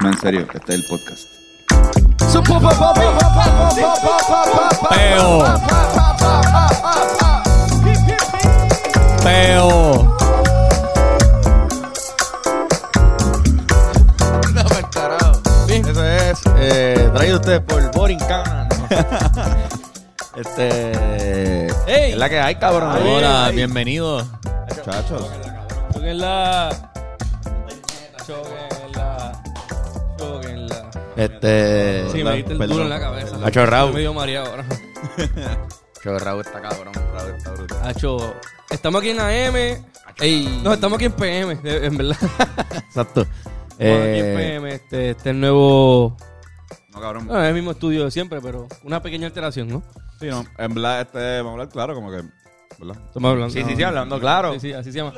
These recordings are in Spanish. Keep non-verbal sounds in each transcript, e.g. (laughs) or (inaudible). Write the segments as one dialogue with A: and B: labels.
A: No, en serio, este es el podcast.
B: Peo. Peo.
C: No, pa'l carajo. Eso es eh, traído a ustedes por Borincan.
A: Eh,
C: este.
B: Ey.
C: Es la que hay, cabrón.
B: Hola, bienvenido.
A: Muchachos.
B: Chóquenla. Chóquenla. Chóquenla.
C: Este.
B: Sí, me diste el duro en la cabeza.
C: Hacho Raúl.
B: Estoy medio mareado ahora.
C: Yo, Raúl está cabrón. Raúl está brutal.
B: Hacho, estamos aquí en AM. Ey. No, estamos aquí en PM, de- en verdad. (laughs)
C: Exacto.
B: Estamos aquí en
C: Eh,
B: PM, este, este nuevo...
A: No, cabrón.
B: No, es el mismo estudio de siempre, pero una pequeña alteración, ¿no?
A: Sí, no. En verdad, este, vamos a hablar claro, como que. ¿Verdad?
B: Estamos hablando.
C: sí, sí, sí, hablando claro.
B: Sí,
C: Mm.
B: sí, así se llama.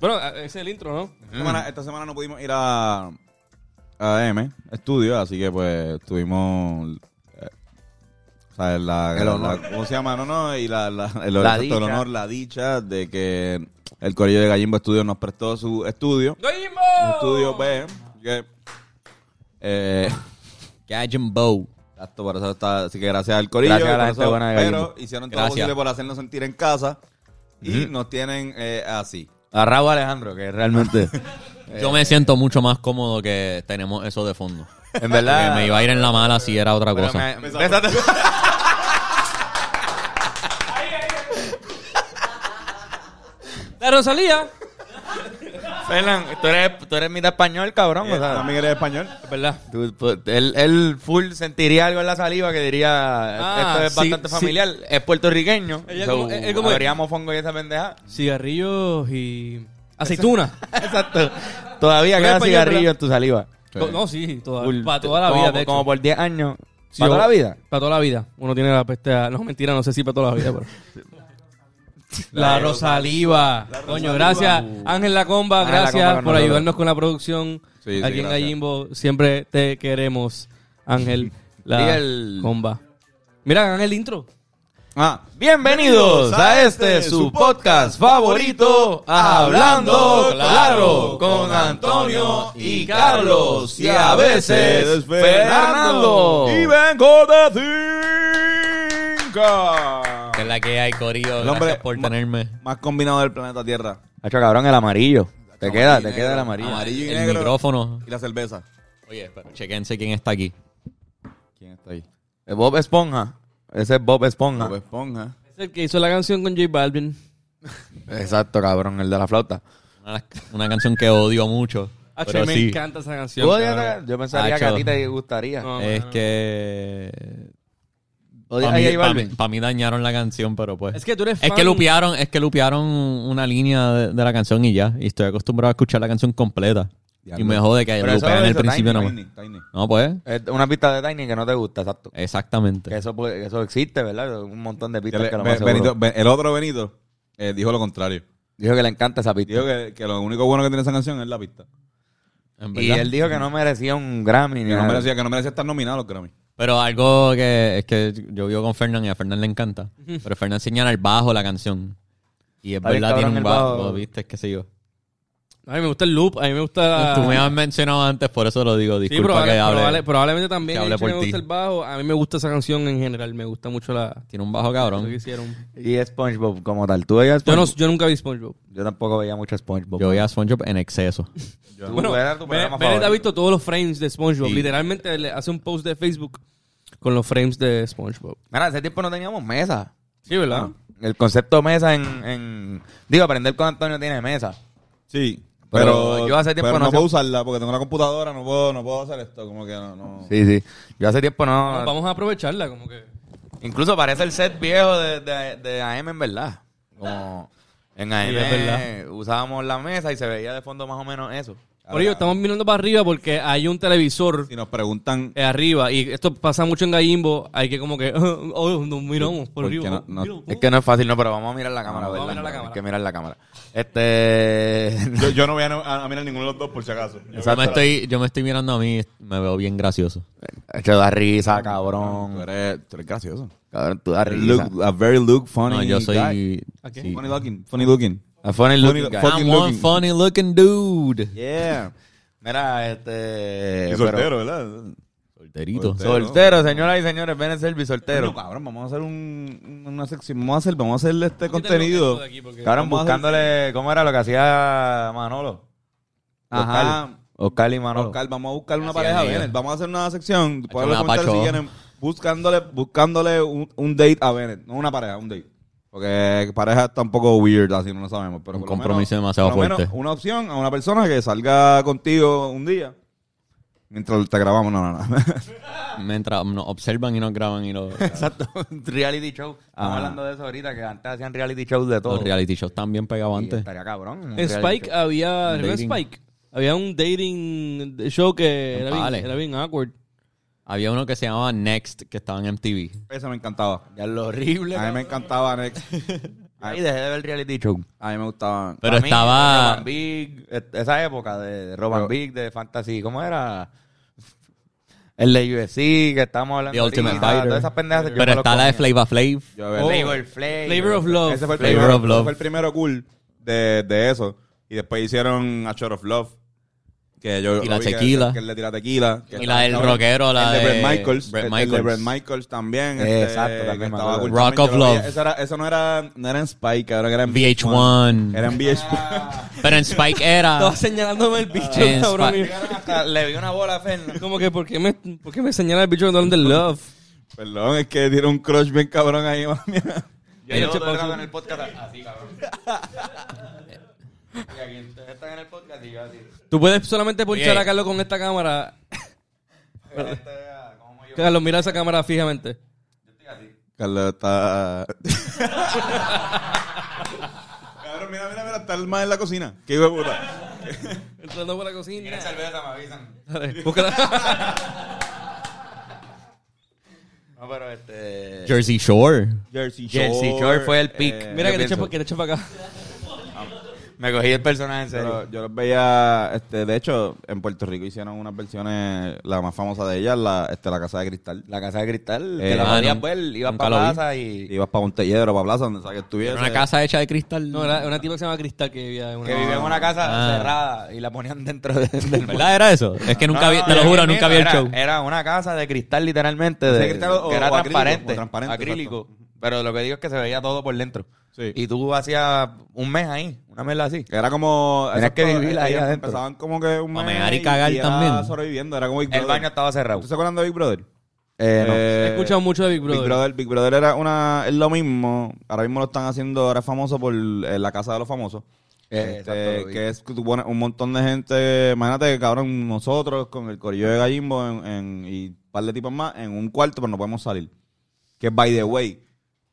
B: Bueno, a- ese es el intro, ¿no?
A: Esta, semana, esta semana no pudimos ir a. A M Studio, así que pues tuvimos. eh, o sea, la,
C: El
A: la-
C: honor.
A: la- ¿Cómo se llama? No, no, y la, la, el,
C: La
A: exacto, el
C: dicha.
A: honor, la dicha de que el Corillo de Gallimbo Studio nos prestó su estudio.
B: ¡Goimbo!
A: Un estudio B. Que, eh,
C: Cajun Bow.
A: Exacto, por eso está. Así que gracias al Corillo.
C: Gracias a la
A: por
C: gente
A: eso-
C: buena de
A: Pero
C: Gallimbo.
A: hicieron todo lo
C: Gracias.
A: posible por hacernos sentir en casa. Y nos tienen eh, así.
C: A Raúl Alejandro, que realmente.
D: (laughs) Yo me siento mucho más cómodo que tenemos eso de fondo.
C: En
D: Porque
C: verdad.
D: me iba a ir en la mala si era otra
C: Pero
D: cosa.
C: me- Bésate.
B: La Rosalía.
C: Fernan, tú eres, tú eres mitad español, cabrón.
A: Eh,
C: o sea.
A: ¿También eres español?
B: Es verdad.
C: Tú, pues, él, él full sentiría algo en la saliva que diría
B: Ah,
C: esto es
B: sí,
C: bastante
B: sí.
C: familiar, es puertorriqueño.
B: Ella
C: so,
B: como- él como-
C: habríamos fongo y esa pendeja. (laughs)
B: Cigarrillos y... Aceituna.
C: Exacto. Todavía
B: Tú eres
C: queda
B: español,
C: cigarrillo
B: ¿verdad?
C: en tu saliva.
B: No, (laughs) No, sí, toda-
C: Full.
B: para toda la vida,
C: Como-
B: de hecho.
C: Como por 10 años.
B: Sí,
C: ¿Para
B: yo-
C: toda la vida?
B: Para toda la vida. Uno tiene la peste a- No, mentira, no sé si para toda la
D: (laughs)
B: vida, pero... La Rosaliva. Coño, gracias. Ángel Lacomba,
C: Ángel
B: gracias
C: Lacomba
B: por
C: con nosotros.
B: ayudarnos con la producción.
A: Sí, sí,
B: Aquí en
A: gracias.
B: Gallimbo siempre te queremos, Ángel
C: Y
B: La
C: el-
B: Comba. Mira, hagan el intro.
A: Ah.
C: Bienvenidos a este su podcast favorito, Hablando Claro, con Antonio y Carlos y a veces Fernando.
A: Y vengo de Cinca.
D: Que es la que hay, Corillo.
A: El hombre-
D: Gracias por tenerme.
A: Más combinado del planeta Tierra.
C: Hacho, cabrón, el amarillo. Te queda, te
A: negro.
C: queda el amarillo.
A: Amarillo y
D: el
A: negro.
D: micrófono.
A: Y la cerveza.
D: Oye, pero chequense quién está aquí.
A: ¿Quién está ahí?
C: Eh, Bob Esponja. Ese es Bob Esponja.
A: Bob Esponja.
B: Es el que hizo la canción con J Balvin.
C: Exacto, cabrón, el de la flauta.
D: Una, una canción que odio mucho.
B: Ah, che,
D: pero
B: me
D: sí.
B: encanta esa canción.
C: ¿Tú
B: cabrón.
C: odias la- Yo pensaría que a
D: Hacho.
C: ti te gustaría.
B: No,
D: Es
B: mano.
D: que.
C: Odias
D: Para
C: a
D: mí,
C: J
D: pa'
C: Balvin.
D: mí- pa' mí dañaron la canción, pero pues.
B: Es que tú eres
D: Es
B: fan.
D: que lupearon, es que lupearon una línea de, de la canción y ya. Y estoy acostumbrado a escuchar la canción completa.
A: Diablo.
D: Y me jode que
C: Pero eso
D: lupean
C: lo
D: el
C: hizo
D: principio nomás.
A: Tiny, Tiny.
D: No, pues,
C: Es Una pista de Tiny que no te gusta, exacto.
D: exactamente.
C: Que eso, puede- eso existe, ¿verdad? Un montón de
A: Ya
C: pistas
A: le-
C: que lo
A: Ben-
C: más seguro.
A: Benito- Ben- el otro Benito eh, dijo lo contrario.
C: Dijo que le encanta esa pista.
A: Dijo que, que lo único bueno que tiene esa canción es la pista.
D: En
C: y
D: verdad.
C: él dijo que no merecía un Grammy.
A: Que
C: Ni
A: no
C: nada.
A: merecía, que no merecía estar nominado a los Grammy.
D: Pero algo que es que yo vivo con Fernán y a Fernán le encanta. Pero Fernán señala el bajo la canción. Y es
C: Está bien
D: verdad, tiene
C: cabrón
D: un
C: el
D: bajo,
C: bajo.
D: ¿viste? Es que sé yo.
B: A mí me gusta el loop, a mí me gusta la...
D: Tú me has mencionado antes, por eso lo digo.
B: Ah. Sí,
D: Disculpa
B: probable-
D: que hable.
B: probable- probablemente también
D: que hable
B: a mí
D: por
B: me gusta
D: ti.
B: el bajo. A mí me gusta esa canción en general. Me gusta mucho la
D: Tiene un bajo
B: lo que
D: cabrón.
B: hicieron.
C: Y SpongeBob como tal. ¿Tú veías
B: Yo, no,
C: SpongeBob?
B: yo nunca vi SpongeBob.
C: Yo tampoco veía mucho SpongeBob.
D: Yo voy a SpongeBob en exceso.
C: Tú
B: Bueno,
C: era tu
B: Ben-
C: programa
B: Bennett ha
C: favorito.
B: visto todos los frames de SpongeBob.
D: Sí.
B: Literalmente le hace un post de Facebook con los frames de SpongeBob.
C: Mira, ese tiempo no teníamos mesa.
B: Sí, ¿verdad?
C: El concepto mesa en, en... Digo, aprender con Antonio tiene mesa.
A: Sí.
C: Pero
A: Pero,
C: yo hace tiempo
A: pero no,
C: no sé-
A: puedo usarla porque tengo una computadora, no puedo, no puedo hacer esto. Como que no. no.
C: Sí, sí. Yo hace tiempo no...
B: Bueno, Vamos a aprovecharla como que...
C: Incluso parece el set viejo de, de- de AM en verdad. Como en AM
B: es verdad.
C: usábamos la mesa y se veía de fondo más o menos eso.
B: Por ello, estamos mirando para arriba porque hay un televisor
A: Si nos
B: (laughs)
A: preguntan.
B: eh, arriba. Y esto pasa mucho en Gallimbo. Hay que como que... (laughs) Oh, no miramos por
A: Porque
B: arriba.
A: no- no-
B: Mira,
C: Es que no es fácil, no, pero vamos a mirar la cámara,
B: Vamos a
C: ¿verdad?
B: mirar la cámara.
C: Hay que mirar la cámara. Este... (laughs)
A: Yo, yo no voy a, a, a mirar ninguno de los dos por si acaso. Yo
D: Yo
A: voy
D: me,
A: a estar-
D: estoy, yo me estoy mirando a mí, me veo bien gracioso.
C: Te da risa,
A: Tú
C: cabrón.
A: eres, tú eres gracioso.
C: Cabrón, tú da risa.
A: Look, a very look funny.
D: No, yo
A: guy.
D: soy.
B: ¿A qué?
D: sí.
A: Funny looking. Funny looking.
C: A funny looking
A: Funny-
C: guy.
A: fucking
D: I'm one
A: looking.
D: funny looking dude.
A: Yeah.
C: Mira, este.
A: Y
C: pero-
A: soltero, ¿verdad?
D: Solterito.
A: Soltero.
C: Soltero, señoras y señores, ven el
A: Pero,
C: service soltero.
A: cabrón, vamos a hacer un, una sección. Vamos a hacer, vamos a hacer este
B: Quítale
A: contenido.
B: esto de aquí porque-
C: Estaban
A: Vamos a hacer-
C: buscándole. ¿Cómo era lo que hacía Manolo?
A: Ajá.
C: Oscar, Oscar y Manolo.
A: Oscar, vamos a buscar una
D: Así
A: pareja.
D: es,
A: Bennett. Vamos a hacer una sección. Después
D: Hacho,
A: lo
D: me
A: comentar si
D: apacho.
A: quieren. Buscándole, buscándole un, un date a Bennett. No una pareja, un date. Porque pareja está un poco weird, así no lo sabemos. Pero
D: Un
A: por lo
D: compromiso
A: menos-
D: demasiado
A: por lo menos
D: fuerte.
A: una opción a una persona que salga contigo un día. Mientras te grabamos, no, no, (laughs) no.
D: Mientras nos observan y nos graban y los,
C: Exacto, (laughs) un reality show. Estamos
A: Ajá.
C: hablando de eso ahorita, que antes hacían reality shows de todo.
D: los reality shows están bien pegados
C: Y
D: antes. ah.
C: Estaría cabrón. un
B: En
C: reality
B: Spike
C: show.
B: había.
D: Un
B: ¿recuerdas
D: dating.
B: Spike? Había un dating show que era bien,
D: Vale.
B: era bien awkward.
D: Había uno que se llamaba Next, que estaba en MTV.
A: Esa me encantaba.
C: Ya lo horrible.
D: Ah,
A: A mí me encantaba, Next.
C: Ahí dejé de ver reality show.
A: A mí me gustaban.
D: Pero
C: Pa' mí,
D: estaba-
C: Roban Big, et- esa época de de Roban
A: Pero-
C: Big, de Fantasy, ¿cómo era? El de UFC, que estamos hablando.
D: The Ultimate
C: ahorita,
D: Fighter.
C: Todas esas pendejas yo
D: Pero
C: me los
D: está la de
C: comía.
D: Flava Flav.
A: Yo, a ver,
C: Flavor, Flav.
B: Flavor of Love.
A: Ese fue el
D: Flavor
A: primero,
D: of
A: ese
D: Love.
A: fue el primero cool de, de eso. Y después hicieron A Shot of Love. Que yo
D: Y
A: lo
D: la
A: vi que-
D: tequila.
A: Que él le tira tequila. que
D: Y
A: estaba
D: la del
A: cabrón.
D: rockero, la
A: el de
D: de
A: Brett Michaels.
D: Bret
A: el- El de
D: Michaels.
A: Brett Michaels también.
C: Eh,
A: este,
C: exacto, también
A: que
C: me
A: estaba
C: acuerdo.
A: cool
D: Rock
A: también,
D: of
A: yo lo vi.
D: Love.
A: Eso, era, eso no, era, no era en Spike, ahora era en
D: VH1.
A: Era en VH1.
C: (laughs)
D: Pero en Spike era.
B: (laughs) Estaba señalándome el bicho,
D: En
B: cabrón.
D: Spike.
C: Llegaron hasta- Le vi una bola a
D: (laughs)
C: Fernando.
B: Como que, ¿por qué me, por qué me señala el bicho cuando hablan del love?
A: Perdón, es que tiene un crush bien cabrón ahí. mami.
C: Yo
B: El
C: llevo
B: Chepo
C: dos horas
B: Azul.
C: en el podcast así, cabrón. (laughs) y aquí ustedes están en el podcast y yo así.
B: Tú puedes solamente ponchar
D: Oye.
B: a Carlos con esta cámara.
C: Este, ah, ¿cómo yo?
B: Carlos, mira esa cámara fijamente.
C: Yo estoy así.
A: Carlos
C: (laughs)
A: está. Cabrón, mira, mira, mira, está el más en la cocina. Qué hijo de puta.
B: Entrando por la cocina.
C: Tienen cerveza, me avisan.
B: Dale, búscala.
C: No, pero este...
D: Jersey Shore.
A: Jersey Shore.
C: Jersey Shore fue el pick.
A: Eh,
B: Mira
C: Yo
B: que te echa
C: pienso.
B: pa- que te echa para acá.
C: Me cogí el personaje en serio.
A: Pero yo los veía, este, de hecho, en Puerto Rico hicieron unas versiones, la más famosa de ellas, la, este, la Casa de Cristal.
C: La casa de cristal,
A: Eh,
C: que la
A: ah,
C: podías
D: no.
C: ver, ibas
D: Nunca
C: para
D: lo vi.
C: casa y...
A: Ibas para Montellero, para Plaza, donde sea que estuviese.
D: Era una casa hecha de cristal.
B: No, era una tipa que se llama Cristal que vivía en una.
C: Que vivía en una casa
D: Ah.
C: cerrada y la ponían dentro de- del...
D: ¿Verdad? Era eso. Es que nunca
C: No,
D: vi,
C: no,
D: te lo
C: era
D: juro,
C: bien
D: nunca vi
C: mierda,
D: el
C: era-
D: show.
C: Era una casa de cristal, literalmente. De,
A: ¿De cristal o-
C: que era
A: o acrílico?
C: transparente.
A: O transparente,
C: acrílico. Pero lo que digo es que se veía todo por dentro.
A: Sí.
C: Y tú hacías un mes ahí, una mela así.
A: Era como...
C: Tenías que
A: exacto,
C: vivir ahí
A: ellas
C: adentro.
A: Empezaban como que un
D: Pa'
A: mes
D: mear y cagar
A: era
D: también.
A: sobreviviendo, era como Big
C: El
A: Brother.
C: baño estaba cerrado.
A: ¿Tú te acuerdas de Big Brother?
C: Eh, no.
A: Eh,
B: He escuchado mucho de Big Brother.
A: Big Brother, Big Brother era una, es lo mismo. Ahora mismo lo están haciendo, ahora es famoso por eh, la casa de los famosos. Este,
C: Eh, exacto, lo vi.
A: que es que tú pones un montón de gente, imagínate, cabrón, nosotros con el corillo de Gallimbo en, en- y un par de tipos más en un cuarto, pero no podemos salir. Que by the way,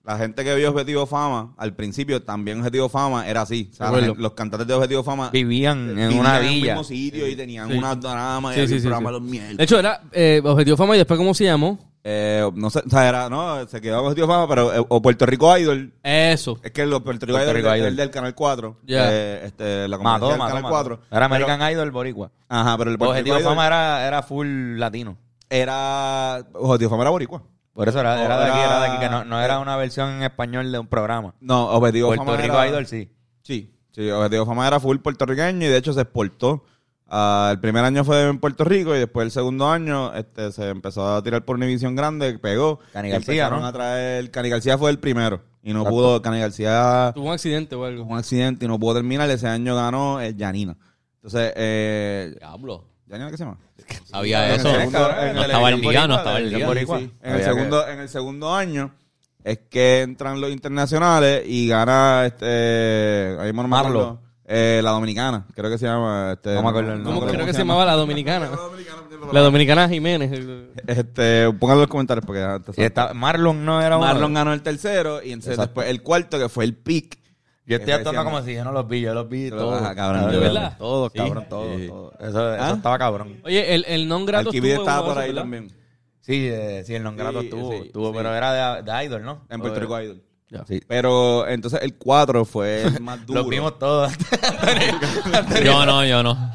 A: la gente que vio Objetivo Fama, al principio también Objetivo Fama era así. O sea,
B: De acuerdo.
A: la gente- los cantantes de Objetivo Fama
C: Vivían en
A: eh, vivían
C: una
A: el
C: villa.
A: mismo sitio y tenían
B: Sí.
A: una drama y
B: Sí,
A: había
B: sí,
A: un
B: sí,
A: programa
B: sí.
A: de los miércoles.
B: De hecho, era eh, Objetivo Fama y después, ¿cómo se llamó?
A: Eh, no sé, o sea, era, no, se quedó con Objetivo Fama, pero eh, o Puerto Rico Idol.
B: Eso.
A: Es que los Puerto Rico
C: Puerto
A: Idol
C: Rico
A: es
C: Idol.
A: del Canal 4.
B: Ya.
A: eh, este, la competencia
C: Mató,
A: del
C: mató,
A: Canal
C: mató.
A: 4.
C: Era American Idol boricua.
A: Ajá, pero el Puerto
C: Objetivo
A: Rico Idol
C: Fama era, era full latino.
A: era... Objetivo Fama era boricua.
C: Por eso era, era de aquí,
A: Era-
C: era de aquí. Que no, no era una versión en español de un programa.
A: No, Objetivo
C: Puerto
A: Fama
C: Rico
A: era...
C: Idol sí.
A: Sí, sí, Objetivo Fama era full puertorriqueño y de hecho se exportó. Ah, el primer año fue en Puerto Rico y después el segundo año este, se empezó a tirar por una división grande, pegó.
C: Cani
A: Y
C: García,
A: empezaron
C: ¿no?
A: a traer... Cani García fue el primero y no
C: Exacto.
A: pudo... Cani García...
B: Tuvo un accidente o algo.
A: un accidente y no pudo terminar. Ese año ganó eh, Janina. Entonces, eh,
D: Diablo.
A: ¿Janina qué se llama?
D: Sabía
A: en
D: eso.
A: el segundo- en
D: No
A: el
D: estaba el
C: televisión
D: día, no
C: boricua,
D: estaba el
C: televisión
D: día.
C: boricua.
A: Sí, En, el
C: Había que-
A: segundo, en el segundo año es que entran los internacionales y gana este. Ahí mismo no me
C: Marlo.
A: acuerdo. Eh, la dominicana, creo que se llama. Este,
C: No me acuerdo el
B: ¿Cómo
C: nombre.
A: acuerdo
B: creo
A: cómo
B: que se llamaba la dominicana?
A: llama.
B: La dominicana Jiménez. el-
A: Este, pónganlo en los comentarios porque ya te
C: Y
A: sabes.
C: está- Marlon no era uno.
A: Marlon ganó el tercero y entonces
C: Exacto.
A: después el cuarto que fue el pick.
C: Yo estoy
A: Ese
C: actuando
A: decían-
C: como si yo no los vi, yo los vi
A: Tú los-
C: todos.
A: ah, cabrón,
C: Cabrón,
B: ¿de
C: yo-
B: verdad?
C: Todos,
A: Sí.
C: cabrón, todos.
A: Sí.
C: todos. Eso, eso
A: ¿Ah?
C: estaba cabrón.
B: Oye, el, el non grato
A: Alquivide
B: estuvo en
A: estaba
B: uno de
A: por ahí
B: esos, ¿verdad?
A: también.
C: Sí, eh, sí, el non-grato
A: Sí,
C: estuvo,
A: sí,
C: estuvo,
A: sí.
C: pero era de, de Idol, ¿no?
A: En Puerto Rico Idol.
B: Ya.
C: Sí.
A: Pero entonces el 4
C: (laughs)
A: fue el más duro.
C: Los
A: (laughs)
C: vimos todos.
D: Yo no, yo no.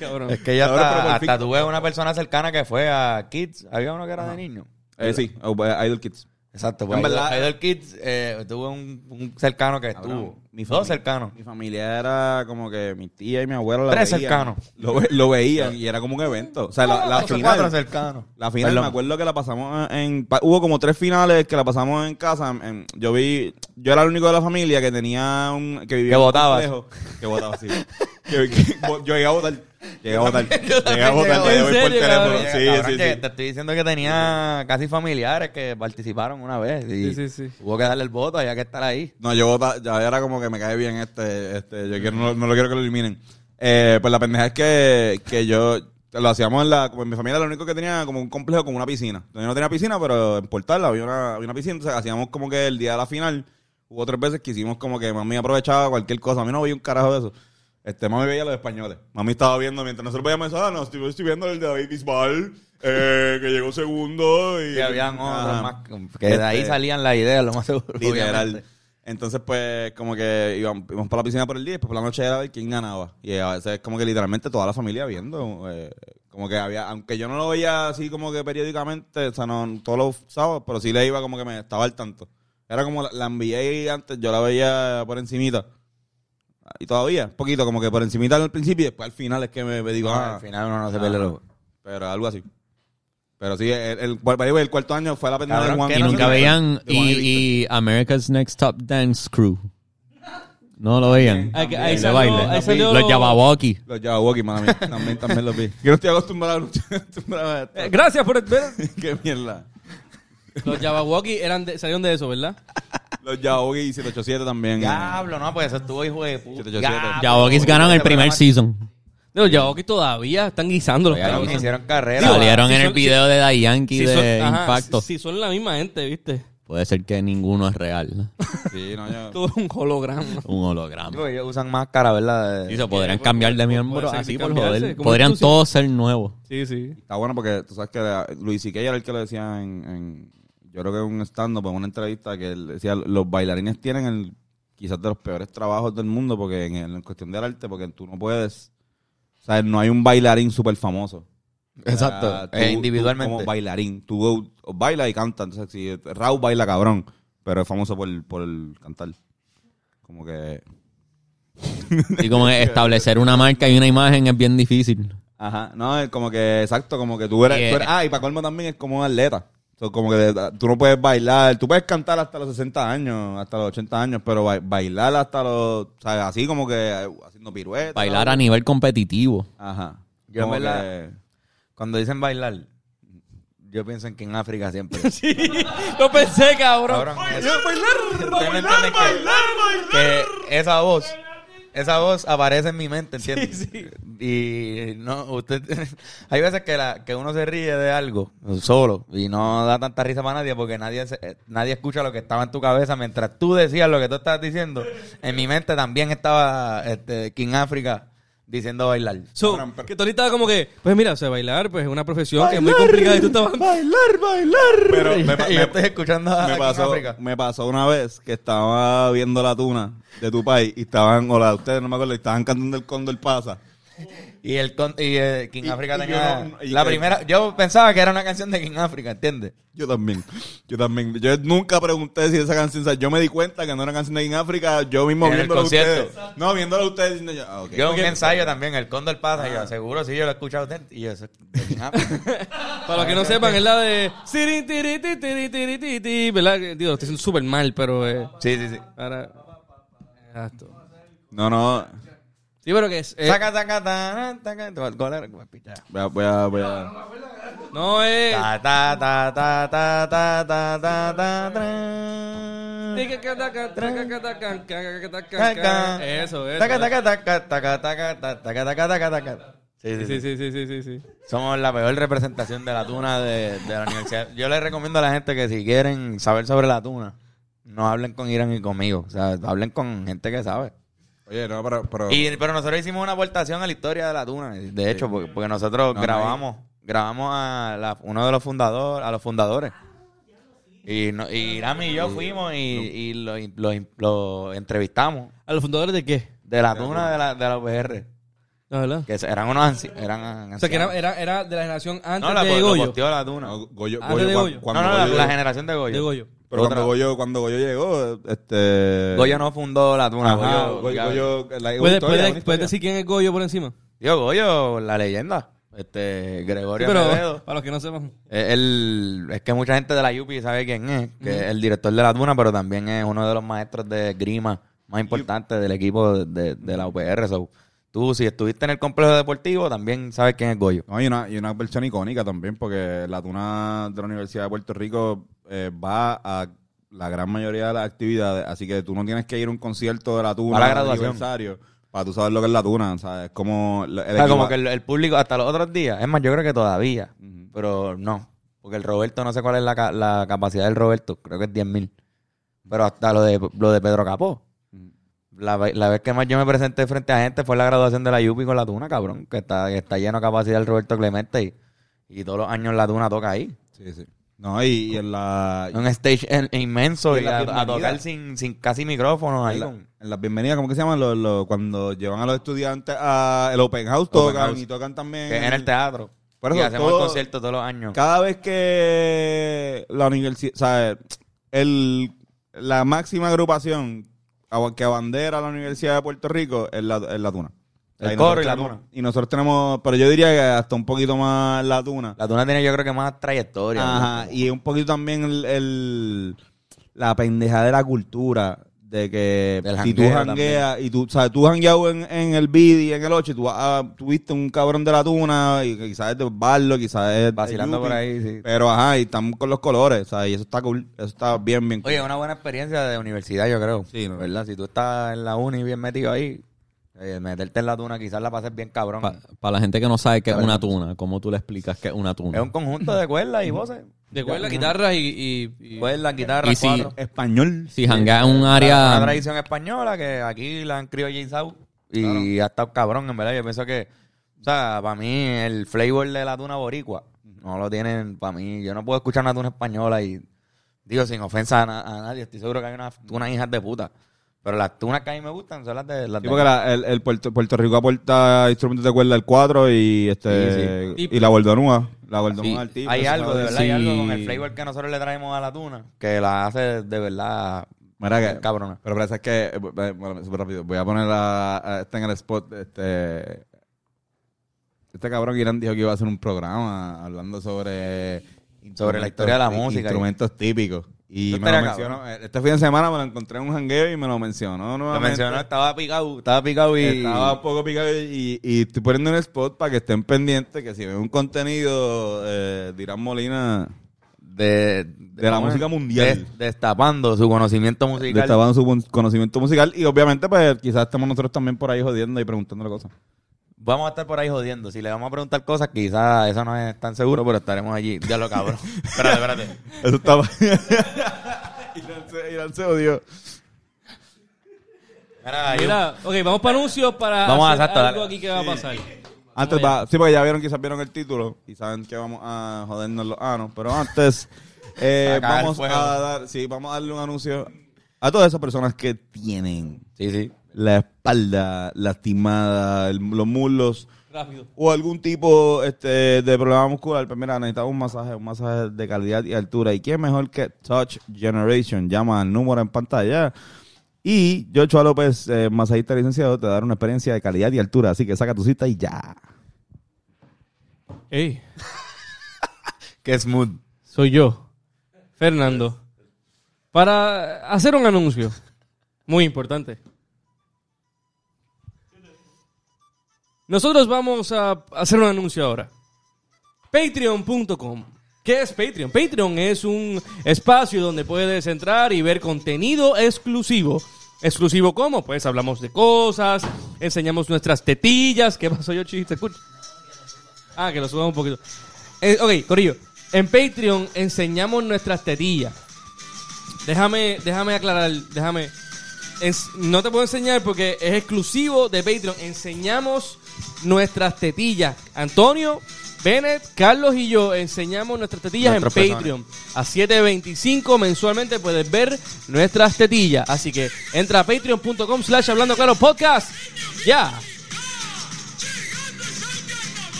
B: Cabrón.
C: es que ya
A: Cabrón, pero
C: hasta,
A: por
C: hasta
A: fin-
C: tuve una persona cercana que fue a Kids. Había uno que era de niño.
A: Eh, sí, Idol Kids.
C: Exacto,
A: En
C: pues,
A: verdad-
C: Idol, Idol Kids eh, tuve un, un cercano que estuvo.
A: mi
C: dos
A: fami-
C: cercanos.
A: Mi familia era como que mi tía y mi abuela la
C: Tres
A: veían.
C: cercanos.
A: Lo, ve- lo veían y era como un evento. O sea, la, la
C: Ocho,
A: final.
C: cuatro cercanos.
A: La final,
C: Perdón.
A: me acuerdo que la pasamos en... pa- hubo como tres finales que la pasamos en casa. en- en- yo vi... Yo era el único de la familia que tenía un... Que vivía
C: Que
A: en un
C: votabas.
A: complejo. Que votaba, sí. Que- que- yo llegué a votar. Llegué a votar.
C: (laughs)
A: Llegué a votar.
C: llegué
A: llegué
B: votar.
C: a
A: por
B: ¿En serio,
A: teléfono.
B: cabrón?
A: Sí,
C: Cabrón,
A: sí,
C: que
A: sí.
C: Te estoy diciendo que tenía casi familiares que participaron una vez. Y
B: Sí, sí, sí.
C: Hubo que darle el voto, había que estar ahí.
A: No, yo vota- ya era como que me cae bien este, este, yo quiero- no, no lo quiero que lo eliminen. Eh, pues la pendeja es que, que yo lo hacíamos en la, como en mi familia lo único que tenía como un complejo con una piscina. Yo no tenía piscina, pero en Portal había una, había una piscina, entonces hacíamos como que el día de la final, hubo tres veces que hicimos como que mami aprovechaba cualquier cosa, a mí no veía un carajo de eso. Este, mami veía los españoles. Mami estaba viendo mientras nosotros veíamos eso, ah, no, estoy, estoy viendo el de David Bisbal, eh, que llegó segundo y...
C: Y habían
A: Ah,
C: otros más. Que de ahí
A: este-
C: salían las ideas, lo más seguro.
A: Literal.
C: obviamente.
A: Entonces, pues, como que íbamos, íbamos para la piscina por el día y después por la noche era ver quién ganaba. Y a veces, como que literalmente toda la familia viendo. eh, como que había, aunque yo no lo veía así como que periódicamente, o sea, no todos los sábados, pero sí le iba como que me estaba al tanto. Era como la, la NBA antes, yo la veía por encimita. Y todavía, poquito, como que por encimita al principio y después al final es que me, me digo,
C: Ah,
A: ah,
C: al final uno no se pierde los.
A: pero algo así. Pero sí, el, el, by the way, el cuarto año fue la pendeja
C: Cabrón,
A: de Juan.
C: que
D: Y
C: no
D: nunca
C: sé-
D: veían.
A: de Juan
D: Y, y America's Next Top Dance Crew. No lo veían.
B: Ahí- ahí
D: El de
B: salió-
D: baile.
B: ahí salió
D: Los
B: lo-
D: Jababaki.
A: Los Jabberwocky, mala mía. También, también los vi. Yo no estoy acostumbrado, (laughs) no estoy acostumbrado a esto.
B: Eh, (laughs) gracias por ver.
A: Qué mierda.
B: Los Jabawaki eran de- salieron de eso, ¿verdad?
A: Los Jabberwocky 787 también. eh.
C: Diablo, no, pues eso estuvo hijo de puta.
A: 787.
B: Ah,
C: Diablo,
D: Jababakis ganaron el
C: ese programa
D: primer season.
B: De los Jabawaki todavía están guisando los
C: Cabrón,
B: cabrones.
C: hicieron carrera.
B: Digo,
D: Salieron
B: si
D: en el
B: son-
D: video de Daddy Yankee
B: Si
D: de
B: son- ajá,
D: Impacto.
B: Si, si son la misma gente, ¿viste?
D: Puede ser que ninguno es
B: (laughs)
D: real. ¿no?
A: Sí, no, yo.
B: Todo es un holograma.
D: Un holograma.
C: Digo, ellos usan máscara, ¿verdad?
D: Y
C: De-
D: se podrían cambiar de miembro
B: puede ser
D: así
B: que
D: por
B: cambiarse,
D: joder.
B: como
D: Podrían
B: tú, sí.
D: todos ser nuevos.
B: Sí, sí.
A: Está bueno porque tú sabes que la- Luis C.K. era el que lo decía en, en- yo creo que en un stand-up, en una entrevista, que él decía, los bailarines tienen el, quizás de los peores trabajos del mundo porque en, en cuestión del arte, porque tú no puedes, o sea, no hay un bailarín súper famoso.
C: Exacto.
A: Ah, tú-
C: Eh,
A: tú como
C: individualmente.
A: bailarín. Tú eh, bailas y cantas. Entonces, si Raúl baila cabrón, pero es famoso por, por el cantar. Como que.
D: Y
B: (laughs)
D: como que establecer una marca y una imagen es bien difícil.
A: Ajá. No, es como que, exacto, como que tú eres.
D: Y,
A: tú eres-
D: eh,
A: ah, y para colmo también es como un atleta. So, como que de- tú no puedes bailar. Tú puedes cantar hasta los 60 años, hasta los 80 años, pero ba- bailar hasta los. O sea, así como que eh, haciendo piruetas.
D: Bailar a nivel competitivo.
A: Ajá.
C: Yo en
A: Como
C: verdad-
A: que-
C: Cuando dicen bailar, yo pienso en que en África
A: (laughs)
C: siempre.
B: Lo pensé, cabrón.
C: Cabrón, es- ustedes no entienden que- Que esa voz, esa voz aparece en mi mente, ¿entiendes? Y no, usted, (laughs) hay veces que, la, que uno se ríe de algo solo y no da tanta risa para nadie porque nadie, se- eh, nadie escucha lo que estaba en tu cabeza mientras tú decías lo que tú estabas diciendo. En mi mente también estaba este, King África diciendo bailar.
B: So, que Tony estaba como que, pues mira, o sea, bailar pues es una profesión que es muy complicada y tú estabas...
C: Bailar, bailar.
A: Pero me-
C: y yo
A: me-
C: estoy escuchando a
A: me
C: King
A: pasó,
C: África.
A: me pasó una vez que estaba viendo la tuna de tu país y estaban, o la de ustedes, no me acuerdo, y estaban cantando el cóndor pasa.
C: Y el con- y, eh, King
A: Y-
C: Africa
A: y
C: tenía
A: yo no- y
C: la
A: que-
C: primera, yo pensaba que era una canción de King Africa, ¿entiendes?
A: Yo también, yo también. Yo nunca pregunté si esa canción, o sea, yo me di cuenta que no era canción de In África, yo mismo
C: En el
A: viéndola a
C: concierto.
A: ustedes. No, viéndola a ustedes diciendo yo, ah, ok.
C: Yo un ensayo también, el Cóndor pasa,
B: Ah.
C: y yo seguro sí yo lo he escuchado de- y yo
B: (laughs)
C: eso de King Africa.
B: Para los que no sepan, es la de... "Siri, tiri, ti, tiri, tiri, ti, ti", ¿Verdad? Que, Digo, lo estoy haciendo súper mal, pero... eh,
C: Sí, sí, sí.
B: ahora... Exacto.
A: No, no,
B: Sí, pero que es... eh,
C: Saca, saca, ta, ta, ta, ¿cuál era? Picha.
A: voy a, voy a, voy a-
B: no es...
C: Ta, ta, ta, ta, ta, ta, ta, ta, ta, tra.
B: Eso, eso.
C: Taca, taca, taca, taca, taca, taca, taca, taca, taca. Sí, sí, sí.
B: Sí, sí, sí, sí, sí, sí.
C: Somos la peor representación de la tuna de, de la universidad. Yo les recomiendo a la gente que si quieren saber sobre la tuna, no hablen con Irán y conmigo. O sea, hablen con gente que sabe.
A: Oye, no, pero... pero
C: Y, pero nosotros hicimos una aportación a la historia de la tuna, de hecho, porque, porque nosotros
A: No,
C: grabamos, grabamos a la- uno de los fundadores, a los fundadores. Y, no, y Rami y yo fuimos y, y lo, lo- lo entrevistamos
B: ¿A los fundadores de qué?
C: de la tuna de la, de la UPR.
B: No, ¿verdad?
C: Que eran unos anci- eran
B: O sea, que
C: ancianos.
B: era, era, era de la generación antes
C: No, la,
B: de
C: lo
B: Goyo.
C: posteó la tuna.
A: no, Goyo,
B: Ah, de
A: Goyo,
B: Goyo.
A: cuando
C: no, no, la,
A: Goyo-
C: la generación de Goyo.
B: De Goyo.
A: Pero
C: Otra-
A: cuando Goyo, cuando Goyo llegó, este...
C: Goyo no fundó la tuna.
A: Ajá,
C: Goyo,
A: Goyo- Goyo- la-
B: ¿Puedes,
A: historia,
B: puedes-
A: una
B: puedes
A: historia.
B: decir quién es Goyo por encima?
C: Yo, Goyo, la leyenda. Este, Gregorio
B: pero
C: Acevedo.
B: para los que no sepan.
C: Es el- Eh, es que mucha gente de la Yupi sabe quién es, que es el director de la Duna, pero también es uno de los maestros de grima más importantes del equipo de, de la UPR. So, tú, si estuviste en el complejo deportivo, también sabes quién es Goyo.
A: No, y una, y una persona icónica también, porque la tuna de la Universidad de Puerto Rico eh, va a la gran mayoría de las actividades, así que tú no tienes que ir a un concierto de la tuna
C: Va a la
A: de
C: graduación.
A: aniversario para tú saber lo que es la tuna, ¿sabes? Como el, el
C: O sea, como
A: equiva-
C: que el, el público hasta los otros días, es más, yo creo que todavía, pero no, porque el Roberto, no sé cuál es la, ca- la capacidad del Roberto, creo que es 10.000 mil, pero hasta lo de, lo de Pedro Capó. La, ve- la vez que más yo me presenté frente a gente fue la graduación de la Yupi con la Tuna, cabrón, que está, que está lleno de capacidad el Roberto Clemente y, y todos los años la Tuna toca ahí.
A: Sí, sí. No, y, y en la...
C: Un stage en- inmenso
A: Y en
C: y,
A: la
C: a, a
A: bienvenida.
C: tocar sin, sin casi micrófonos ahí.
A: En, la-
C: con-
A: en las bienvenidas, ¿cómo que se llaman? Los- los- cuando llevan a los estudiantes al open house, tocan
C: house.
A: y tocan también.
C: que en el teatro.
A: Por eso
C: y hacemos
A: todo-
C: el concierto todos los años.
A: Cada vez que la universidad, o sea, el, la máxima agrupación a- que abandera la Universidad de Puerto Rico es la, es la tuna.
C: El
A: Ahí
C: coro
A: nosotros
C: y la
A: tenemos-
C: tuna.
A: Y nosotros tenemos, pero yo diría que hasta un poquito más la tuna.
C: La Tuna tiene yo creo que más trayectoria.
A: Ajá, y un poquito también el, el- la pendeja de la cultura. De que
C: Del
A: si tú
C: jangueo
A: jangueas y tú, o sea, tú jangueado en, en el BID y en el 8 y tú ah, tuviste un cabrón de la tuna y quizás es de Barlo, quizás es de
C: Vacilando por
A: Yupi,
C: ahí, sí.
A: Pero ajá, y estamos con los colores, ¿sabes? Y eso está cool, eso está bien, bien cool.
C: Oye, una buena experiencia de universidad, yo creo.
A: Sí, no.
C: ¿Verdad? Si tú estás en la uni bien metido ahí, eh, meterte en la tuna quizás la pases bien cabrón.
D: Para la gente que no sabe qué es una tuna, ¿cómo tú le explicas qué es una tuna?
C: es un conjunto de cuerdas y voces.
B: Recuerda guitarras y... y, y-
C: Cuerdas, guitarras,
D: Y si-
C: cuatro.
A: Español.
D: Si janguea en un
C: Una
D: área...
C: tradición española que aquí la han criollizado y ha estado cabrón, en verdad. Yo pienso que, o sea, para mí el flavor de la tuna boricua no lo tienen para mí. Yo no puedo escuchar una tuna española y digo sin ofensa a, na- a nadie. Estoy seguro que hay unas tunas hijas de puta. Pero las tunas que a mí me gustan son las de... Las
A: Sí,
C: de-
A: porque la- el, el Puerto, Puerto Rico aporta instrumentos de cuerda el 4 y este
B: Sí, sí.
A: y la gordonúa. La gordonúa
D: Sí,
A: del tipo,
C: hay
A: esa
C: algo,
A: madre.
C: de verdad, hay
D: sí.
C: algo con el flavor que nosotros le traemos a la tuna que la hace de verdad
A: Mira que-
C: cabrona.
A: Pero parece que, eh, bueno, súper rápido, voy a poner a, a este en el spot, este... Este cabrón Irán dijo que iba a hacer un programa hablando sobre...
C: Sobre la historia de la
A: instrumentos-
C: música.
A: Instrumentos típicos. Y
C: Eso
A: me lo
C: estaría
A: mencionó, este fin de semana me lo encontré en un jangueo y me lo mencionó
C: Lo
A: nuevamente.
C: mencionó, estaba picado, estaba picado y...
A: Estaba un poco picado y, y estoy poniendo en el spot para que estén pendientes que si ven un contenido eh, de Irán Molina
C: de,
A: De la música mundial.
C: des- destapando su conocimiento musical.
A: destapando su con- conocimiento musical y obviamente pues quizás estemos nosotros también por ahí jodiendo y preguntándole cosas.
C: Vamos a estar por ahí jodiendo. Si le vamos a preguntar cosas, quizás eso no es tan seguro, pero
A: (laughs)
C: estaremos allí. Ya lo cabrón. espérate, espérate.
A: Eso estaba... (laughs) Irán, se, Irán se odió.
C: Mira, yo-
B: Mira, ok, vamos para anuncios para
C: Vamos a
B: hacer
C: exacto,
B: algo
C: dale.
B: aquí que va a pasar.
A: Antes va, sí, porque ya vieron, quizás vieron el título y saben que vamos a jodernos los anos, pero
C: (laughs)
A: antes eh,
C: Sacar
A: vamos
C: fuego.
A: a dar, sí, vamos a darle un anuncio a todas esas personas que tienen
C: Sí, sí.
A: la espalda lastimada, el- los muslos
B: Rápido.
A: o algún tipo este, de problema muscular, pues mira, necesitamos un masaje, un masaje de calidad y altura. ¿Y quién mejor que Touch Generation? Llama al número en pantalla. Y Joshua López, eh, masajista licenciado, te dará una experiencia de calidad y altura. Así que saca tu cita y ya.
B: Ey,
C: Qué smooth.
B: soy yo, Fernando, para hacer un anuncio muy importante. Nosotros vamos a hacer un anuncio ahora. Patreon.com. ¿Qué es Patreon? Patreon es un espacio donde puedes entrar y ver contenido exclusivo. ¿Exclusivo cómo? Pues hablamos de cosas, enseñamos nuestras tetillas. ¿Qué pasó yo, chiste? Escucha. Ah, que lo subamos un poquito. Eh, ok, Corillo. En Patreon enseñamos nuestras tetillas. Déjame, déjame aclarar, déjame. Ens- no te puedo enseñar porque es exclusivo de Patreon. Enseñamos nuestras tetillas. Antonio, Bennett, Carlos y yo enseñamos nuestras tetillas
C: Nuestros
B: en
C: pezones.
B: Patreon. A 7.25 mensualmente puedes ver nuestras tetillas. Así que entra a patreon.com slash hablando claro podcast. Ya.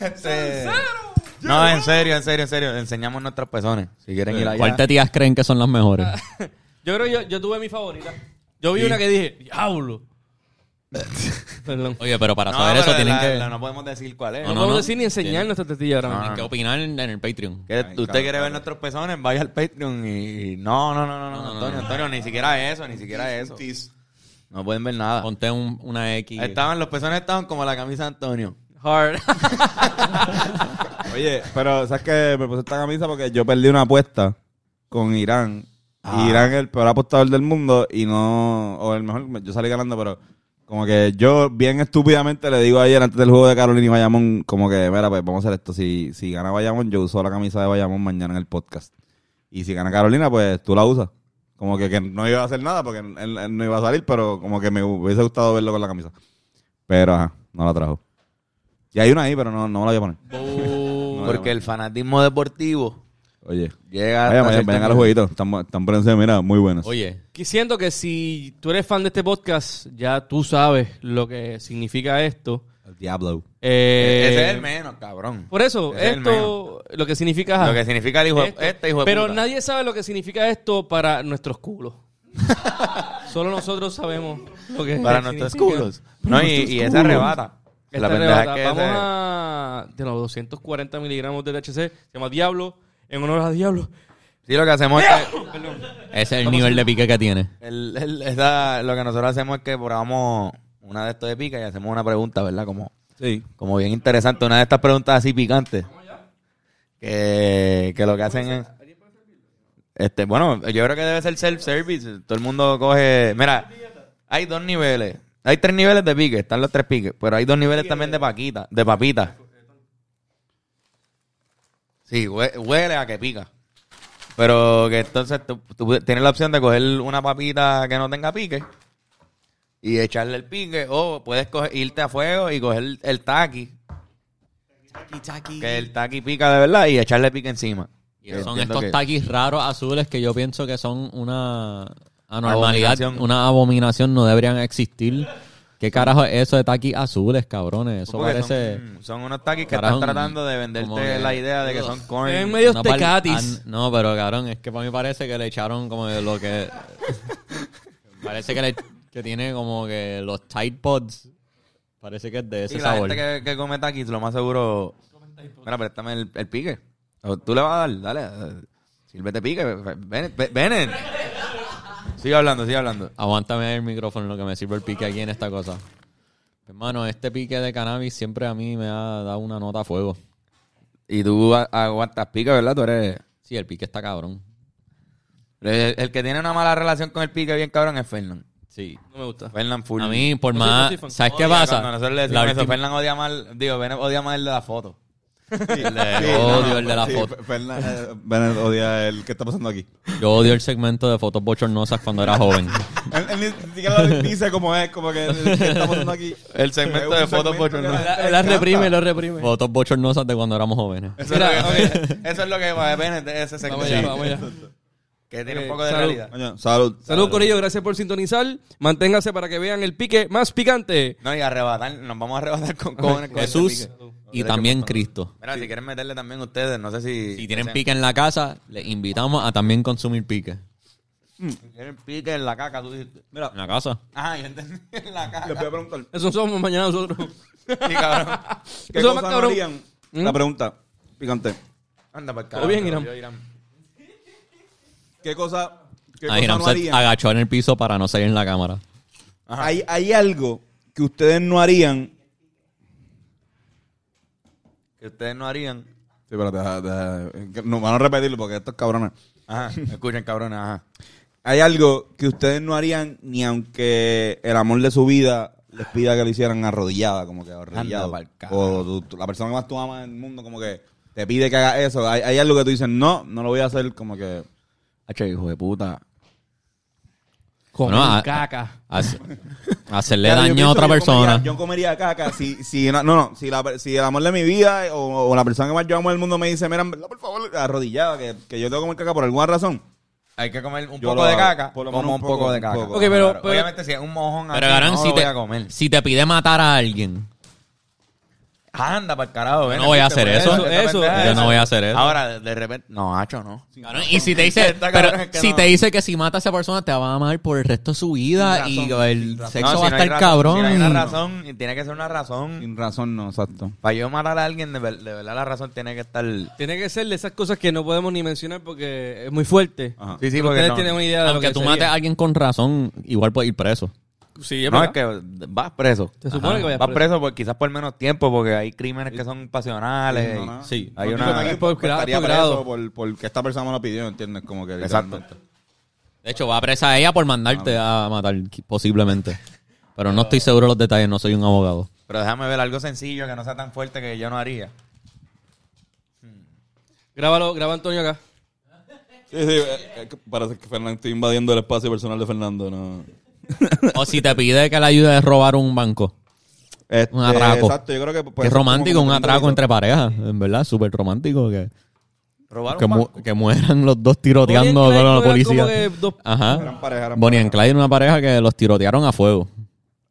C: Este- No, en serio, en serio, en serio. Enseñamos nuestras pezones. Si quieren ir allá.
D: ¿Cuál te tías creen que son las mejores?
B: Yo creo que yo, yo tuve mi favorita. Yo vi una que dije,
C: (laughs)
B: diablo. Perdón.
D: Oye, pero para
C: No,
D: saber
C: pero
D: eso tienen
C: la-
D: que...
C: la- no Ah. podemos decir cuál es.
B: No,
D: No,
B: podemos
D: no.
B: decir ni enseñar
D: Tiene-
B: nuestra tetilla ahora mismo.
D: Tienen que opinar en, en el Patreon.
C: ¿Qué? ¿Usted quiere ver nuestros pezones? Vaya al Patreon y... y- No, no, no, no, no, Antonio, Antonio, ni siquiera eso, ni siquiera eso. No pueden ver nada.
D: Ponte un- una X.
C: Estaban, los pezones estaban como la camisa de Antonio. (laughs)
B: Hard.
A: Oye, pero ¿sabes que Me puse esta camisa porque yo perdí una apuesta con Irán. Y Irán es el peor apostador del mundo y no... O el mejor, yo salí ganando, pero... Como que yo bien estúpidamente le digo ayer antes del juego de Carolina y Bayamón, como que, mira, pues vamos a hacer esto. Si, si gana Bayamón, yo uso la camisa de Bayamón mañana en el podcast. Y si gana Carolina, pues tú la usas. Como que, que no iba a hacer nada porque él- él no iba a salir, pero como que me hubiese gustado verlo con la camisa. Pero, ajá, no la trajo. Y hay una ahí, pero no, no me la voy a poner.
C: Porque el fanatismo deportivo
A: Oye.
C: llega
A: Vayan,
C: hasta
A: vayan,
C: cierto
A: vayan a los
C: punto.
A: jueguitos. Están, bu- están poniéndose, mira, muy buenos.
D: Oye,
B: Que Siento que si tú eres fan de este podcast, ya tú sabes lo que significa esto.
A: Diablo.
B: Eh,
C: Ese es el menos, cabrón.
B: Por eso,
C: Ese es el
B: esto, lo que significa... ajá,
C: Lo que significa el hijo de-
B: esto.
C: este hijo de
B: Pero
C: puta.
B: nadie sabe lo que significa esto para nuestros
C: (laughs)
B: culos. Solo nosotros sabemos lo que
C: Para
B: significa. (laughs)
C: nuestros culos. No, y, y esa arrebata.
B: Esta
C: la pendeja
B: arrebata.
C: que
B: Este Vamos a...
C: se-
B: De los 240 miligramos de THC, se llama Diablo, en honor a Diablo.
C: Sí, lo que
B: (laughs)
C: hacemos es que...
D: ese es el nivel de pique que tiene.
C: el- el- esa- lo que nosotros hacemos es que probamos una de estos de pica y hacemos una pregunta, ¿verdad? Como,
A: Sí.
C: como bien interesante. Una de estas preguntas así picantes. Que, que lo que hacen es... Este, bueno, yo creo que debe ser self-service. Todo el mundo coge... Mira, hay dos niveles. Hay tres niveles de pique. Están los tres piques. Pero hay dos niveles también de paquita, de papita. Sí, hue- huele a que pica. Pero que entonces tú, tú tienes la opción de coger una papita que no tenga pique y echarle el pique. O puedes coger- irte a fuego y coger el taqui. Que el taqui pica de verdad y echarle pique encima.
D: Y
C: Que
D: son
C: entiendo
D: estos
C: que-
D: taquis raros azules que yo pienso que son una anormalidad,
C: Abominación.
D: una abominación, no deberían existir. ¿Qué carajo es eso de taquis azules, cabrones? Eso
C: Porque
D: parece...
C: son, son unos taquis que
D: Carajo,
C: están tratando de
D: como
C: venderte
D: que-
C: la idea de que son corn.
B: En medio
D: Una par-
B: tecatis.
D: Ah, no, pero cabrón, es que para mí parece que le echaron como de lo que. parece que, le, que tiene como que los Tide Pods. Parece que es de
C: Y
D: ese
C: la
D: sabor.
C: gente que, que come taquis, lo más seguro. Mira, préstame el, el pique. O tú le vas a dar, dale. eh, Sírvete pique. Ven, ven- ven. Sigue hablando, sigue hablando.
D: Aguántame el micrófono, lo que me sirve el pique aquí en esta cosa. Hermano, este pique de cannabis siempre a mí me ha dado una nota a fuego.
C: Y tú a- aguantas pique, ¿verdad? Tú eres.
D: Sí, el pique está cabrón.
C: El, el que tiene una mala relación con el pique bien cabrón es Fernán.
D: Sí.
B: No me gusta.
C: Fernán Full.
D: A mí, por
B: No soy
D: más.
B: Spotify.
D: ¿Sabes qué
C: Odia
D: pasa?
C: Cuando nosotros le
D: La
C: decimos eso,
D: última-
C: Fernán odia mal. Digo, Benet odia mal el de la foto.
D: Yo odio el de la foto.
A: Benet odia el que está pasando aquí.
D: Yo odio el segmento de fotos bochornosas cuando era
C: (laughs)
D: joven.
A: Él, él ni- ni siquiera lo dice como es, como
B: (laughs)
A: que el que está pasando aquí.
C: El segmento de fotos por
A: por
C: no.
B: Él las reprime, lo reprime.
D: fotos bochornosas de cuando éramos jóvenes.
C: Eso,
B: Mira,
C: (laughs) es lo que, eso es lo que va a Benet de ese
B: Vamos
C: segmento.
B: allá, vamos allá.
C: Que tiene
B: Ok,
C: un poco de
B: salud.
C: realidad.
A: Salud.
B: Salud, Corillo, gracias por sintonizar. Manténgase para que vean el pique más picante.
C: No, y arrebatar, nos vamos a arrebatar con, con, con
D: Jesús
C: ese pique.
D: y también Cristo.
C: Mira, si quieren meterle también ustedes, no sé si.
D: Si tienen
C: si-
D: pique en la casa, les invitamos a también consumir pique.
C: Si tienen pique en la caca, tú dices.
D: En la casa.
C: Ah, yo entendí (laughs) en la
A: Les
C: caca.
A: voy a preguntar.
B: Eso somos mañana nosotros.
C: Sí,
B: (laughs)
C: cabrón.
A: ¿Qué
B: Eso es
A: cosas
B: más
A: no
B: cabrón.
A: harían?
B: ¿Mm?
A: La pregunta, picante.
C: Anda, para
B: Todo bien, Irán.
A: ¿Qué cosa, qué
D: Ah,
A: cosa
D: Hiram
A: no
D: se
A: harían?
D: agachó en el piso para no salir en la cámara.
A: Hay, hay algo que ustedes no harían.
C: Que ustedes no harían.
A: Sí, pero deja- deja- no van a repetirlo porque estos cabrones.
B: (laughs)
C: Ajá, escuchen, cabrones, ajá.
A: Hay algo que ustedes no harían ni aunque el amor de su vida les pida que lo hicieran arrodillada, como que arrodillado.
C: pa'l carajo.
A: O tú- tú- la persona que más tú amas en el mundo, como que te pide que hagas eso. Hay, hay algo que tú dices, no, no lo voy a hacer, como que.
C: H, hijo de puta.
B: Comen
D: Bueno,
C: ah,
D: a-
B: caca.
C: (laughs)
D: Hace- hacerle
A: Claro, yo
D: daño a
A: pienso,
D: otra
A: yo
D: persona.
A: comería- Yo comería caca si, si, no, no, si, la, per- si el amor de mi vida eh, o, o la persona que más yo amo en el mundo me dice, mira, en verdad, por favor, arrodillada, que, que yo tengo que comer caca por alguna razón.
C: Hay que comer un
A: Yo
C: poco
A: lo
C: de
A: hago.
C: caca.
A: Por lo
C: como
A: menos
C: un poco de caca.
A: un poco.
B: Ok, pero-
C: Claro,
B: pero-
C: Obviamente, si es un mojón,
D: Pero
C: así,
D: Garán,
C: no
D: si,
C: lo voy a
D: te,
C: comer.
D: si te pide matar a alguien,
C: Anda, para el carajo. ven,
D: no voy a
C: existe,
D: hacer
C: por
D: eso,
C: esta
B: eso,
C: pendeja
D: Yo
C: esa.
D: no voy a hacer eso.
C: Ahora, de- de repente. No, hacho, no.
D: Cabrón, y si te
C: (laughs)
D: dice,
C: Está
D: pero
C: cabrón, es que
D: si
C: no.
D: te dice que si mata a esa persona te va a amar por el resto de su vida
C: Sin
D: y
C: razón,
D: el
C: sin razón.
D: sexo
C: No,
D: va a
C: si no hay
D: estar
C: razón,
D: cabrón.
C: Si no hay una
D: y-
C: razón, y tiene que ser una razón.
A: Sin razón, no, exacto.
C: Para yo matar a alguien, de, ver- de verdad la razón tiene que estar. Sí,
B: Tiene que ser de esas cosas que no podemos ni mencionar porque es muy fuerte.
A: Ajá.
C: sí,
B: Pero
C: porque.
B: ustedes
C: No,
B: tienen una idea de
D: Aunque
B: lo que
D: tú
B: sería.
D: mates a alguien con razón, igual puedes ir preso.
B: Sí, es
C: no, es
B: verdad.
C: que vas preso.
B: Se supone que vayas
C: vas
B: preso.
C: preso, por- quizás por menos tiempo, porque hay crímenes que son pasionales.
A: Sí,
C: y-
A: no, no.
D: Sí.
C: Hay
A: No,
C: una-
A: tipo, también
B: Por
A: pues,
B: grado,
A: estaría
B: por
A: preso
B: grado.
A: por- porque esta persona me lo pidió, ¿entiendes? Como que
C: Exacto.
A: literalmente.
D: De hecho, va a presa a ella por mandarte
C: Ah,
D: a matar, qui- posiblemente. Pero no estoy seguro de los detalles, no soy un abogado.
C: Pero déjame ver algo sencillo que no sea tan fuerte que yo no haría.
B: Grábalo, graba Antonio acá.
E: Sí, sí, eh, eh, parece que Fernando estoy invadiendo el espacio personal de Fernando, ¿no?
D: (laughs) O si te pide que le ayude a robar un banco.
A: Este,
D: Un atraco.
A: Exacto, yo creo que... pues,
D: es romántico,
A: como
D: un
A: que
D: atraco
A: delito.
D: entre parejas, en verdad, súper romántico. Que,
C: Robar
D: que,
C: un
D: mu-
C: banco.
D: que mueran los dos tiroteando
B: Bonnie and
D: con la
B: Clyde eran
D: policía.
B: como que dos-
A: Eran
D: Ajá.
A: pareja, eran
D: Bonnie and
A: pareja.
D: Clyde era una pareja que los tirotearon a fuego.
A: (laughs)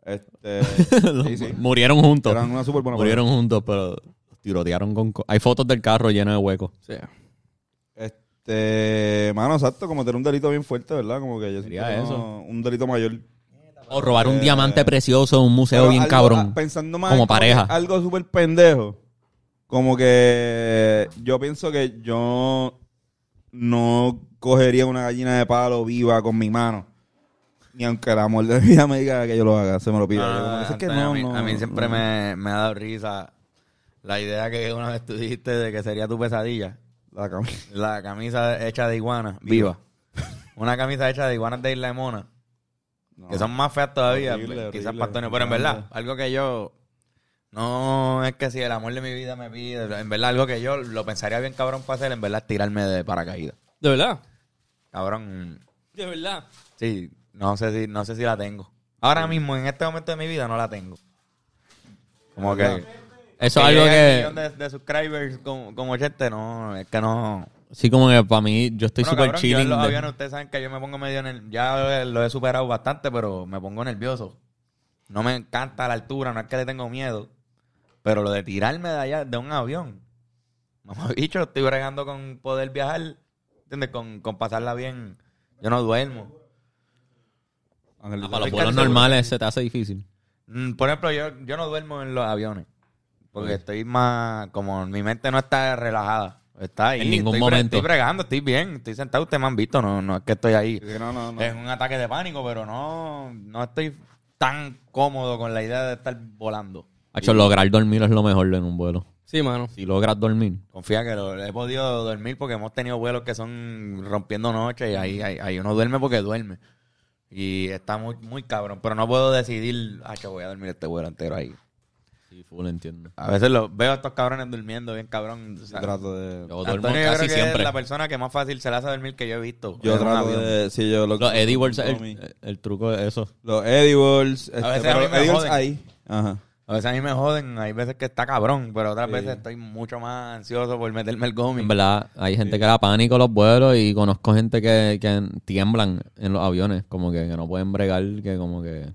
A: Este, sí, sí.
D: (laughs) Murieron juntos.
A: Eran una súper buena
D: Murieron juntos, pero tirotearon con... co- Hay fotos del carro lleno de huecos.
A: pareja. Este, mano, exacto, cometer un delito bien fuerte, ¿verdad? Como que yo siento
D: Sería
A: que
D: eso.
A: no- un delito mayor.
D: O robar un diamante precioso en un museo
A: Eh, Pero
D: bien
A: algo-
D: cabrón.
A: ah, Pensando más
D: como
A: en
D: pareja.
A: que ah, Algo súper pendejo. Como que yo pienso que yo no cogería una gallina de palo viva con mi mano. Ni aunque la amor de mi vida me diga que yo lo haga, se me lo pida. Yo como que, "Es que
C: Ah, Antonio,
A: no,
C: a, mí,
A: no,
C: a mí
A: no,
C: siempre
A: no".
C: Me, me ha dado risa la idea que una vez tú dijiste de que sería tu pesadilla.
A: La camisa.
C: La camisa hecha de iguana, viva. Una camisa hecha de iguanas de Isla de Mona. Que son más feas todavía, pues,
A: Horrible,
C: quizás
A: horrible,
C: para Antonio. Pero en
A: horrible.
C: verdad, algo que yo... No, es que si el amor de mi vida me pide... En verdad, algo que yo lo pensaría bien cabrón para hacer, en verdad, es tirarme de paracaídas.
B: De verdad.
C: Cabrón,
B: De verdad.
C: sí, no sé si, no sé si la tengo. Ahora mismo, en este momento de mi vida, no la tengo. Como que...
D: Eso es algo
C: llegue al
D: que...
C: millón De, de subscribers con, con 80, no, es que no...
D: Sí, como que para mí, yo estoy
C: Bueno,
D: súper
C: cabrón, Yo
D: chilling.
C: en los
D: de-
C: aviones, ustedes saben que yo me pongo medio el Ya lo he superado bastante, pero me pongo nervioso. No me encanta la altura, no es que le tengo miedo. Pero lo de tirarme de allá, de un avión. (laughs) Mamá bicho, estoy bregando con poder viajar, ¿entiendes? Con, con pasarla bien. Yo no duermo.
A: Angelito.
D: Para los
C: Ricardo,
D: vuelos
C: seguro.
D: normales se te hace difícil.
C: Mm, Por ejemplo, yo, yo no duermo en los aviones. Porque estoy más. Como mi mente no está relajada. Está ahí.
D: En ningún
C: estoy bre-
D: momento.
C: Estoy bregando, estoy bien. Estoy sentado, ustedes me han visto. No, no es que estoy ahí.
A: Sí, no, no, no.
C: Es un ataque de pánico, pero no, no estoy tan cómodo con la idea de estar volando.
D: Hacho, lograr dormir es lo mejor en un vuelo.
B: Sí, mano.
D: Si logras dormir.
C: Confía que lo, he podido dormir porque hemos tenido vuelos que son rompiendo noche y ahí, ahí, ahí uno duerme porque duerme. Y está muy, muy cabrón, pero no puedo decidir, ah, que voy a dormir este vuelo entero ahí.
D: Sí, full, entiendo.
C: A veces lo, veo a estos cabrones durmiendo bien cabrón. o sea,
A: Trato de...
D: Yo duermo
C: Antonio yo
D: casi
C: creo que
D: siempre.
C: es la persona que más fácil se la hace dormir que yo he visto.
A: Yo
C: en un
A: trato
C: avión.
A: de... Sí, yo lo...
D: Los Edibles,
A: Tommy.
D: el, el truco de eso.
A: Los edibles. Este,
C: veces a
A: pero
C: mí me
A: edibles
C: joden.
A: ahí. Ajá.
C: A veces a mí me joden, hay veces que está cabrón, pero otras
A: Sí.
C: veces estoy mucho más ansioso por meterme el gomi.
D: En verdad, hay gente que le da pánico a los vuelos y conozco gente que, que tiemblan en los aviones, como que, que no pueden bregar, que como que,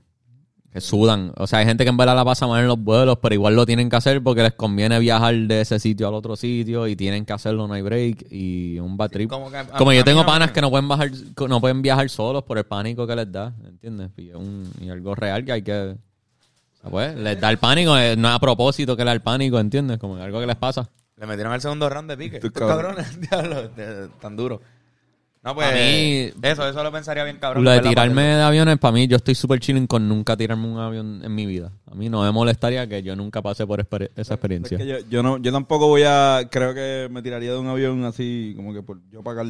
D: que sudan. O sea, hay gente que en verdad la pasa mal en los vuelos, pero igual lo tienen que hacer porque les conviene viajar de ese sitio al otro sitio y tienen que hacerlo, no hay break y un bad trip.
C: como
D: como
C: que a- a mí
D: yo tengo
C: no me-
D: panas que no pueden bajar, no pueden viajar solos por el pánico que les da, ¿entiendes? Y, es un- y algo real que hay que... o sea, Pues, les da el pánico, eh, no es a propósito que le da el pánico, ¿entiendes? Como que algo que les pasa.
C: Le metieron el segundo round de pique.
A: Tú,
C: Estos
A: cabrón.
C: cabrones, (laughs) diablo, de- tan duro. No, pues.
D: A mí-
C: Eso, eso lo pensaría bien, cabrón.
D: Lo de
C: ¿verdad?
D: tirarme de aviones, para mí, yo estoy súper chilling con nunca tirarme un avión en mi vida. A mí no me molestaría que yo nunca pase por exper- esa experiencia.
A: Es que yo, yo no, yo tampoco voy a... Creo que me tiraría de un avión así, como que por yo pagar...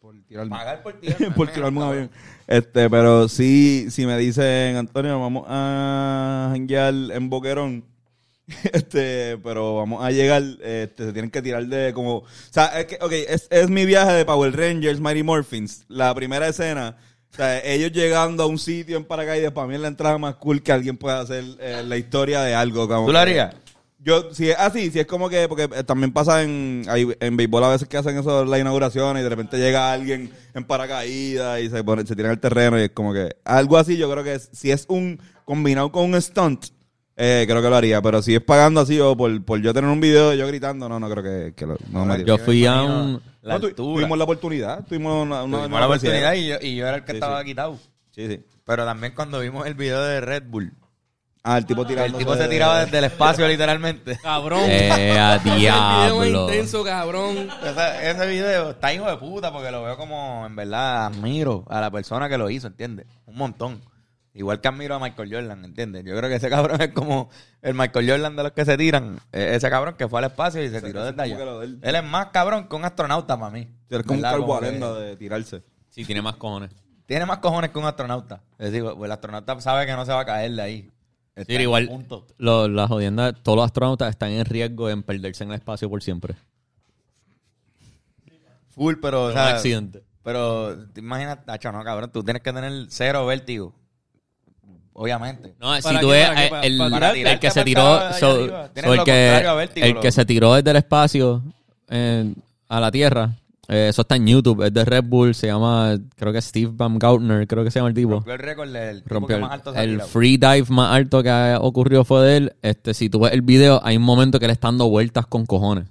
A: Por tirarme. (laughs)
C: Pagar por tirarme.
A: por tirarme un avión. Este, pero sí, si me dicen, Antonio, vamos a janguear en Boquerón. (laughs) Este, pero vamos a llegar, este, se tienen que tirar de como, o sea, es que, ok, es, es mi viaje de Power Rangers, Mighty Morphins, la primera escena, o sea, ellos llegando a un sitio en paracaídas, para mí es la entrada más cool que alguien pueda hacer eh, la historia de algo. como
C: ¿Tú lo
A: que-
C: harías?
A: yo, si es así, si es como que, porque eh, también pasa en, hay- en béisbol a veces que hacen eso de las inauguraciones y de repente llega alguien en paracaídas y se pone, se tira en el terreno y es como que, algo así yo creo que es- si es un, combinado con un stunt, eh, creo que lo haría. Pero si es pagando así o por, por yo tener un video de yo gritando, no, no creo que, que lo. No, me
D: Yo fui a
C: (laughs)
D: un...
C: La
A: No, tu-
C: altura.
A: tuvimos la oportunidad. Tuvimos una, una-
C: Tuvimos
A: una
C: la oportunidad y yo, y yo era el que
A: Sí,
C: estaba
A: sí.
C: quitado.
A: Sí, sí.
C: Pero también cuando vimos el video de Red Bull,
A: Ah, el tipo tirando.
C: el tipo se tiraba desde el espacio (laughs) literalmente.
B: Cabrón.
D: Eh, a
B: (laughs) El video es
D: diablo.
B: intenso, cabrón.
C: Esa- ese video está hijo de puta porque lo veo como, en verdad, admiro a la persona que lo hizo, ¿entiendes? Un montón. Igual que admiro a Michael Jordan, ¿entiendes? Yo creo que ese (laughs) cabrón es como el Michael Jordan de los que se tiran. E- Ese cabrón que fue al espacio y se tiró
A: ese
C: desde allá.
A: como que lo de él.
C: Él es más cabrón que un astronauta para mí.
A: Ser como un
C: ¿Verdad? Como que
A: carguarenda de tirarse.
D: Sí, tiene más cojones.
C: Tiene más cojones que un astronauta. Es decir, pues el astronauta sabe que no se va a caer de ahí. Está
D: Sí, igual,
C: en punto.
D: lo- las jodiendas, todos los astronautas están en riesgo en perderse en el espacio por siempre.
C: Full, pero, o
D: Un
C: sea,
D: accidente.
C: Pero te imaginas, tacho, no, cabrón, tú tienes que tener cero vértigo. Obviamente.
D: No, si
B: ¿Para
D: tú
B: qué?
D: ves
B: ¿Para qué?
D: eh,
B: ¿Para-
D: el,
B: para
D: el
C: tirarte
D: que se
C: para
D: tiró,
C: atrás, allá
D: so-
C: arriba? Tienes
D: so el,
C: lo
D: que,
C: contrario a vértigo,
D: el
C: loco.
D: que se tiró desde el espacio eh, a la Tierra, eh, eso está en YouTube, es de Red Bull, se llama, creo que Steve Van Gautner, creo que se llama el tipo.
C: Rompió el récord del tipo
D: Rompió
C: que
D: el,
C: más alto se ha
D: el
C: tirado.
D: free dive más alto que ha ocurrido fue de él. Este, si tú ves el video, hay un momento que él está dando vueltas con cojones.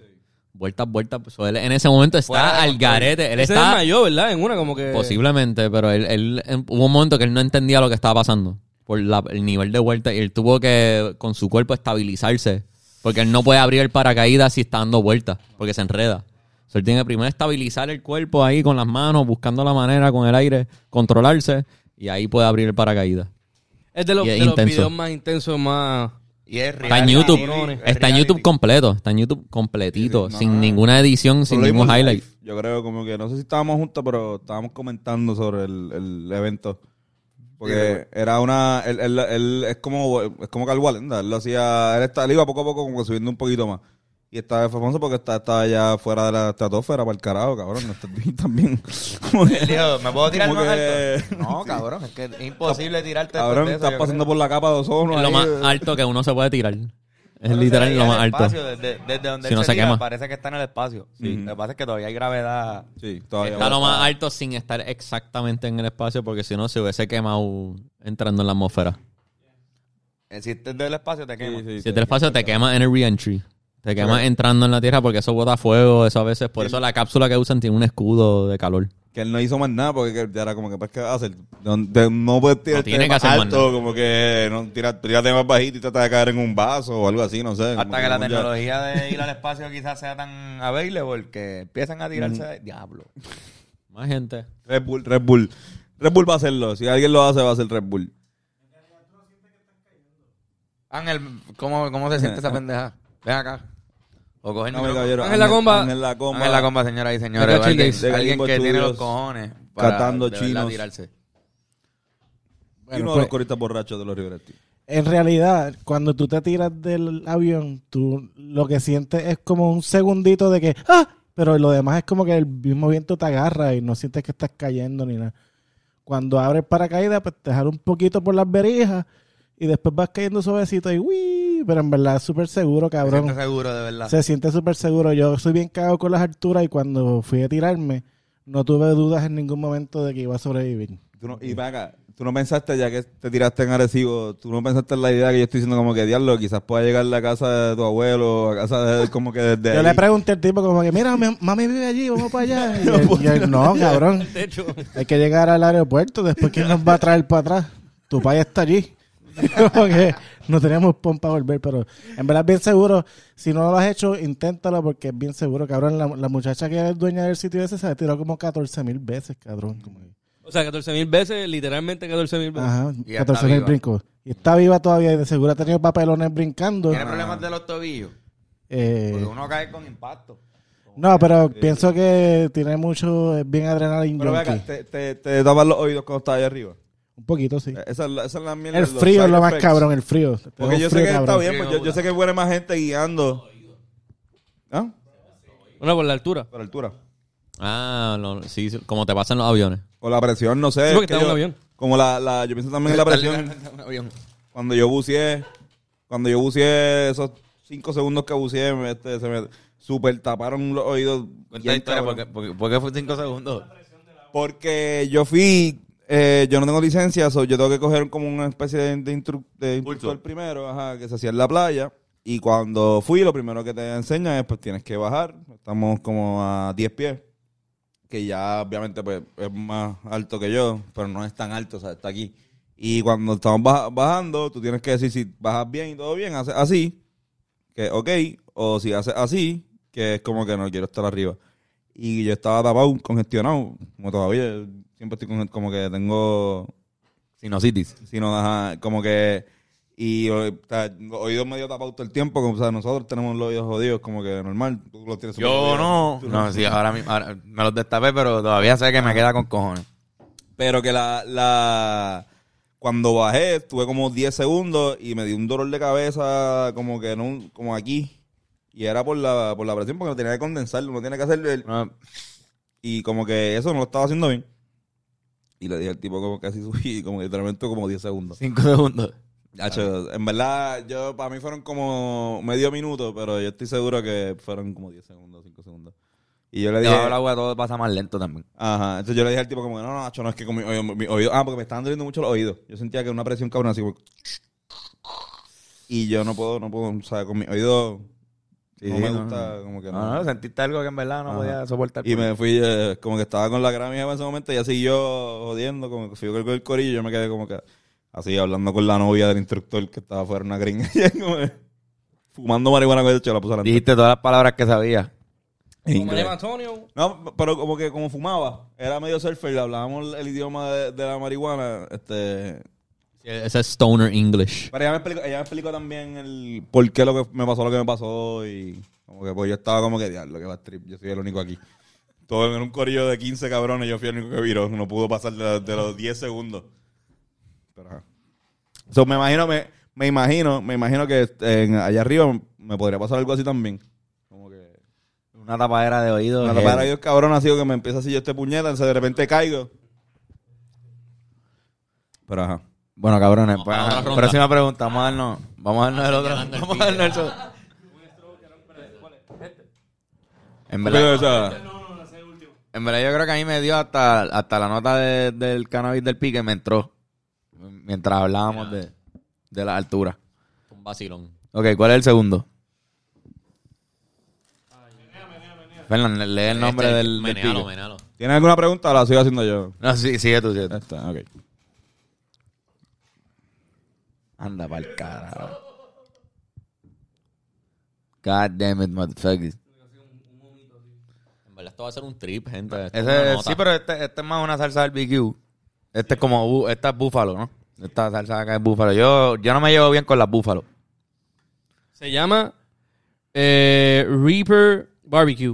D: Vueltas, vueltas. So, él en ese momento
C: Fuera de
D: está al
C: control.
D: garete. Él
B: Ese
D: está
B: desmayó, ¿verdad? En una como que...
D: Posiblemente, pero él, él- en- hubo un momento que él no entendía lo que estaba pasando por la- el nivel de vuelta y él tuvo que con su cuerpo estabilizarse porque él no puede abrir el paracaídas si está dando vueltas porque se enreda. O sea, él tiene que primero estabilizar el cuerpo ahí con las manos, buscando la manera con el aire, controlarse y ahí puede abrir el paracaídas.
B: Es de los,
D: Y es
B: de los
D: intenso.
B: videos más intensos, más...
C: Y es
D: Está en
C: reality,
D: YouTube,
C: es
D: está en
C: reality.
D: YouTube completo, está en YouTube completito,
A: Sí, sí,
D: sin
A: no.
D: ninguna edición, sin
A: Pero lo
D: ningún
A: vimos
D: highlight.
A: live. Yo creo como que, no sé si estábamos juntos, pero estábamos comentando sobre el, el evento. Porque era una, él, él- él es como, es como Carl Walenda, él lo hacía, él, está, él iba poco a poco como que subiendo un poquito más. Y esta vez fue famoso porque está, estaba ya fuera de la estratosfera para el carajo, cabrón, no está bien también. Como que- (laughs)
C: Él dijo, ¿me puedo tirar
A: Como
C: más
A: que- (laughs)
C: alto? No, cabrón, es que es imposible tirarte después
A: cabrón,
C: de eso,
A: estás
C: yo
A: pasando
C: creo.
A: por la capa de ozono.
D: Es lo
A: ahí,
D: más ah,
A: eh.
D: alto que uno se puede tirar. Es
C: Pero
D: literal
C: se
D: lo
C: veía
D: más
C: el
D: alto.
C: espacio, Desde, desde donde
D: Si
C: él
D: no
C: se
D: se
C: tira,
D: quema.
C: parece que está en el espacio. Lo que pasa es que todavía hay gravedad.
A: Sí, todavía.
D: Está lo más alto sin estar exactamente en el espacio porque si no se hubiese quemado entrando en la atmósfera.
C: Eh, Si estés del espacio, te quema.
D: Si es del espacio te quema en el reentry. Te quema entrando en la tierra porque eso bota fuego, eso a veces. Por eso la cápsula que usan tiene un escudo de calor.
A: que él no hizo más nada porque que- ya era como que pues qué vas a hacer no, de- no puedes tirar
D: tiene que hacer más
A: alto
D: nada.
A: como que no tira- tírate más bajito y trata de caer en un vaso o algo así no sé como
C: Hasta que la
A: como ya-
C: tecnología de ir al espacio quizás sea tan available que empiezan a tirarse de diablo.
D: Más gente.
A: Red Bull Red Bull Red Bull va a hacerlo si alguien lo hace va a ser Red Bull
C: Ángel, ¿cómo, cómo se siente esa pendeja? Ven acá. O coge el
A: Dame,
C: micrófono.
A: caballero.
B: Ángel la comba.
A: Ángel la comba
C: Ángel la comba, señoras y señores.
B: Venga,
C: Alguien,
B: Chile.
A: Venga,
C: alguien
A: Limbo
C: que tiene
A: Studios.
C: los cojones para
A: Catando
C: de verdad
A: chinos.
C: tirarse.
A: y uno
F: Bueno,
A: de
F: pues,
A: los coristas borrachos de los River Plate.
F: en realidad, cuando tú te tiras del avión, tú lo que sientes es como un segundito de que ¡ah! Pero lo demás es como que el mismo viento te agarra y no sientes que estás cayendo ni nada. Cuando abres paracaídas, pues te jala un poquito por las berijas y después vas cayendo suavecito y ¡uy! Pero en verdad es súper seguro,
C: Me
F: cabrón.
C: siento seguro, de verdad.
F: Se siente súper seguro. Yo soy bien cagado con las alturas y cuando fui a tirarme, no tuve dudas en ningún momento de que iba a sobrevivir.
A: Tú no- y ven acá, tú no pensaste ya que te tiraste en Arecibo tú no pensaste en la idea que yo estoy diciendo como que diablo quizás pueda llegar a la casa de tu abuelo a casa de como que desde
F: Yo
A: ahí.
F: le pregunté al tipo como que, mira, mi- mami vive allí, vamos
C: (laughs)
F: para allá. Y él- y él, no, cabrón,
B: De hecho,
F: hay que llegar al aeropuerto, después ¿quién nos va a traer para atrás? Tu país está allí. (laughs) Como que no teníamos pon para volver, pero en verdad es bien seguro. Si no lo has hecho, inténtalo porque es bien seguro, cabrón. La, la muchacha que es dueña del sitio ese se ha tirado como 14 mil veces, cabrón. Como que-
B: o sea, 14 mil veces, literalmente 14 mil veces.
F: Ajá,
C: Y ya
F: 14
C: está
F: mil
C: viva.
F: brincos. Y está viva todavía y de seguro ha tenido papelones brincando.
C: Tiene problemas de los tobillos.
F: Eh,
C: Porque uno cae con impacto.
F: no, pero pienso que tiene mucho, es bien adrenalina.
A: pero ven acá,
F: junkie.
A: te, te, te tapan los oídos cuando estás allá arriba
F: Un poquito, sí.
A: Eh, esa es la, esa es la mierda,
F: El
A: los
F: frío es
A: side
F: lo más
A: effects.
F: cabrón, el frío.
A: Porque yo sé que está bien, pues
C: Sí,
A: yo, yo sé que muere más gente guiando. ¿Ah?
B: Una por la altura.
A: Por altura.
D: Ah, lo- sí, sí, como te pasan los aviones.
A: O la presión, no sé.
B: Sí, porque
A: es que
B: está en un
A: yo-
B: avión.
A: Como la, la, yo pienso también en la
C: (laughs)
A: presión.
C: Un avión.
A: Cuando yo buceé, cuando yo buceé esos cinco segundos que buceé, me- este, se me super taparon los oídos.
C: Cuenta
A: bien
C: la historia,
A: cabrón.
C: porque, porque, porque fue cinco segundos.
A: Porque yo fui eh, yo no tengo licencia, so yo tengo que coger como una especie de, de instru- de
E: Curso.
A: instructor primero, ajá, que se hacía en la playa. Y cuando fui, lo primero que te enseñan es, pues tienes que bajar. Estamos como a 10 pies, que ya obviamente pues, es más alto que yo, pero no es tan alto, o sea, está aquí. Y cuando estamos baja- bajando, tú tienes que decir si bajas bien y todo bien, haces así, que ok, o si haces así, que es como que no quiero estar arriba. Y yo estaba tapado, congestionado, como todavía, siempre estoy conge- como que tengo
C: Sinusitis.
A: sino ajá, como que y o- o sea, los oídos medio tapados todo el tiempo como o sea nosotros tenemos los oídos jodidos como que normal tú los tienes súper
C: Yo
A: jodidos.
C: no.
A: Tú
C: No, sí, ahora, mismo- ahora me los destapé, pero todavía sé que me queda con cojones.
A: pero que la la cuando bajé tuve como 10 segundos y me dio un dolor de cabeza como que no como aquí y era por la por la presión porque lo tenía que condensar uno tiene que hacer el-
C: No,
A: y como que eso no lo estaba haciendo bien y le dije al tipo como que así (laughs) subí como que literalmente como 10 segundos
C: cinco segundos.
A: Hacho, en verdad, yo para mí fueron como medio minuto, pero yo estoy seguro que fueron como 10 segundos, 5 segundos. Y yo le
C: Yo
A: dije,
C: el agua todo pasa más lento también.
A: ajá, entonces yo le dije al tipo como que no, no, Hacho, no es que con mi oído, mi oído- ah, porque me estaban doliendo mucho los oídos. Yo sentía que una presión cabrón así como- y yo no puedo, no puedo, o sea, con mi oído no
C: Sí,
A: me
C: no,
A: gusta como que
C: No,
A: no.
C: no, sentiste algo que en verdad no
A: Ajá.
C: podía soportar. pues.
A: y me fui, eh, como que estaba con la gran hija en ese momento y así yo jodiendo, como que fui con el corillo y yo me quedé como que así hablando con la novia del instructor que estaba fuera una gringa. (laughs) y yo como que fumando marihuana con el hecho, la puse adelante.
C: Dijiste todas las palabras que sabías.
A: En
B: Como
A: inglés.
B: Eva Antonio.
A: No, pero como que como fumaba, era medio surfer, hablábamos el idioma de, de la marihuana, este...
D: Ese es Stoner English.
A: Pero ella me, explicó, ella me explicó también el por qué lo que me pasó lo que me pasó y como que pues yo estaba como que diablo que va a trip, yo soy el único aquí. Todo en un corillo de 15 cabrones, yo fui el único que viró, no pudo pasar de, de los 10 segundos. Pero ajá. So, me imagino, me, me imagino, me imagino que este, en- allá arriba me podría pasar algo así también. Como que
C: Una tapadera de oído.
A: una
C: heavy.
A: tapadera de Dios cabrón ha sido que me empieza así yo este puñeta, entonces de repente caigo. Pero ajá.
C: Bueno, cabrones, pues,
D: para
C: ajá,
D: otra ronda.
C: próxima pregunta. Vamos a darnos, vamos a darnos el otro.
D: señalando el
C: Vamos a darnos el otro. En
E: Pero,
C: verdad,
E: o sea,
C: en verdad yo creo que a mí me dio hasta, hasta la nota de- del cannabis del pique, me entró. Mientras hablábamos de, de la altura.
D: Un vacilón.
C: Ok, ¿cuál es el segundo? Fernan, lee el nombre
D: Este,
C: del, del
D: Menealo,
C: pique.
D: menealo.
A: ¿Tienes alguna pregunta? La sigo haciendo yo.
C: No, sí, sigue tú, sigue tú.
A: Esta, ok.
C: Anda pa'l carajo. God damn it, motherfuckers.
D: En verdad, esto va a ser un trip, gente. Pues, Esto es una
C: Ese,
D: nota.
C: sí, pero este, este es más una salsa barbecue. Este es como, bu- esta es búfalo, ¿no? Esta salsa acá es búfalo. Yo, yo no me llevo bien con las búfalo.
B: Se llama eh, Reaper Barbecue.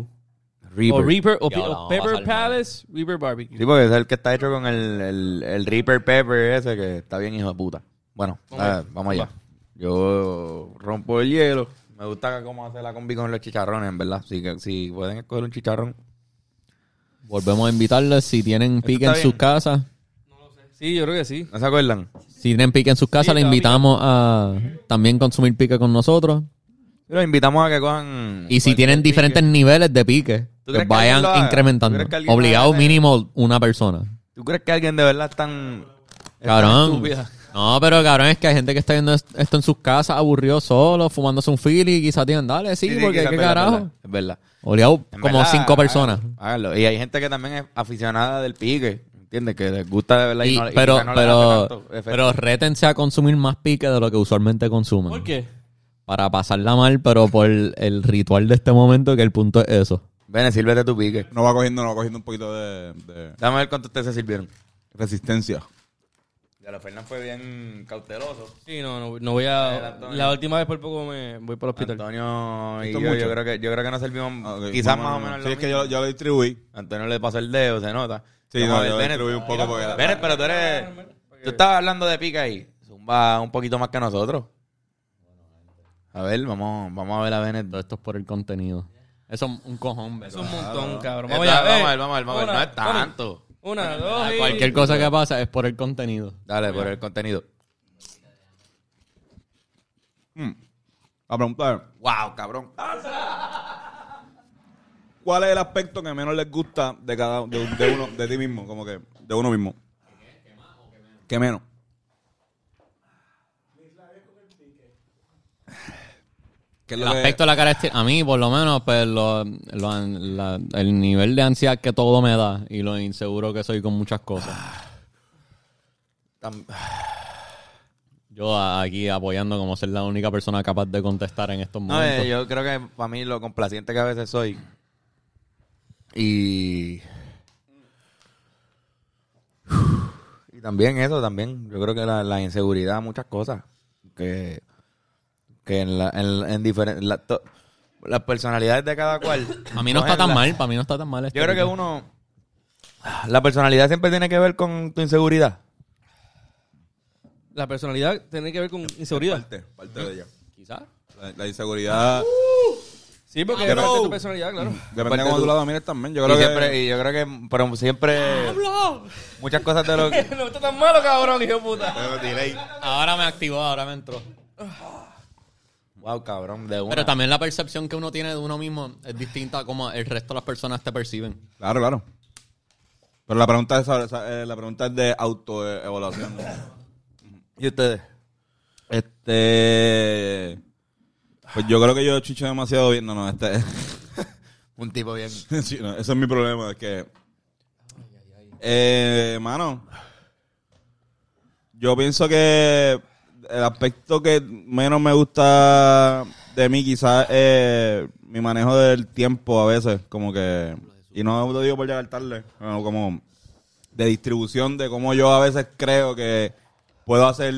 B: O
C: Reaper.
B: Reaper o,
D: Ya,
B: Pe-
D: la
B: o
D: vamos a
B: Pepper
D: pasar mal.
B: Palace Reaper Barbecue.
C: Sí, porque es el que está hecho con el, el, el Reaper Pepper ese que está bien hijo de puta. Bueno, ah, vamos allá. Yo rompo el hielo. Me gusta cómo hace la combi con los chicharrones, en verdad. Si, si pueden escoger un chicharrón.
D: Volvemos a invitarles. Si tienen pique en
C: está
D: sus
C: bien.
D: casas,
B: Sí, yo creo que sí.
C: ¿No se acuerdan?
D: si tienen pique en sus casas,
B: Sí,
D: les
B: está
D: invitamos a también consumir pique con nosotros.
C: Los invitamos a que cojan... pues,
D: Y si tienen diferentes niveles de pique,
C: ¿Tú
D: que
C: crees que alguien
D: vayan
C: lo haga?
D: incrementando.
C: ¿Tú crees que alguien
D: Obligado
C: lo haga?
D: mínimo una persona.
C: ¿Tú crees que alguien de verdad es tan... es tan
D: Cabrón.
C: estúpida?
D: No, pero cabrón, es que hay gente que está viendo est- esto en sus casas, aburrido solo, fumándose un fili y quizás digan, dale, sí,
C: Sí, sí,
D: porque
C: quizás
D: qué
C: es verdad, Es
D: carajo.
C: verdad. Es verdad.
D: Obligado
C: En
D: como
C: verdad,
D: cinco personas.
C: háganlo, háganlo. Y hay gente que también es aficionada del pique. ¿Entiendes? Que les gusta de verdad.
D: Y-
C: y no, y
D: pero,
C: quizás no les hace
D: pero,
C: tanto efecto.
D: pero rétense a consumir más pique de lo que usualmente consumen.
B: ¿Por qué?
D: Para pasarla mal, pero por el, el ritual de este momento, que el punto es eso.
C: Bene, sírvete tu pique.
A: No va cogiendo, no va cogiendo un poquito de, de
C: Dame ver cuánto ustedes se sirvieron.
A: resistencia.
C: Ya lo Fernán fue bien cauteloso.
B: Sí, no, no, no voy
C: Ver,
B: a...
C: Antonio.
B: La última vez por poco me voy para el hospital.
C: Antonio y
A: Esto
C: yo,
A: es
C: yo
A: mucho.
C: creo que yo creo que nos servimos
A: Ah, ok,
C: quizás más o menos lo
A: Sí, es que
C: mismo.
A: yo, yo lo distribuí.
C: Antonio le pasó el dedo, se nota.
A: Sí,
C: Vamos
A: no,
C: a ver,
A: yo
C: Bennett.
A: distribuí un poco porque-
C: Bennett, pero tú eres... Tú estabas hablando de pica ahí. Zumba un poquito más que nosotros. A ver, vamos, vamos a ver a Bennett.
D: Todo esto es por el contenido. Eso es un cojón,
B: Es un montón, cabrón.
C: Vamos,
B: allá,
C: vamos a
B: eh.
C: ver, vamos a ver, vamos a ver. No
B: Una,
C: es tanto.
B: Una, dos y...
D: Cualquier cosa que pasa es por el contenido.
C: Dale, por el contenido.
A: A preguntar,
C: Wow, cabrón.
A: ¿cuál es el aspecto que menos les gusta de cada de, de uno de ti mismo, como que de uno mismo? ¿Qué menos? ¿Qué es
D: El
A: lo que-
D: aspecto de la característica, a mí por lo menos, pues lo- lo an- la- el nivel de ansiedad que todo me da y lo inseguro que soy con muchas cosas.
C: Tam-
D: Yo a- aquí apoyando como ser la única persona capaz de contestar en estos
C: No, eh,
D: momentos.
C: yo creo que para mí lo complaciente que a veces soy. Y. Y también eso, también. Yo creo que la, la inseguridad, muchas cosas. Que. Que en, la, en, en diferen- la- to- las personalidades de cada cual.
D: a mí no está
C: cogen
D: tan
C: la-
D: mal, para mí no está tan mal. este
C: Yo creo que
D: tipo.
C: uno. La personalidad siempre tiene que ver con tu inseguridad.
B: La personalidad tiene que ver con inseguridad.
A: Parte, parte de ella.
D: Quizás.
A: La, la inseguridad.
B: Sí, porque
A: Pero-
B: es parte de tu personalidad,
C: (laughs)
B: claro.
A: Depende
C: Parte
A: de cómo
C: tú.
A: tú la domines también. Yo
C: Y,
A: creo que.
C: siempre, y yo creo que. Pero siempre.
B: ¡Hablo!
C: Muchas cosas de lo que.
B: No está tan malo, cabrón, hijo de puta.
A: Pero delay.
D: Ahora me activó, ahora me entró.
C: Wow, cabrón, de una.
D: Pero también la percepción que uno tiene de uno mismo es distinta a como el resto de las personas te perciben.
A: Claro, claro. Pero la pregunta es, sobre- esa- eh, la pregunta es de
C: (laughs)
A: autoevaluación.
C: ¿Y ustedes?
A: este. Pues yo creo que yo chicho demasiado bien. No, no, este.
C: Un tipo
A: (laughs)
C: bien.
A: sí, no, ese es mi problema, es que. Eh, mano. Yo pienso que el aspecto que menos me gusta de mí, quizás, eh, mi manejo del tiempo a veces, como que. Y no lo digo por llegar tarde, no, como de distribución de cómo yo a veces creo que puedo hacer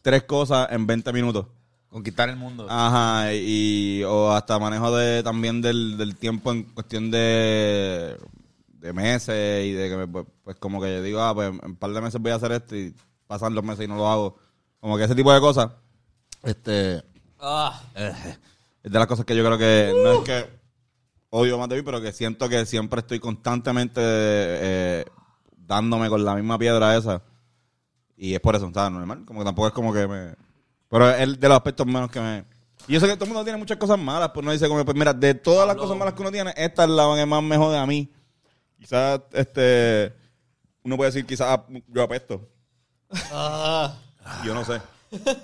A: tres cosas en 20 minutos.
C: Conquistar el mundo. Ah,
A: Ajá, y o hasta manejo de también del, del tiempo en cuestión de, de meses y de que, me- pues, pues, como que yo digo, ah, pues en un par de meses voy a hacer esto y pasan los meses y no lo hago. Como que ese tipo de cosas. Este. eh, es de las cosas que yo creo que no es que odio más de mí, pero que siento que siempre estoy constantemente eh, dándome con la misma piedra esa. Y es por eso, ¿sabes? Normal. Como que tampoco es como que me. Pero es de los aspectos menos que me. Y yo sé que todo el mundo tiene muchas cosas malas, pues uno dice como, pues mira, de todas las cosas malas que uno tiene, esta es la que más me jode a mí. Quizás, este, uno puede decir, quizás ah, yo apesto. Yo no sé.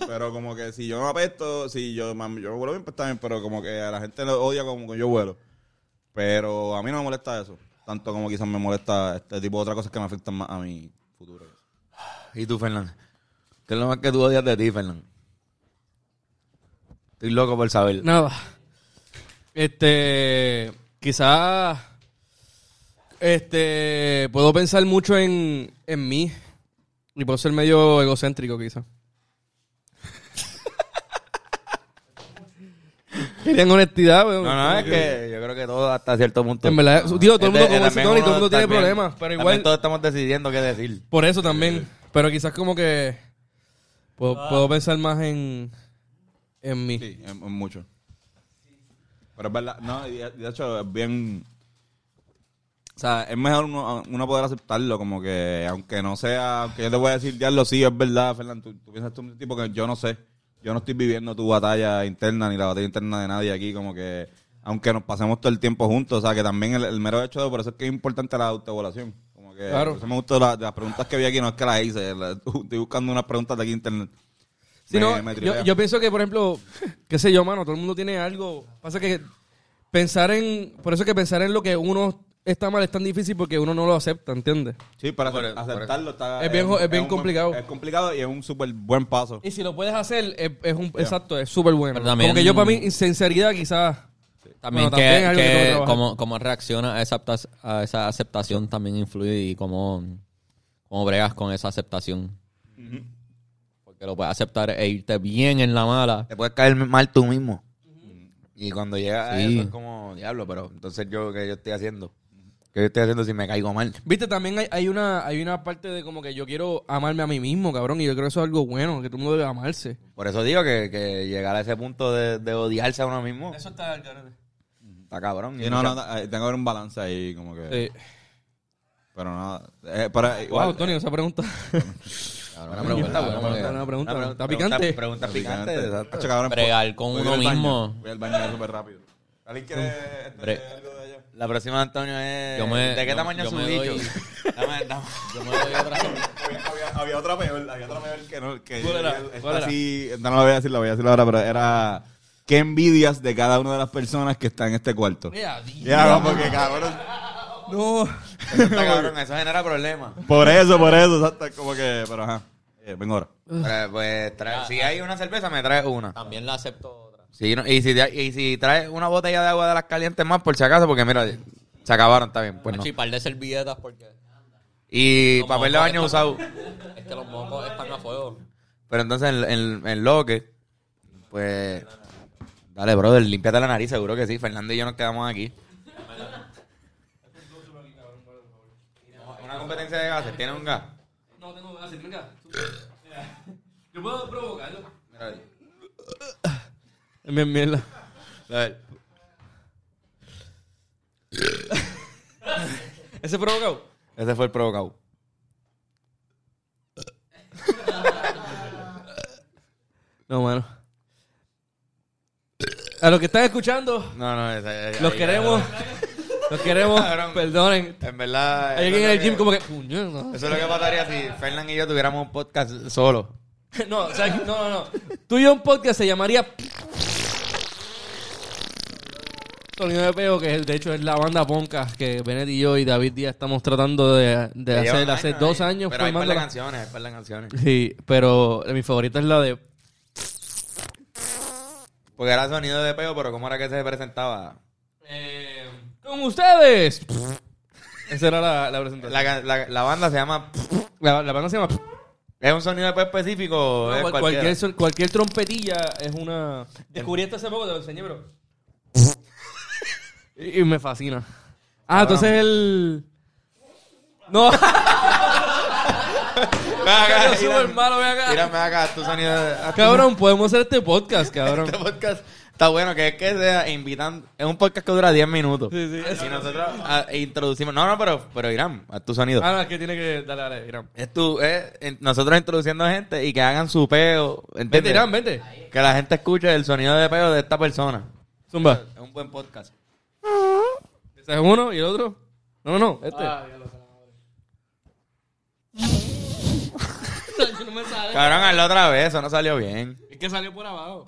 A: Pero como que si yo no apesto, si yo, mam, yo vuelo bien, pues también, pero como que a la gente lo odia como que yo vuelo. Pero a mí no me molesta eso. Tanto como quizás me molesta este tipo de otras cosas que me afectan más a mi futuro.
C: ¿Y tú, Fernán? ¿Qué es lo más que tú odias de ti, Fernán? Estoy loco por saber.
B: Nada. Este. Quizás. Este. Puedo pensar mucho en, en mí. Y puedo ser medio egocéntrico,
C: (laughs)
B: quizás. Querían honestidad, weón.
C: No, no, es que yo creo que todos hasta cierto punto.
B: En verdad, digo, todo el mundo
C: Es de-
B: como ese
C: eh, también
B: tono y todo el
C: uno
B: mundo tiene
C: también-
B: problemas, pero
C: también
B: igual-
C: todos estamos decidiendo qué decir.
B: Por eso también. Pero quizás como que. Puedo, puedo pensar más en. En mí.
A: Ah. Sí, es, es mucho. Pero es verdad, no, y de de hecho es bien... O sea, es mejor uno, uno poder aceptarlo, como que aunque no sea, aunque yo te voy a decir, ya lo sí, es verdad, Fernando, tú, tú piensas tú un tipo que yo no sé, yo no estoy viviendo tu batalla interna ni la batalla interna de nadie aquí, como que aunque nos pasemos todo el tiempo juntos, o sea, que también el, el mero hecho de, por eso es que es importante la autoevaluación, como que
B: Claro.
A: por eso me gustó la- las preguntas que vi aquí, no es que las hice, la- (laughs) estoy buscando unas preguntas de aquí en internet.
B: Sí,
A: Me-
B: no,
A: me
B: yo,
A: tripea.
B: yo pienso que, por ejemplo, qué sé yo, mano, todo el mundo tiene algo. Pasa que pensar en. Por eso que pensar en lo que uno está mal es tan difícil porque uno no lo acepta, ¿entiendes?
A: Sí, para ace- aceptarlo está...
B: Es bien jo- es bien
A: un buen-
B: complicado.
A: es complicado y es un súper buen paso.
B: Y si lo puedes hacer, es, es un, exacto, es súper bueno.
D: Pero también-
B: Como que yo, para mí, sinceridad, quizás.
D: También,
B: Bueno,
D: que,
B: también es algo que
D: que
B: tengo que trabajar.
D: cómo, cómo reacciona a esa, apta- a esa aceptación también influye y cómo, cómo bregas con esa aceptación. Porque lo puedes aceptar e irte bien en la mala.
C: Te puedes caer mal tú mismo. Y cuando llega a
D: Sí.
C: eso es como, diablo, pero entonces yo, ¿qué yo estoy haciendo? ¿Qué yo estoy haciendo si me caigo mal?
B: Viste, también hay, hay una, hay una parte de como que yo quiero amarme a mí mismo, cabrón. Y yo creo que eso es algo bueno, que todo el mundo debe amarse.
C: Por eso digo que, que llegar a ese punto de, de odiarse a uno mismo
B: Eso está al garete.
C: está cabrón.
A: Sí, no, no, eh, tengo que haber un balance ahí, como que.
B: Sí.
A: Pero nada. eh, pero
B: Wow,
A: igual,
B: Tony, esa pregunta.
C: Una pregunta,
B: Buena pregunta, buena pregunta. Está
C: Ah, pregunta-
B: picante.
C: Pregunta
A: picante,
C: picante. exacto.
A: Hacho, cabrón,
D: Bregar
A: pues,
D: con
A: voy
D: uno
A: al baño,
D: mismo.
A: Voy al baño súper rápido. ¿Alguien quiere
D: Hombre.
A: este, algo de allá?
C: La próxima, Antonio, es.
D: Yo me-
C: ¿De qué
D: yo-
C: tamaño es
D: yo
C: su
D: me
C: bicho?
D: (laughs) doy-
C: Dame- dame-
D: Yo me doy otra.
A: Había, había- había otra peor, había otra peor que no. Que
B: ¿Cuál era?
A: esta
B: ¿Cuál era?
A: sí- esta no la voy a decir, la voy a decir ahora, pero era. ¿Qué envidias de cada una de las personas que está en este cuarto?
B: Ya,
A: Ya, no, porque cabrón.
B: No.
C: Eso está cabrón, eso genera problemas.
A: Por eso, por eso, exacto, como que. Pero ajá. Eh, vengo ahora.
C: Pero, pues, trae- si hay una cerveza, me traes una.
D: También la acepto otra.
C: Sí, no- y, si, te- y si traes una botella de agua de las calientes más, por si acaso, porque mira, se acabaron, está bien. Pues no.
D: Macho, y par de servilletas porque.
C: Y
D: Los
C: papel de
D: mocos
C: baño
D: están-
C: usado.
D: Es que los mocos están a fuego.
C: Pero entonces, en, en, en lo que. Pues. Dale, brother, límpiate la nariz, seguro que sí. Fernando y yo nos quedamos aquí. Una competencia de gases, ¿tiene un gas?
B: No tengo ganas, venga. Yo puedo provocarlo.
C: Mira ahí.
B: Mierda. ¿Ese provocado?
C: Ese fue el provocado.
B: No, mano. A los que están escuchando,
C: No, no, ese. ese-
B: los
C: ahí,
B: queremos. Los queremos.
C: Cabrón.
B: Perdonen.
C: En verdad.
B: Hay
C: eso
B: alguien en
C: es
B: el
C: lo
B: gym
C: que-
B: como que... "Puñeta".
C: Eso es lo que pasaría si Fernán y yo tuviéramos un podcast solo.
B: (laughs) No, o sea, no, no, no. Tú y yo un podcast se llamaría... Sonido de peo, que de hecho es la banda Ponca que Benet y yo y David Díaz estamos tratando de, de
C: Que
B: hacer.
C: llevan
B: Hace
C: años
B: dos
C: ahí.
B: años
C: Pero hay par de
B: formándola.
C: canciones, hay par de canciones.
B: Sí, pero mi favorita es la de...
C: Porque era sonido de peo, pero ¿cómo era que se presentaba?
B: eh, ¡Con ustedes! Esa era la, la presentación. La,
C: La, la- la banda se llama...
B: la banda se llama...
C: ¿Es un sonido de peo específico? o
B: No,
C: es
B: cual-
C: cualquiera?
B: cualquier, son- cualquier trompetilla es una... Descubrí esto hace poco, te lo enseñé, pero... (laughs) y, y me fascina. Ah, entonces el... No, (laughs)
C: Ven acá,
B: Yo
C: Irán.
B: súper malo, ven acá.
C: Irán, ven acá, haz tu sonido de... haz tu- (laughs)
B: cabrón, podemos hacer este podcast, cabrón.
C: Este podcast está bueno, que es que sea invitando... Es un podcast que dura 10 minutos.
B: Sí, sí, eso.
C: Y nosotros ah, introducimos... No, no, pero, pero Irán, haz tu sonido.
B: Ah, no, es que tiene que... Dale, dale, Irán.
C: Es tu, es, en- nosotros introduciendo gente y que hagan su peo. ¿entiendes?
B: Vente, Irán, vente.
C: Que la gente escuche el sonido de peo de esta persona.
B: Zumba.
C: Es un buen podcast.
B: Ese es uno y el otro. No, no, no, este. Yo no me sale.
C: Cabrón, hazlo otra vez, eso no salió bien.
B: Es que salió por abajo.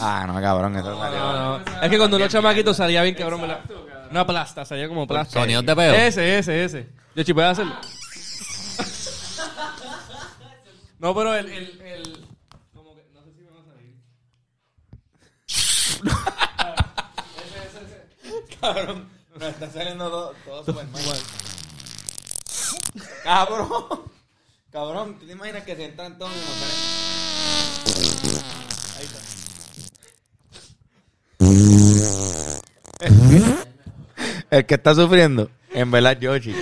C: Ah, no, cabrón, eso salió.
B: No, no. Es que cuando los chamaquitos salía bien cabrón, ¿verdad? Una plasta, salía como plasta.
D: Sonidos de peo.
B: Ese, ese, ese. Yo chico, ¿puedes hacerlo? No, pero el, el, el... Como que, no sé si me va a salir.
C: Cabrón,
B: Ah,
C: nos está saliendo todo, (laughs) todo super mal. Cabrón, cabrón, ¿tú te imaginas que se entran todos y nos salen? Ahí está. El que está sufriendo, en verdad, es Yoshi.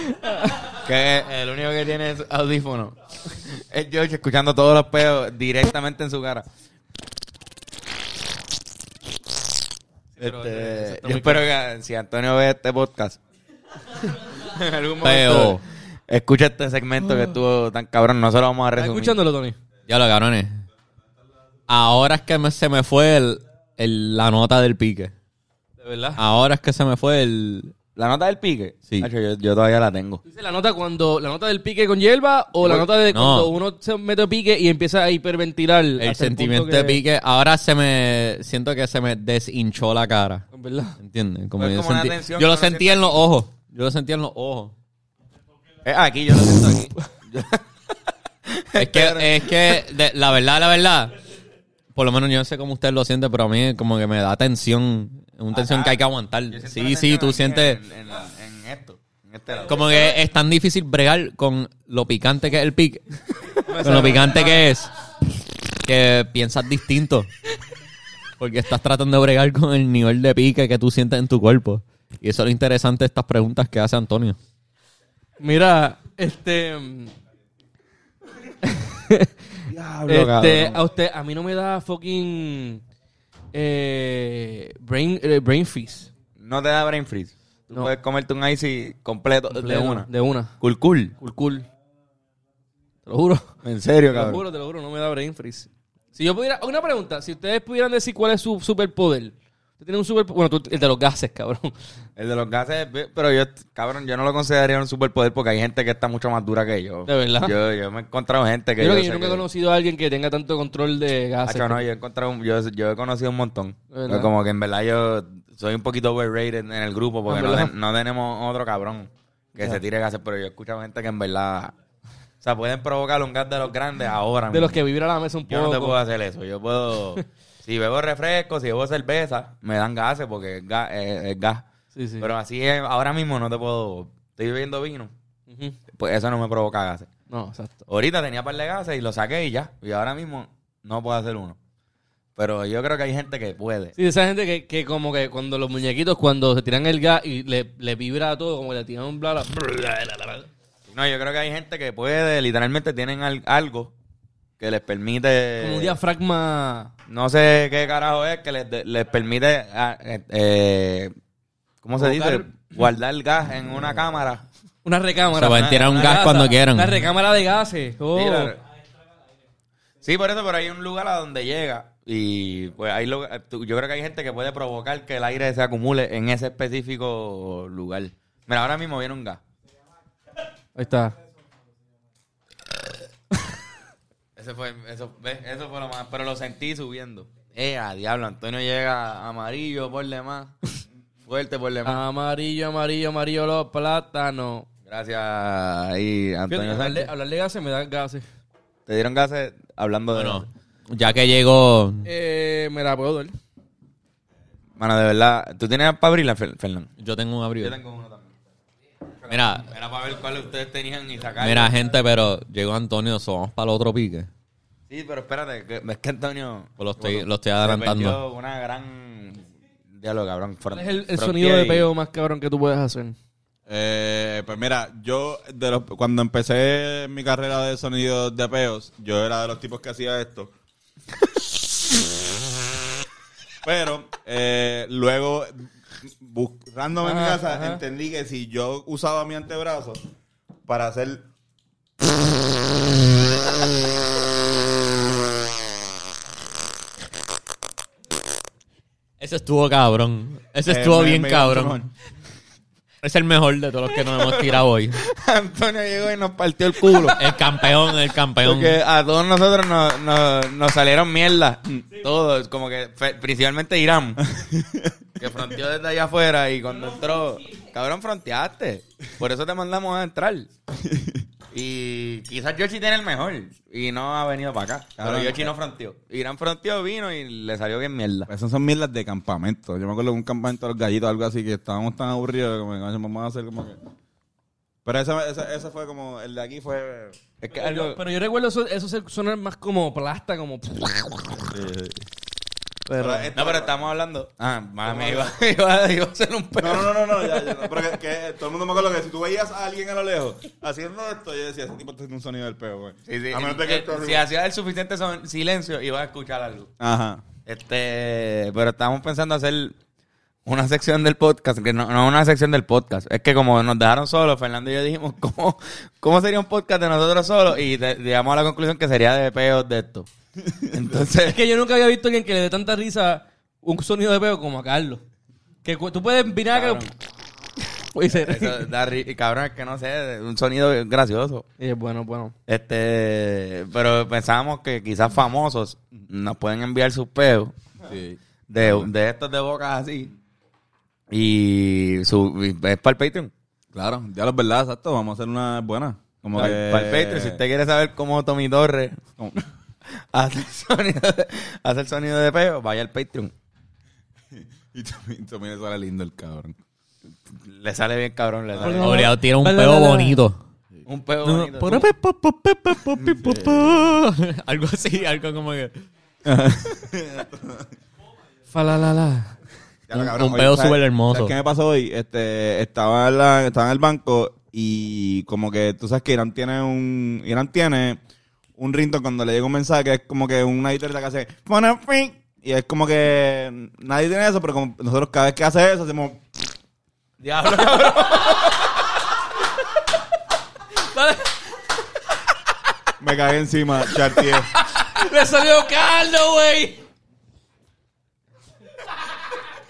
C: Que es el único que tiene es audífono. Es Yoshi escuchando todos los peos directamente en su cara. Este,
B: eso está
C: yo
B: muy
C: espero que si Antonio ve este podcast, en (laughs) algún
D: Peo.
C: momento escucha este segmento que estuvo tan cabrón. No se lo vamos a
B: ¿Estás
C: resumir.
B: escuchándolo, Tony?
D: Ya lo cabrones. Ahora es que me- se me fue el- el- la nota del pique.
B: De verdad.
D: Ahora es que se me fue el.
C: La nota del pique.
D: Sí.
C: Nacho, yo, yo todavía la tengo.
B: ¿Tú dices la nota cuando la nota del pique con hierba o la
D: Voy-
B: nota de
D: No.
B: cuando uno se mete pique y empieza a hiperventilar?
D: El sentimiento de pique. Ahora se me. Siento que se me deshinchó la cara.
B: ¿Verdad?
D: ¿Entiendes? Como
C: Pues
D: yo,
C: como una
D: sentí-
C: tensión
D: yo
C: que
D: lo
C: uno
D: sentí
C: siente.
D: en los ojos. Yo lo sentí en los ojos.
C: Eh, aquí, yo lo siento (laughs) aquí.
D: Es que, es que de- la verdad, la verdad. Por lo menos yo no sé cómo usted lo siente, pero a mí como que me da tensión. Una tensión que hay que aguantar.
C: Yo siento
D: Sí,
C: la
D: sí,
C: tensión
D: tú
C: aquí
D: sientes.
C: En, en la- en esto. en este lado.
D: Como que es tan difícil bregar con lo picante que es el
C: (laughs)
D: pique. con lo picante que es. Que piensas distinto. Porque estás tratando de bregar con el nivel de pique que tú sientes en tu cuerpo. Y eso es lo interesante de estas preguntas que hace Antonio.
B: Mira, este... mm,
F: Diablo,
B: Este,
F: cabrón.
B: a usted, a mí no me da fucking eh, brain, eh, brain freeze.
C: No te da brain freeze. Tú
B: No.
C: puedes comerte un icy completo, de una.
B: De una.
C: Cool, cool.
B: Cool, cool. Te lo juro.
C: En serio,
B: Te lo
C: cabrón.
B: juro, te lo juro, no me da brain freeze. Si yo pudiera, una pregunta, si ustedes pudieran decir cuál es su superpoder. Usted tiene un superpoder, bueno, tú- el de los gases, (laughs) cabrón.
C: El de los gases, pero yo, cabrón, yo no lo consideraría un superpoder porque hay gente que está mucho más dura que yo.
B: De verdad.
C: Yo, yo me he encontrado gente que
B: yo creo que
C: sé
B: yo nunca he
C: que- Ah,
B: conocido a alguien que tenga tanto control de gases.
C: Hacho, no, yo he encontrado, un- yo, yo he conocido un montón.
B: De verdad.
C: Pero como que en verdad yo soy un poquito overrated en el grupo porque
B: Ah,
C: no,
B: ¿verdad?
C: ten- no tenemos otro cabrón que se tire gases, pero yo he escuchado gente que en verdad, o sea, pueden provocar un gas de los grandes ahora.
B: de los
C: mismo.
B: que vibra la mesa un poco.
C: Yo no te puedo hacer eso.
B: (laughs)
C: Yo puedo. si bebo refresco, si bebo cerveza, me dan gases porque es gas. es- es gas.
B: Sí, sí.
C: Pero así es, ahora mismo no te puedo. Estoy bebiendo vino,
B: Ujú.
C: pues eso no me provoca gases.
B: No, exacto.
C: Ahorita tenía par de gases y lo saqué y ya. Y ahora mismo no puedo hacer uno. Pero yo creo que hay gente que puede.
B: Sí, esa gente que, que como que cuando los muñequitos, cuando se tiran el gas y le, le vibra todo, como que le tiran un bla, bla, bla, bla, bla, bla.
C: No, yo creo que hay gente que puede. Literalmente tienen al- algo que les permite.
B: Como un diafragma.
C: No sé qué carajo es que les, de- les permite. ah, eh, eh, ¿Cómo se dice? Guardar gas en una cámara.
B: Una recámara.
D: Se van a tirar un
B: Una
D: gas
B: gasa,
D: cuando quieran.
B: Una recámara de gases. Oh.
C: Sí, la- Sí, por eso, pero hay un lugar a donde llega. Y pues hay lu- tú- yo creo que hay gente que puede provocar que el aire se acumule en ese específico lugar. Mira, ahora mismo viene un gas.
B: Ahí está.
C: Ese fue, eso, ¿ves? eso fue lo más. Pero lo sentí subiendo. Eh, a diablo, Antonio llega amarillo por demás. (laughs) Fuerte por demás.
B: Ah. Amarillo, amarillo, amarillo, los plátanos.
C: Gracias ahí,
B: Fíjate,
C: Antonio.
B: hablar, de,
C: Sánchez.
B: hablar de gases me da gases.
C: Te dieron gases hablando de.
D: Bueno, ya que llegó.
B: Eh, me la puedo dar.
C: Mano, de verdad. ¿Tú tienes para abrirla, Fer- Fernando?
D: Yo tengo un abrigo.
C: tengo uno también.
D: Mira,
C: Era para ver cuáles ustedes tenían y sacar.
D: mira, gente, pero llegó Antonio, so vamos para el otro pique.
C: Sí, pero espérate, que, es que Antonio.
D: Pues lo estoy-
C: Bueno,
D: lo estoy
C: se
D: adelantando.
C: perdió Una gran. Diálogo, cabrón.
B: ¿Cuál es el, el sonido de peo más cabrón que tú puedes hacer?
A: Eh, pues mira, yo de los- cuando empecé mi carrera de sonidos de peos, yo era de los tipos que hacía esto. Pero eh, luego, buscándome en mi
B: Ajá,
A: casa,
B: ajá.
A: entendí que si yo usaba mi antebrazo para hacer...
D: Ese estuvo cabrón. Ese estuvo
A: eh, me-
D: bien
A: me iba mucho
D: cabrón.
A: mejor.
D: Es el mejor de todos los que nos hemos tirado hoy.
C: (laughs) Antonio llegó y nos partió el
D: (laughs)
C: culo.
D: El campeón, el campeón.
C: Porque a todos nosotros nos, nos- nos salieron mierda. Todos, como que fe-
D: (laughs)
C: principalmente Irán. que fronteó desde allá afuera y cuando entró, cabrón, fronteaste. Por eso te mandamos
D: (laughs)
C: a entrar. Y quizás Yoshi tiene el mejor y no ha venido para acá.
A: Cabrón.
C: pero
D: eh.
C: Yoshi no fronteó. Irán fronteó, vino y le salió bien mierda.
A: Esas son mierdas de campamento. Yo me acuerdo de un campamento de los gallitos, algo así, que estábamos tan aburridos que como que, "Coño, vamos a hacer como que... Pero esa, esa, esa fue como... El de aquí fue...
C: Es que
B: Pero yo,
C: algo...
B: pero yo recuerdo eso, eso se- suena más como plasta, como...
A: Pero
C: No, pero estamos hablando. Ah, mami, iba, (laughs) iba, iba a ser un perro.
A: No, no, no, no, no, ya, ya, no, pero que, que todo el mundo me acuerdo que si tú veías a alguien a lo lejos haciendo esto, yo decía, ese tipo tiene un sonido del peo, güey.
C: Sí, sí.
A: A menos de que
C: Eh,
A: esto-
C: si hacía el suficiente son- silencio, iba a escuchar la luz.
A: Ajá.
C: Este, pero estábamos pensando hacer una sección del podcast, que no, no una sección del podcast. Es que como nos dejaron solos, Fernando y yo dijimos, (laughs) ¿cómo, cómo sería un podcast de nosotros solos? Y de- llegamos a la conclusión que sería de peos
A: (laughs)
C: de esto.
B: Es
C: Entonces, (laughs)
B: que yo nunca había visto a alguien que le dé tanta risa un sonido de peo como a Carlos. Que cu- tú puedes mirar acá... (laughs) Y se ríe.
C: eso da ri- y cabrón, es que no sé, un sonido gracioso.
B: Y es bueno, bueno.
C: Este, pero pensábamos que quizás famosos nos pueden enviar sus peos. De, de estos de boca así. Y, su, y es para el Patreon.
A: Claro, ya lo es verdad, exacto. Vamos a hacer una buena. Como
C: Para,
E: Eh,
A: que...
C: para el Patreon. Si usted quiere saber cómo Tommy Torres (laughs)
A: Como- (laughs)
C: hace el sonido de, hace el sonido de peo, vaya al Patreon.
A: Y también, también le sale lindo el cabrón.
C: Le sale bien cabrón. Le sale.
D: Obligado tiene un
B: La, la,
D: peo
B: la.
D: bonito. (laughs)
C: Un peo bonito.
D: (laughs) Algo así, algo como que.
B: Falalala.
A: Ya lo,
D: Un-
A: cabrón,
D: un
A: hoy,
D: pedo
A: ¿sabes-
D: súper hermoso.
A: ¿Sabes qué me pasó hoy? Este, estaba, en la- estaba en el banco y como que tú sabes que Irán tiene un... Irán tiene un rinto cuando le llega un mensaje que es como que una guitarra que hace... "Pon a fin", Y es como que nadie tiene eso, pero como nosotros cada vez que hace eso hacemos...
C: Diablo,
A: (laughs)
C: cabrón.
A: Me cagué encima, Chartier.
B: ¡Me salió caldo, güey!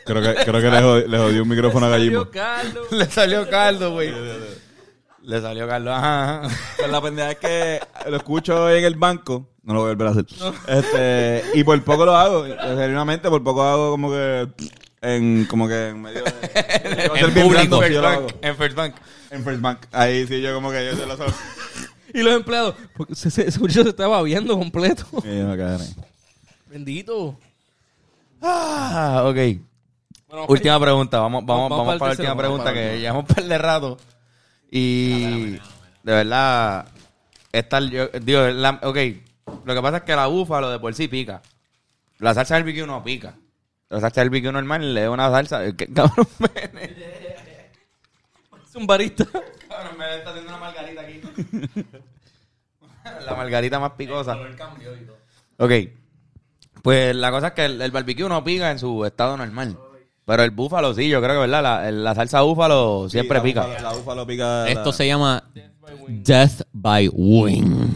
E: Creo que, creo que le, jod- le jodí un micrófono a Gallimbo.
B: ¡Salió caldo!
C: Le salió caldo, güey. Le salió caldo, ajá. ajá.
E: Pues la pendeja es que lo escucho en el banco. No lo voy a volver a hacer. Este, y por poco lo hago. Seriamente, por poco hago como que. En, como que en medio de. Yo
C: En
E: bien
C: público.
E: blanco, sí, yo lo hago.
C: First Bank, en First Bank.
E: En First Bank. Ahí sí, yo como que yo se lo soy.
B: Y los empleados, porque se, se, ese muchacho se estaba viendo completo.
E: Y yo, cabrón.
B: (laughs) Bendito.
C: Ah, ok.
B: Bueno,
C: Última pregunta, vamos,
B: Vamos-
C: vamos, vamos,
B: vamos
C: para la
B: para el tercero,
C: última
B: vamos
C: pregunta
B: para el
C: que llevamos un par de rato. Y de verdad, esta, yo, digo, la- ok, lo que pasa es que la búfalo de por sí pica. La salsa del barbecue no pica. La salsa del barbecue normal le da una salsa. eh, que- (laughs) Cabrón, Mene.
B: es un barista.
C: Cabrón, Mene está haciendo una margarita aquí. la margarita más picosa. Ok. Pues la cosa es que el, el barbecue no pica en su estado normal. Pero el búfalo sí, yo creo que, ¿verdad? La, el- la salsa búfalo siempre
E: la
C: pica.
E: búfalo- la búfalo pica.
D: Esto se llama Death by Wing.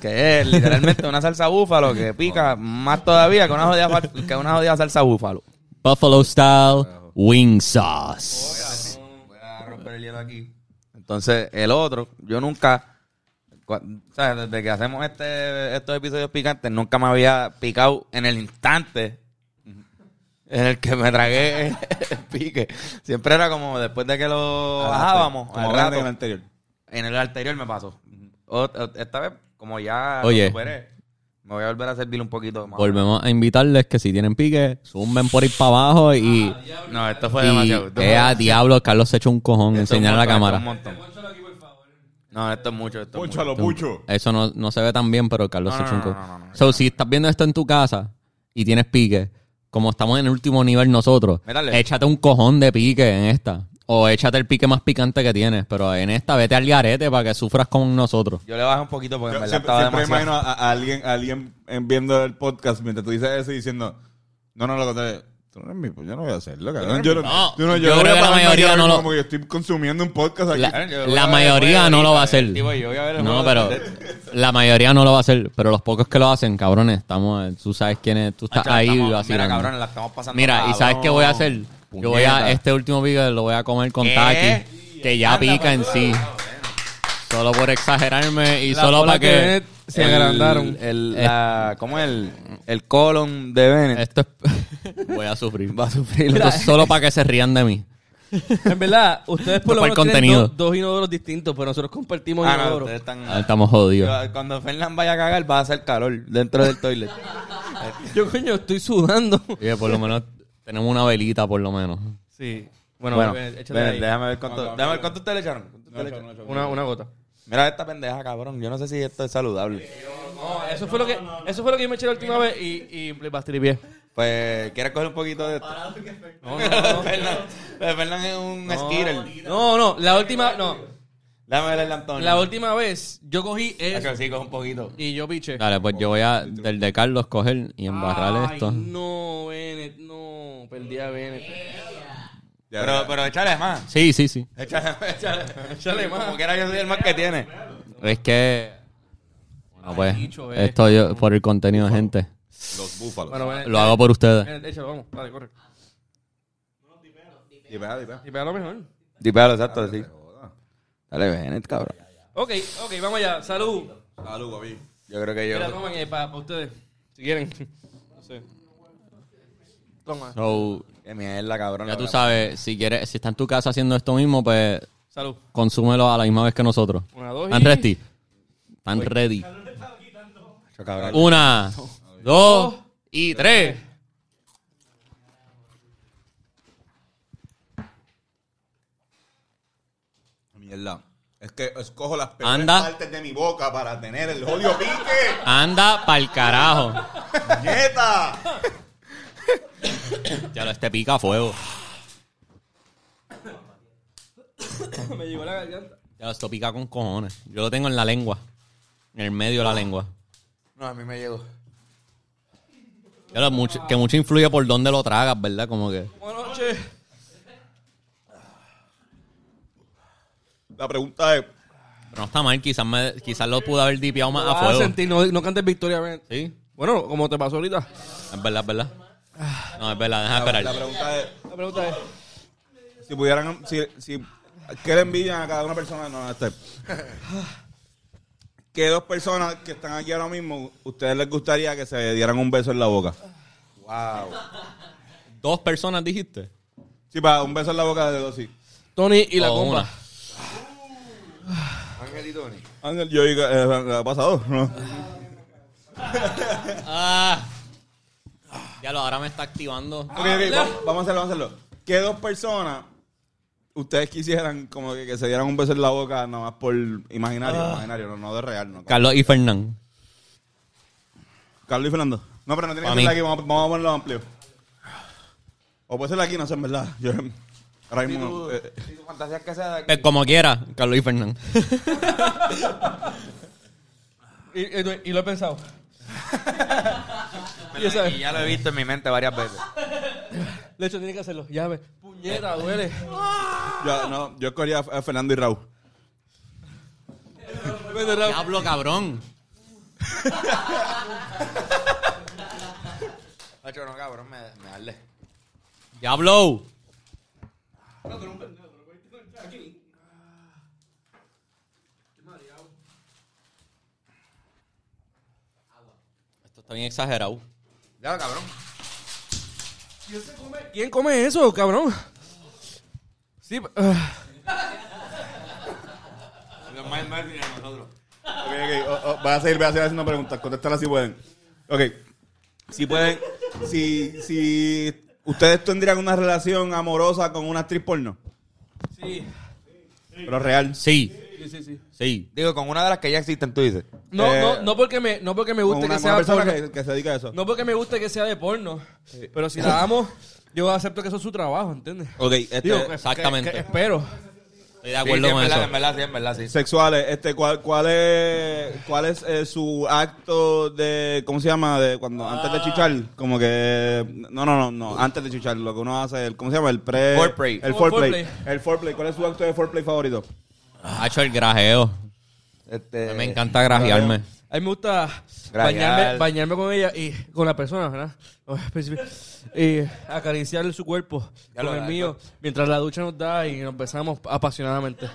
C: Que es literalmente una salsa búfalo que (laughs) pica más todavía que una jodida, fal- que una jodida salsa búfalo.
D: Buffalo Style Wing Sauce.
C: Voy a romper el hielo aquí. Entonces, el otro, yo nunca, cua- ¿sabes? Desde que hacemos este, estos episodios picantes, nunca me había picado en el instante en el que me tragué el pique. Siempre era como después de que lo
E: Ah,
C: bajábamos,
E: Como
C: al
E: hablando
C: rato,
E: en el anterior.
C: en el anterior me pasó. O- o- esta vez, como ya lo
D: Oye.
C: superé, me voy a volver a servir un poquito más.
D: Volvemos a invitarles que si tienen pique, zumben por ir para abajo y.
C: No, esto fue Pues, demasiado.
D: y
C: Esto
D: eh,
C: fue-
D: a diablo, Carlos se echó un cojón.
C: esto es un
D: Enseñar a la
C: montón,
D: cámara.
C: esto es un montón. No, esto es mucho. Esto es mucho.
E: Ponchalo, pucho.
D: Eso no, no se ve tan bien, pero Carlos
C: No,
D: se
C: no,
D: echó un
C: no,
D: co-
C: no, no, no.
D: So, si estás viendo esto en tu casa y tienes pique, como estamos en el último nivel nosotros,
C: Mírale.
D: échate un cojón de pique en esta. O échate el pique más picante que tienes, pero en esta vete al garete para que sufras con nosotros.
C: Yo le bajé un poquito porque
E: Yo
D: Pues
C: en verdad
E: siempre,
C: estaba
E: siempre
C: demasiado.
E: imagino a, a alguien, a alguien eh, viendo el podcast mientras tú dices eso y diciendo, no, no, lo contrario. Tú no eres mi, pues yo no voy a hacerlo, cabrón. Yo, no,
D: No,
E: yo no- yo
D: yo
E: voy
D: creo
E: a
D: que la
E: pararme aquí
D: mayoría
E: ahora
D: no
E: mismo
D: lo-
E: Como que yo estoy consumiendo un podcast aquí. Eh,
D: La,
C: Yo voy
D: la
C: a ver
D: mayoría
C: después
D: no lo va a
C: ahorita,
D: hacer.
C: eh, tipo, yo voy a ver
D: No,
C: después
D: pero la mayoría no lo va a hacer, pero los pocos que lo hacen, cabrones, estamos, tú sabes quién es, tú estás
C: Chacho,
D: ahí
C: estamos-
D: vacilando.
C: Mira, cabrón, la estamos pasando.
D: Mira, ¿y sabes qué voy a hacer? Yo voy a
C: Puñeta.
D: este último pique lo voy a comer con
C: ¿Qué?
D: Taki, que ya
C: Anda, pues.
D: pica en
C: pasó.
D: sí. Solo por exagerarme y
B: La
D: solo
B: bola
D: para
B: que
D: que
B: Bennett se agrandaron.
C: El,
D: Eh,
C: la, ¿Cómo es? El, el colon de Bennett.
D: esto es- (laughs) voy a sufrir.
C: Va a sufrir. (laughs)
D: Esto es solo para que se rían de mí.
B: (laughs) En verdad, ustedes por lo
D: Para el
B: menos tienen
D: contenido.
B: dos, dos inodoros distintos, pero nosotros compartimos
C: Ah, no,
B: inodoros.
C: ustedes están...
D: Ah, Estamos jodidos.
C: Cuando Fernán vaya a cagar, va a hacer calor dentro del
D: (laughs)
C: toilet.
B: Yo, coño, estoy sudando.
D: Oye, por lo menos tenemos una velita por lo menos.
B: Sí.
C: bueno,
B: Bueno,
D: pues,
B: ven, échale
C: Bennett,
B: ahí.
C: déjame ver cuánto... déjame ver cuánto ustedes le echaron. ¿Cuánto ustedes le echaron?
B: Una, una gota.
C: Mira esta pendeja, cabrón. Yo no sé si esto es saludable.
B: No, eso fue lo que, eso fue lo que yo me eché la última vez y, y le pastripié.
C: Pues, ¿quieres coger un poquito de esto? No, no,
D: (laughs)
C: Fernán, pues, Fernán es un skitter.
B: No, no, la última, no.
C: Déjame ver el Antonio.
B: La última vez yo cogí eso
C: Chacho, sí, coge un poquito.
B: y yo piché.
D: Dale, pues yo voy a del de Carlos coger y embarrar
B: Ay,
D: esto.
B: No, Bennett, no. Perdí a Bennett.
E: Ya,
C: pero,
E: ya.
C: pero échale más. (laughs)
D: Sí, sí, sí.
C: Échale, échale,
B: (laughs) Échale más.
C: Como quiera, yo soy el más que tiene.
D: Es que bueno, pues
B: bicho, eh.
D: esto yo por el contenido, gente.
E: Los búfalos.
B: Bueno, Bennett,
D: Lo hago por ustedes.
B: Bennett, échalo, vamos. Dale, corre.
E: Y pega, y pega.
B: Y pega lo mejor.
C: Dípelo, exacto, sí. Dale, Bennett, cabrón.
B: Ok, ok, vamos allá. Salud.
E: Salud, papi.
C: Yo creo que yo.
B: Mira, toman eh, para ustedes. Si quieren. No sé. Toma.
D: So,
C: Qué mierda, cabrón.
D: Ya
C: lo
D: tú
C: que-
D: sabes, si quieres, si está en tu casa haciendo esto mismo, pues
B: Salud.
D: consúmelo a la misma vez que nosotros.
B: Una, dos y-
D: ¿Están ready? ¿Están ready?
C: Chacho, cabrón.
D: Una, dos
B: Oh.
D: y tres.
E: Mierda. Es que escojo las peores
D: Anda.
E: partes de mi boca para tener el odio pique. (laughs)
D: Anda pa'l carajo.
E: ¡Nieta!
D: Ya lo este pica a fuego.
B: Me llegó la garganta.
D: Ya lo esto pica con cojones. Yo lo tengo en la lengua. En el medio de la lengua.
C: No, a mí me llegó.
D: Ya lo mucho- que mucho influye por dónde lo tragas, ¿verdad? Como que.
B: Buenas noches.
E: La pregunta es,
D: Pero no está mal, quizás, me- quizás lo pude haber dipiado más
B: Vas
D: a fuego.
B: sentir, no, no cantes victoria, Bennett.
D: Sí.
B: Bueno, como te pasó ahorita.
D: Es verdad, es verdad. No, es verdad, deja
A: La, la
D: esperar.
A: pregunta es,
B: La pregunta es...
A: si pudieran, si, si, ¿qué le envidian a cada una persona? No, este. ¿Qué dos personas que están aquí ahora mismo, ustedes les gustaría que se dieran un beso en la boca?
D: Dos personas dijiste.
A: Sí, para un beso en la boca de dos, sí.
B: Tony y la
D: O
B: compa.
D: Oh, una.
E: Ángel y Tony.
A: Ángel, yo digo, eh, ha pasado, ¿no?
D: Ah. Ya lo, ahora me está activando.
A: Ok,
D: Ah,
A: ok, va- vamos a hacerlo, vamos a hacerlo. ¿Qué dos personas ustedes quisieran como que, que se dieran un beso en la boca nada más por imaginario, imaginario, no, no de real, no?
D: Carlos y Fernán.
A: Carlos y Fernando. No, pero no tiene
D: Pa'
A: que ser
D: mí.
A: aquí, vamos, a- vamos a ponerlo amplio. O puede ser aquí, no sé, en verdad. Yo, ahora mismo, eh,
C: Si tu fantasía es que sea de aquí.
D: Pues como quiera, Carlos y Fernán.
B: Y, y- y lo
D: (laughs)
B: he pensado. y esa-
C: Y ya lo he visto en mi mente varias veces.
B: de hecho, tiene que hacerlo. Ya ve. Puñeta, duele.
A: yo, no, yo escogería a a Fernando y Raúl.
B: Vete, Raúl.
D: (laughs) Diablo, cabrón.
C: Nacho, no, cabrón, me, me arde.
D: Diablo. Esto está bien exagerado.
C: Ya, cabrón.
B: ¿Quién come eso, cabrón? Sí. ah.
C: Los más más de nosotros.
A: Ok, ok, o- o, voy a seguir, voy a seguir haciendo preguntas, contéstalas si pueden. Ok, si pueden, si, si ustedes tendrían una relación amorosa con una actriz porno,
B: Sí.
A: pero real.
D: Sí,
B: Sí, sí, sí.
D: sí.
C: Digo, con una de las que ya existen, tú dices.
B: No,
A: Eh,
B: no, no porque me, no porque me
A: Con
B: guste
A: una,
B: que
A: con una
B: sea
A: persona
B: porno.
A: que, que se dedica a eso.
B: No porque me guste que sea de porno. Pero si la amo, yo acepto que eso es su trabajo, ¿entiendes?
A: Ok, este,
B: Digo, que- que-
D: exactamente.
B: que espero.
D: Estoy de acuerdo
C: sí,
D: con
C: en
D: eso.
C: verdad, en verdad, sí, en verdad, sí.
A: sexuales, este, ¿cuál, cuál es, cuál es eh, su acto de, ¿cómo se llama? De cuando antes de chichar, como que, no, no, no, no, antes de chichar, lo que uno hace, el, ¿cómo se llama? El pre,
C: Foreplay.
A: el
B: Oh,
A: foreplay,
B: foreplay.
A: el foreplay. ¿Cuál es su acto de foreplay favorito?
D: Ha hecho el grajeo.
C: Este,
D: Me encanta grajearme.
B: A mí me gusta
C: Gracias.
B: bañarme, bañarme con ella y con la persona, ¿verdad? O en principio, Y acariciar su cuerpo
C: Ya lo
B: con el
C: da,
B: mío mientras la ducha nos da y nos besamos apasionadamente.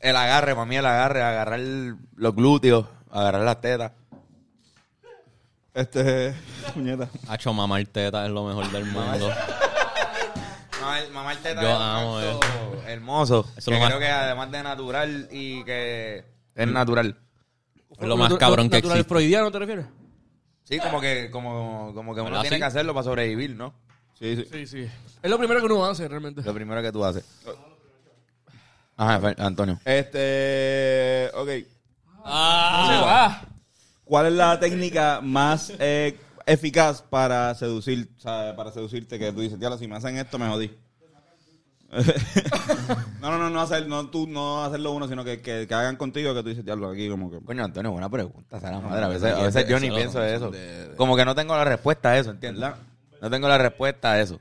C: El agarre, para mí el agarre, agarrar los glúteos, agarrar las tetas.
A: Este, (laughs) puñeta.
D: Ha hecho mamar teta es lo mejor del mundo.
C: Mamar, mamar tetas
D: Yo
C: es un
D: amo
C: acto hermoso.
D: es
C: que
D: lo más-
C: creo que además de natural y que es natural.
D: Es lo más cabrón que
B: Natural
D: existe.
B: freudiano, ¿te refieres?
C: Sí, como que, como, como que uno
D: ¿Verdad,
C: tiene
D: sí?
C: que hacerlo para sobrevivir, ¿no?
A: Sí, sí.
B: Sí, sí. Es lo primero que uno hace realmente.
C: Lo primero que tú haces. Ajá, Fer- Antonio.
A: Este, ok.
B: Se
D: Ah,
B: va.
A: ¿Cuál es la técnica más eh, eficaz para seducir, ¿sabes? para seducirte? Que tú dices, diablo, si me hacen esto, me jodí. (laughs) no, no, no, no hacer, no tú no hacerlo uno, sino que, que, que hagan contigo que tú dices, diablo, aquí como que.
C: Coño, Antonio, buena pregunta, será madre. A veces, a veces yo ni
D: eso,
C: pienso
D: eso
C: eso. Como que no tengo la respuesta a eso, ¿entiendes? No tengo la respuesta a eso.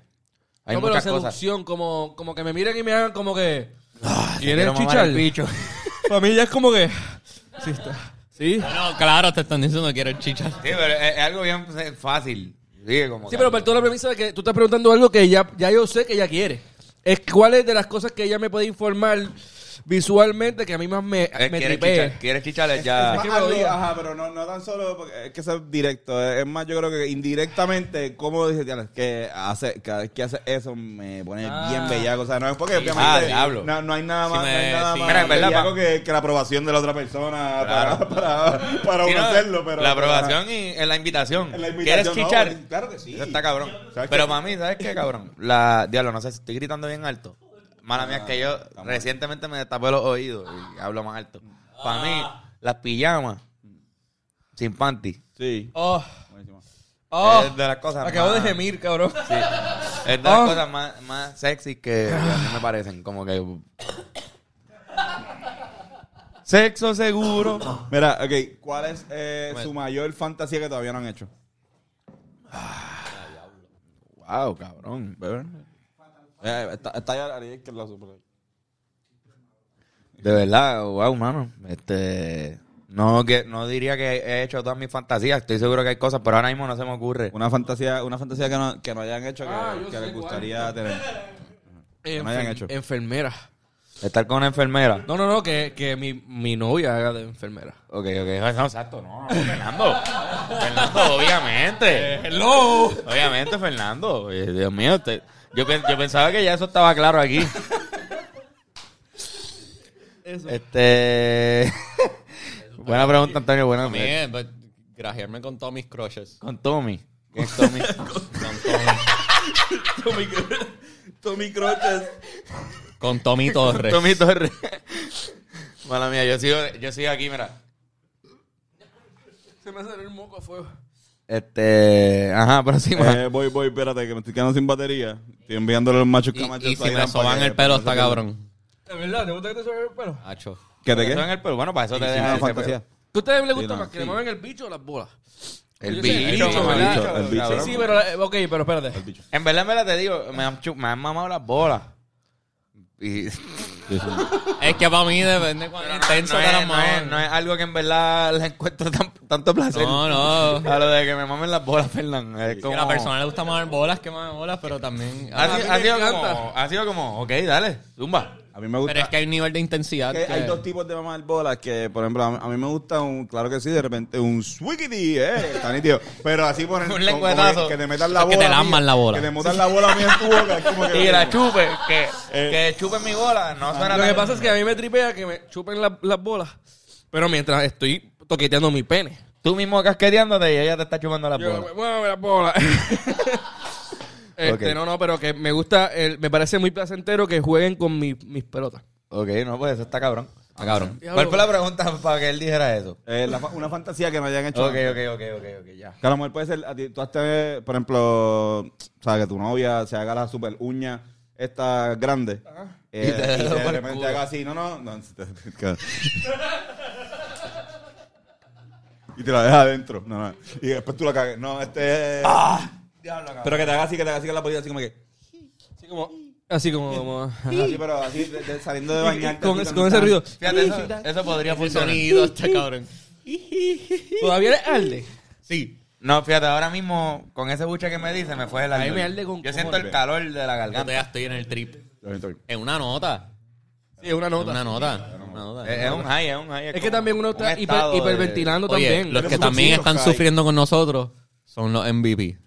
C: Hay
B: no, pero
C: muchas cosas. Ah,
B: seducción, como, como que me miren y me hagan como que. ¿Quieres
C: quiero mamar
B: chichar?
C: el (laughs) picho.
B: Para mí ya es como que. Sí, está. Sí.
D: no, claro, te están diciendo que quieres chichar.
C: Sí, pero es, es algo bien eh, fácil. Sí, como
B: Sí,
C: que-
B: pero partió la premisa de que tú estás preguntando algo que ya, ya yo sé que ella quiere. Es cuál es de las cosas que ella me puede informar visualmente que a mí más me,
C: Eh,
B: me
C: ¿Quieres
B: tripea.
C: chichar? ¿Quieres chichar? Ya.
A: Es
B: que
A: más
B: me
A: algo-
B: odia.
A: ajá, pero no, no tan solo porque es que eso es directo. Es es más, yo creo que indirectamente, como dices, diablo, es que hace, cada vez que hace eso me pone
B: Ah.
A: bien bellaco. O sea, no es porque
C: Ah,
A: obviamente
C: diablo.
A: no, no hay nada
D: Sí
A: más, no hay
D: me-
A: nada
D: sí.
A: más
C: Mira, en verdad,
A: bellaco
C: pa-
A: que, que la aprobación de la otra persona para, (laughs)
C: Claro.
A: para, para
C: Sí,
A: uno
C: no,
A: hacerlo. Pero, pues,
C: la aprobación y en la invitación.
A: En la
C: ¿Quieres
A: invitación, no,
C: chichar?
A: porque- claro que sí.
C: Eso está cabrón.
A: ¿Sabes
C: Pero
A: qué?
C: para mí, ¿sabes qué, cabrón? La, diablo, no sé si estoy gritando bien alto. Mala mía, es que yo
A: Ah, mal.
C: recientemente me destapé los oídos y hablo más alto. Para
B: Ah.
C: mí, las pijamas sin panty
A: Sí.
B: Oh, oh.
C: es de las cosas
B: Acabo
C: más...
B: de gemir, cabrón.
C: Sí.
B: (laughs)
C: Es de las
B: Oh.
C: cosas más, más sexy que a mí me parecen. Como que... Sexo seguro.
A: Mira, ok, ¿cuál es eh, su mayor fantasía que todavía no han hecho?
C: wow, cabrón.
A: Eh, está, está ya Ariel que lo supera.
C: De verdad, wow, mano. Este. No, que, no diría que he hecho todas mis fantasías. Estoy seguro que hay cosas, pero ahora mismo no se me ocurre.
A: Una fantasía, una fantasía que no, que no hayan hecho que, que les gustaría tener.
B: Eh,
A: no hayan
B: enfer-
A: hecho.
B: Enfermera.
C: Estar con una enfermera.
B: No, no, no, que, que mi, mi novia haga de enfermera.
C: Ok, ok. Ay, No, exacto, no. Fernando. Fernando, obviamente.
B: Hello.
C: Obviamente, Fernando. Eh, Dios mío, te- yo, pe- yo pensaba que ya eso estaba claro aquí.
B: Eso.
C: Este. (laughs) buena pregunta, Antonio. Buena pregunta.
D: Bien, pues, grajearme con todos mis crushes.
C: Con Tommy. Con Tommy.
B: (laughs)
D: Con Tommy,
B: (laughs) Tommy, Tommy Croches.
D: con Tommy Torres.
C: Tommy Torres. (laughs) Mala mía, yo sigo, yo sigo aquí, mira.
B: Se me sale el moco a fuego.
C: Este. Ajá, próxima.
A: Eh, voy, voy, espérate, que me estoy quedando sin batería. Estoy enviándole los machos camachos.
D: Y, y si
A: ahí
D: me
A: dan pa'
D: soban
A: que-
D: el pelo,
A: pa' que
D: está
A: se-
D: cabrón.
B: ¿De verdad? ¿Te gusta que te suene el pelo?
D: Hacho.
A: ¿Qué te
C: Eso en
A: qué?
C: el pelo. Bueno, para eso te
A: Sí,
C: dejan
A: una
C: ese
A: fantasía.
C: pelo.
B: ¿Qué a ustedes les gusta
A: Sí, no,
B: más? ¿Que le
A: sí.
B: muevan el bicho o las bolas?
C: El
B: Yo sé, el
C: bicho,
B: bicho,
C: ¿verdad?
B: el bicho,
A: el bicho.
C: Cabrón.
B: Sí, sí, pero... eh, Ok, pero espérate.
C: En verdad, en verdad te digo, me han, chu- me han mamado las bolas. Y (laughs)
D: Es que para mí depende cuán
C: Pero no,
D: intenso
C: no
D: te las
C: es, no, es,
D: mamen.
C: no es algo que en verdad le encuentro tan- tanto placer. (laughs)
D: No, no.
C: A lo de que me mamen las bolas, Fernán. Es
D: Que
C: como...
D: a la persona le gusta mamar bolas, que mame bolas, pero también...
C: Ha,
B: A mí
C: sido-
B: me
C: ha sido
B: encanta.
C: como, ha sido como, ok, dale, zumba.
A: A mí me gusta.
D: Pero este- es que hay un nivel de intensidad
A: que hay
D: que-
A: dos tipos de mamar bolas que, por ejemplo, a mí, a mí me gusta un, claro que sí, de repente un swiggity, eh, está nítido. Pero así
D: (laughs)
A: por el,
C: Un
A: como-
C: lengüetazo.
A: como que, que te metan la
D: Que te
A: bola.
D: lamban
A: mía,
D: la bola.
A: Que te metan la bola mía en tu boca. es como
D: (laughs)
A: que-
C: Y la chupe, que, que chupe mi bola, no suena
B: Eh. Ah. Lo que
C: tan-
B: pasa es que a mí me tripea que me chupen la- las bolas, pero mientras estoy toqueteando mi pene.
C: Tú mismo casqueteándote y ella te está chupando las
B: Yo,
C: bolas.
B: muévame las bolas. (laughs) este,
C: Ok.
B: No, no, pero que me gusta, el- me parece muy placentero que jueguen con mi- mis pelotas.
C: Ok, no, pues eso está cabrón.
D: Ah, cabrón.
C: ¿Cuál fue la pregunta para que él dijera eso?
A: Eh, la fa- una fantasía que no hayan hecho.
C: Ok, ok, ok, ok, ok, ya.
A: Que a lo mejor puede ser, a ti- tú has tenido, por ejemplo, o sea, que tu novia se haga la super uña esta grande. Eh,
C: Y te da
A: y
C: por
A: de
C: el
A: repente
C: culo.
A: haga así, no, no, no. y te la deja adentro. No, no. Y después tú la cagues. No, este.
B: Ah.
A: pero que te haga así, que te haga así con la polilla, así como que.
B: Así como... Así como... como- (laughs)
A: Así, pero así, de- de- saliendo de bañar.
B: con, ese- con ese ruido.
C: Fíjate, eso, eso podría funcionar.
D: Sonido está cabrón.
B: Todavía le arde.
D: Sí.
C: No, fíjate, ahora mismo con ese buche que me dice me fue el
B: Ahí
C: alcohol.
B: me arde con
C: Yo siento
B: cojones.
C: el calor de la
D: Yo
C: garganta.
D: todavía estoy en el trip. En una nota.
B: Sí, es una
D: En
B: nota.
D: una nota. Una nota.
C: Es, es un high, es un high.
B: Es que
C: como
B: también uno
C: un
B: está hiper-
C: estado de-
B: hiperventilando
D: Oye,
B: también.
D: los que también están sufriendo con nosotros son los MVP.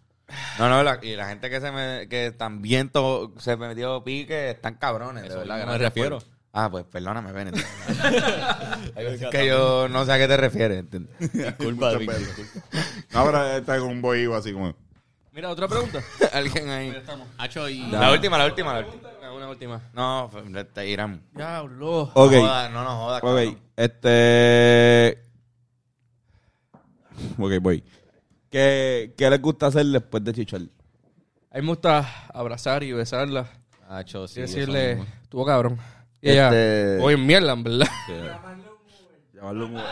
C: No, no, la- y la gente que se me, que también to- se metió pique están cabrones, de verdad.
D: yo no
C: gracias
D: me refiero.
C: por- Ah, pues perdóname, Benedict. es que yo no sé a qué te refieres. ¿entiendes?
D: Disculpa, Vic,
A: peso.
D: disculpa.
A: No, pero está con un bohío así como.
B: Mira, otra pregunta.
C: (laughs) Alguien ahí.
D: Hacho, y-
C: La última, la última, la última.
B: Una, una última.
C: No, f- te irán.
B: Diablo.
A: Ok,
C: No, joda, no nos jodas.
A: ok.
C: cabrón.
A: Este. Ok, voy. ¿Qué, ¿Qué les gusta hacer después de chichar?
B: A mí me gusta abrazar y besarla.
D: Hacho, sí,
B: y
D: eso
B: decirle,
D: mismo.
B: estuvo cabrón. Y
C: Este-
B: ella, hoy en mierda, en verdad.
A: Llamarlo un Uber.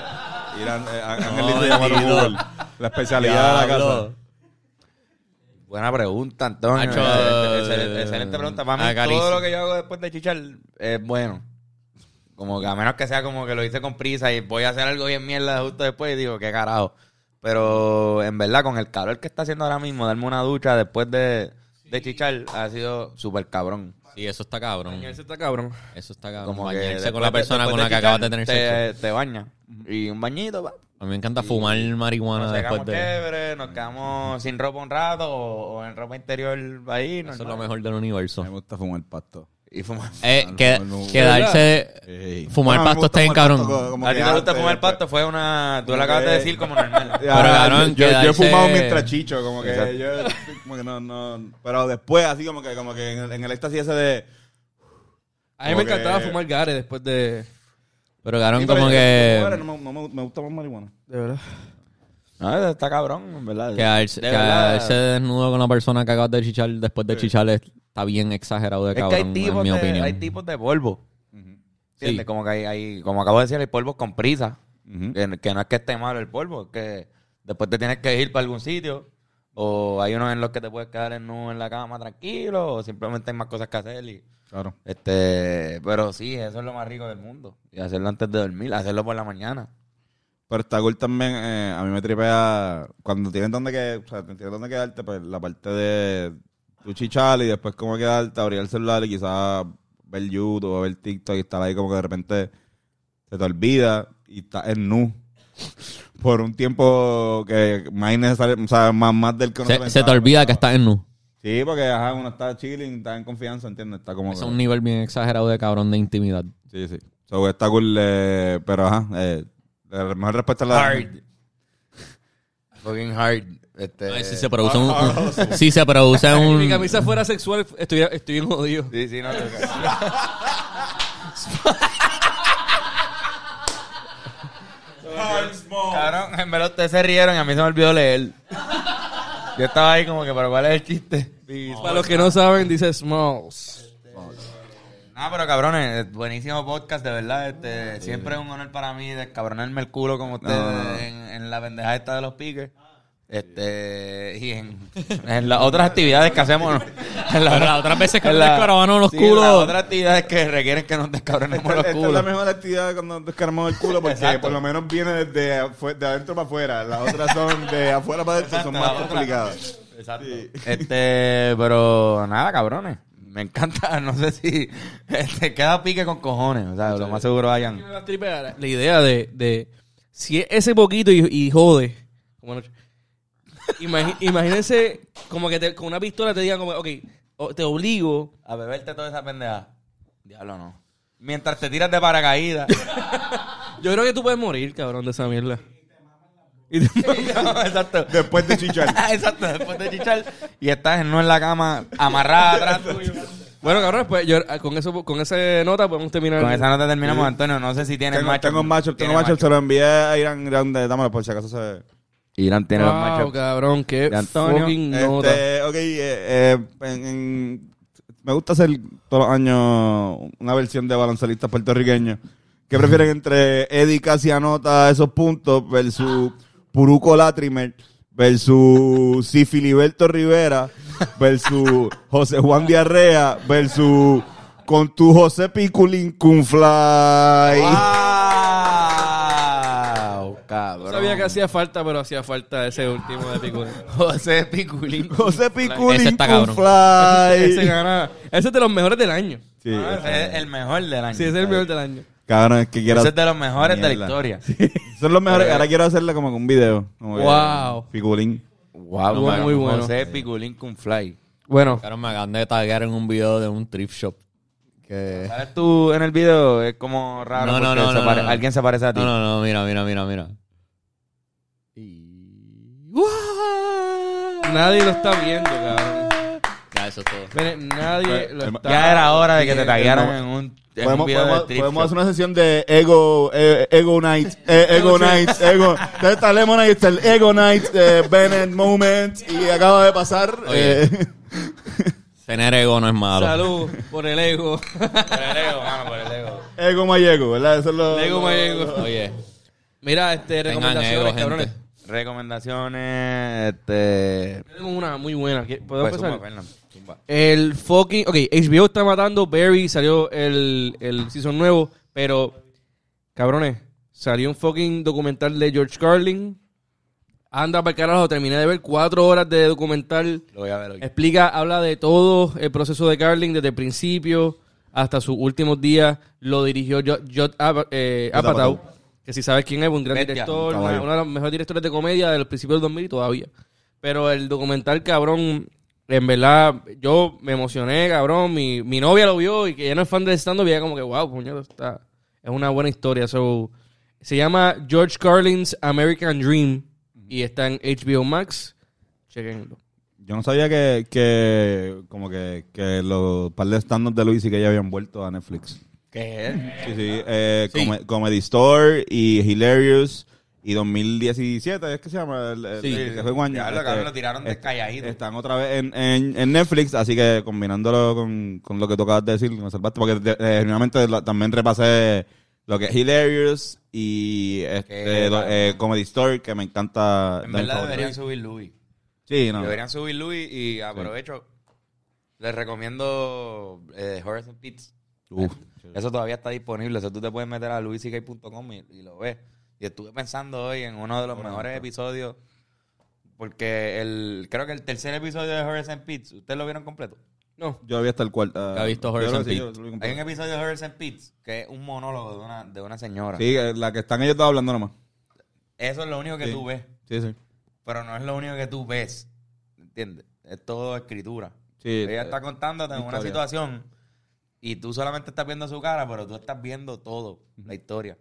A: Ir a, eh, a- a
D: No,
A: Angelito y llamarlo un
D: bendito.
A: Uber. La especialidad de la casa.
D: Diablo.
C: Buena pregunta, Antonio.
D: Hacho,
C: Eh, excelente, excelente pregunta. Para mí,
D: acaricia.
C: todo lo que yo hago después de chichar es bueno. Como que a menos que sea como que lo hice con prisa y voy a hacer algo bien mierda justo después y digo, qué carajo. Pero en verdad, con el calor que está haciendo ahora mismo, darme una ducha después de, de chichar ha sido súper cabrón.
D: Sí, eso está cabrón.
B: Ese está cabrón.
D: Eso está cabrón.
C: Como que
D: Bañarse con
C: después
D: la
C: de-
D: persona
C: después
D: con
C: de
D: la que
C: chichar,
D: acabas de tener sexo.
C: te, te baña. Y un bañito, va.
D: A mí me encanta fumar marihuana
C: Nos
D: después
C: sacamos
D: de...
C: chévere, nos quedamos sin ropa un rato o, o en ropa interior ahí.
D: Eso es
C: normal.
D: lo mejor del
A: A mí
D: universo.
A: me gusta fumar pasto. Ah,
C: Y fumar.
D: Eh, que-
A: no.
D: quedarse... Fumar pasto está bien cabrón.
C: A ti te gusta fumar pasto, fue una. Tú
A: Como
C: lo acabas
A: que-
C: de decir como normal.
D: (laughs)
A: Pero
D: cabrón,
A: yo, yo he
D: quedarse-
A: fumado mientras chicho, como
C: Exacto.
A: que, yo, como que no, no, pero después así como que, como que en, el- en el éxtasis ese de,
B: A mí me
A: Como que-
B: encantaba fumar gare después de...
D: Pero cabrón,
A: Sí, pero
D: como
A: yo-
D: que...
A: Ahora no, me- no me, me gusta más marihuana.
B: De verdad.
C: No, eso está cabrón, en verdad.
D: Quedarse,
C: De verdad.
D: quedarse desnudo con la persona que acabas de chichar después de chichar está bien exagerado de
C: Es
D: cabrón,
C: que hay
D: en
C: tipos,
D: mi
C: de,
D: opinión.
C: hay tipos de polvo.
D: Sí.
C: ¿Entiendes? Como que hay, hay- como acabo de decir, hay polvos con prisa.
A: Ujú.
C: que, que no es que esté malo el polvo, es que después te tienes que ir para algún sitio. O hay unos en los que te puedes quedar en en la cama tranquilo. O simplemente hay más cosas que hacer. Y,
A: Claro.
C: este, pero sí, eso es lo más rico del mundo. Y hacerlo antes de dormir, hacerlo por la mañana.
A: Pero está cool también, eh, a mí me tripea cuando tienes donde que, o sea, tienes donde quedarte, pues la parte de tu chichar y después como quedarte, abrir el celular y quizás ver YouTube o ver TikTok y estar ahí como que de repente se te olvida y estás en nu. (laughs) Por un tiempo que más innecesario, o sea, más, más del que uno
D: Se, se te
A: pensaba,
D: olvida
A: pero-
D: que estás en nu.
A: Sí, porque ajá, uno está chilling, está en confianza, ¿entiendes? Está como...
D: Es
A: que-
D: un nivel bien exagerado de cabrón de intimidad.
A: Sí, sí. So, está cool, eh, pero ajá, eh, la mejor respuesta es la...
C: Hard. Fucking hard. Este,
D: Ay, si se produce un, si se produce
B: Si
D: un
B: mi camisa fuera sexual, estuviera- estoy bien jodido.
C: Sí, sí, no. te- Cabrón, en verdad ustedes se rieron y a mí se me olvidó leer. Yo estaba ahí como que, pero ¿cuál es el chiste? Y-
B: Para los que no saben, dice Smalls.
C: No, pero cabrones, buenísimo podcast, de verdad. Este, Siempre es un honor para mí descabronarme el culo con ustedes En, en la pendeja esta de los piques. Este, y en, en las otras actividades que hacemos. ¿no? En la-
D: Pero las otras veces que
C: en
D: nos
C: (laughs) la-
D: descabronamos los
C: sí,
D: culos.
C: en las otras actividades que requieren que nos descabronemos los
A: Esta es la
C: culos.
A: mejor actividad cuando descaramos el culo porque por lo menos viene desde afu- de adentro para afuera. Las otras son de afuera para adentro, son más
C: la otra.
A: complicadas.
C: Exacto. Este, pero nada, cabrones. Me encanta, (laughs) no sé si este, queda pique con cojones, o sea, lo más seguro hayan.
B: Me va a tripear La idea de, de si es ese poquito y, y jode. como no- Imagi- imagínense como que te- con una pistola te digan como, ok, o- te obligo.
C: A beberte toda esa pendeja. Diablo, no. Mientras te tiras de paracaídas.
B: Yo creo que tú puedes morir, cabrón, de esa mierda. Y te
C: (laughs) No, exacto.
A: Después de chichar.
C: (laughs) exacto, después de chichar. Y estás no en la cama, amarrada atrás tuyo.
B: Bueno, cabrón, pues yo, ah, con eso, con esa nota podemos terminar.
C: Con esa nota terminamos, Antonio. No sé si tienes
A: Tengo,
C: macho.
A: tengo un macho, tengo
C: Tienes
A: macho, se lo envié a Irán, Irán de Dámelo por si acaso se...
C: Irán tiene los
B: Wow,
C: machos.
B: cabrón, qué
C: De Antonio,
B: fucking nota.
A: Este, ok, eh, eh, en- en- me gusta hacer todos los años una versión de baloncelistas puertorriqueños. ¿Qué prefieren entre Eddie casi anota esos puntos versus Puruco Latrimer versus Sifiliberto Rivera versus José Juan Diarrea versus con tu José Piculín Cunfly?
C: Wow, cabrón.
B: No sabía que hacía falta, pero hacía falta ese último de (laughs) Piculín.
C: José
B: (laughs)
C: Piculín.
A: José
D: Ese
A: Piculín
D: está cabrón.
B: Ese
A: Cunfly.
B: gana. Ese es de los mejores del año.
A: Sí, eh,
C: Ah, ese es el mejor del año.
B: Sí, ese es el mejor del año.
A: cabrón, es que quiero
C: Ese es de los mejores de la
A: Mierda.
C: historia.
A: Son los mejores. Ahora quiero hacerle como que un video. como que-
B: Wow.
A: Piculín.
C: Wow,
B: Estuvo
C: mano,
B: muy bueno.
C: José Piculín con Fly.
B: Bueno,
D: Cabrón, me acaban de taguear en un video de un thrift shop. Que...
C: ¿Sabes tú en el video? Es como raro.
D: No, no,
C: porque
D: no,
C: se
D: no,
C: pare-
D: no.
C: Alguien se parece a ti.
D: No, no, no, mira, mira, mira, mira. Y... ¡Guau!
B: nadie lo está viendo, cabrón.
D: Ya, eso es todo.
B: Mire, nadie lo está
C: Pues, em, Ya era hora de que te
B: viendo.
C: taguearan en un, en un
A: Podemos,
C: video
A: podemos-
C: de strip
A: podemos
C: shop.
A: hacer una sesión de Ego, eh, Ego Night, eh, Ego Night, Ego. Entonces Está Lemonade, está el Ego Night, eh, Bennett Moment y acaba de pasar.
D: Oye.
A: eh, (laughs)
D: Tener ego no es malo.
B: Salud por el ego.
C: Por el ego, mano, por el ego.
A: ego Mayego, ¿verdad? Eso es lo.
B: Ego, my ego.
D: Oye,
B: (laughs) Mira, este,
D: tengan ego,
B: recomendaciones,
D: gente.
B: cabrones.
C: Recomendaciones, este...
B: Yo Tengo una muy buena. ¿Qué- ¿Puedo
C: Pues,
B: empezar?
C: zumba, Fernan, zumba.
B: El fucking. Ok, HBO está matando. Barry salió el, el season nuevo. Pero, cabrones, salió un fucking documental de George Carlin. Anda para el carajo. Terminé de ver cuatro horas de documental.
C: Lo voy a ver hoy.
B: Explica, habla de todo el proceso de Carlin desde el principio hasta sus últimos días. Lo dirigió Judd Judd Ap- eh, Apatow, que si sabes quién es, un gran
C: Bestia.
B: director,
A: Caballo.
B: una, uno de los mejores directores de comedia del principio del 2000 y todavía. Pero el documental, cabrón, en verdad, yo me emocioné, cabrón. Mi, mi novia lo vio y que ella no es fan del stand-up y ella como que, wow, puñado, está... Es una buena historia. So, se llama George Carlin's American Dream y está en HBO Max. Chequenlo.
A: Yo no sabía que, que como que, que los par de stand de Luis y que ya habían vuelto a Netflix.
C: ¿Qué es?
A: Sí, sí. eh, Come- Comedy Store y Hilarious y 2017, ¿es que se llama? El, el- el que fue un año.
C: Ya lo,
A: Este,
C: cabrón, lo tiraron de
A: este,
C: calladito.
A: Están otra vez en, en, en Netflix, así que combinándolo con, con lo que tú acabas de decir, me salvaste, porque de- eh, genuinamente la- también repasé lo que es Hilarious y este,
C: Qué
A: lo- eh,
C: cabrón.
A: Comedy Store, que me encanta.
C: En
A: de mis
C: verdad deberían
A: favoritos.
C: subir Louis.
A: Sí, no.
C: Deberían subir Louis y aprovecho. Les recomiendo eh, Horace and Pete.
A: Uf.
C: Eso todavía está disponible. Eso tú te puedes meter a luisik.com y, y lo ves. Y estuve pensando hoy en uno de los mejores episodios. Porque el, creo que el tercer episodio de Horace and Pete, ¿ustedes lo vieron completo?
B: No.
A: Yo había hasta el cuarto. ah,
D: ¿Ha visto Horace and Pete?
C: Hay un episodio de Horace and Pete que es un monólogo de una, de una señora.
A: Sí, eh, la que están ellos dos hablando nomás.
C: Eso es lo único que
A: Sí.
C: tú ves.
A: Sí, sí.
C: Pero no es lo único que tú ves. ¿Entiendes? Es todo escritura.
A: Sí,
C: Ella
A: eh,
C: está contándote una
A: historia.
C: situación y tú solamente estás viendo su cara, pero tú estás viendo todo, la historia.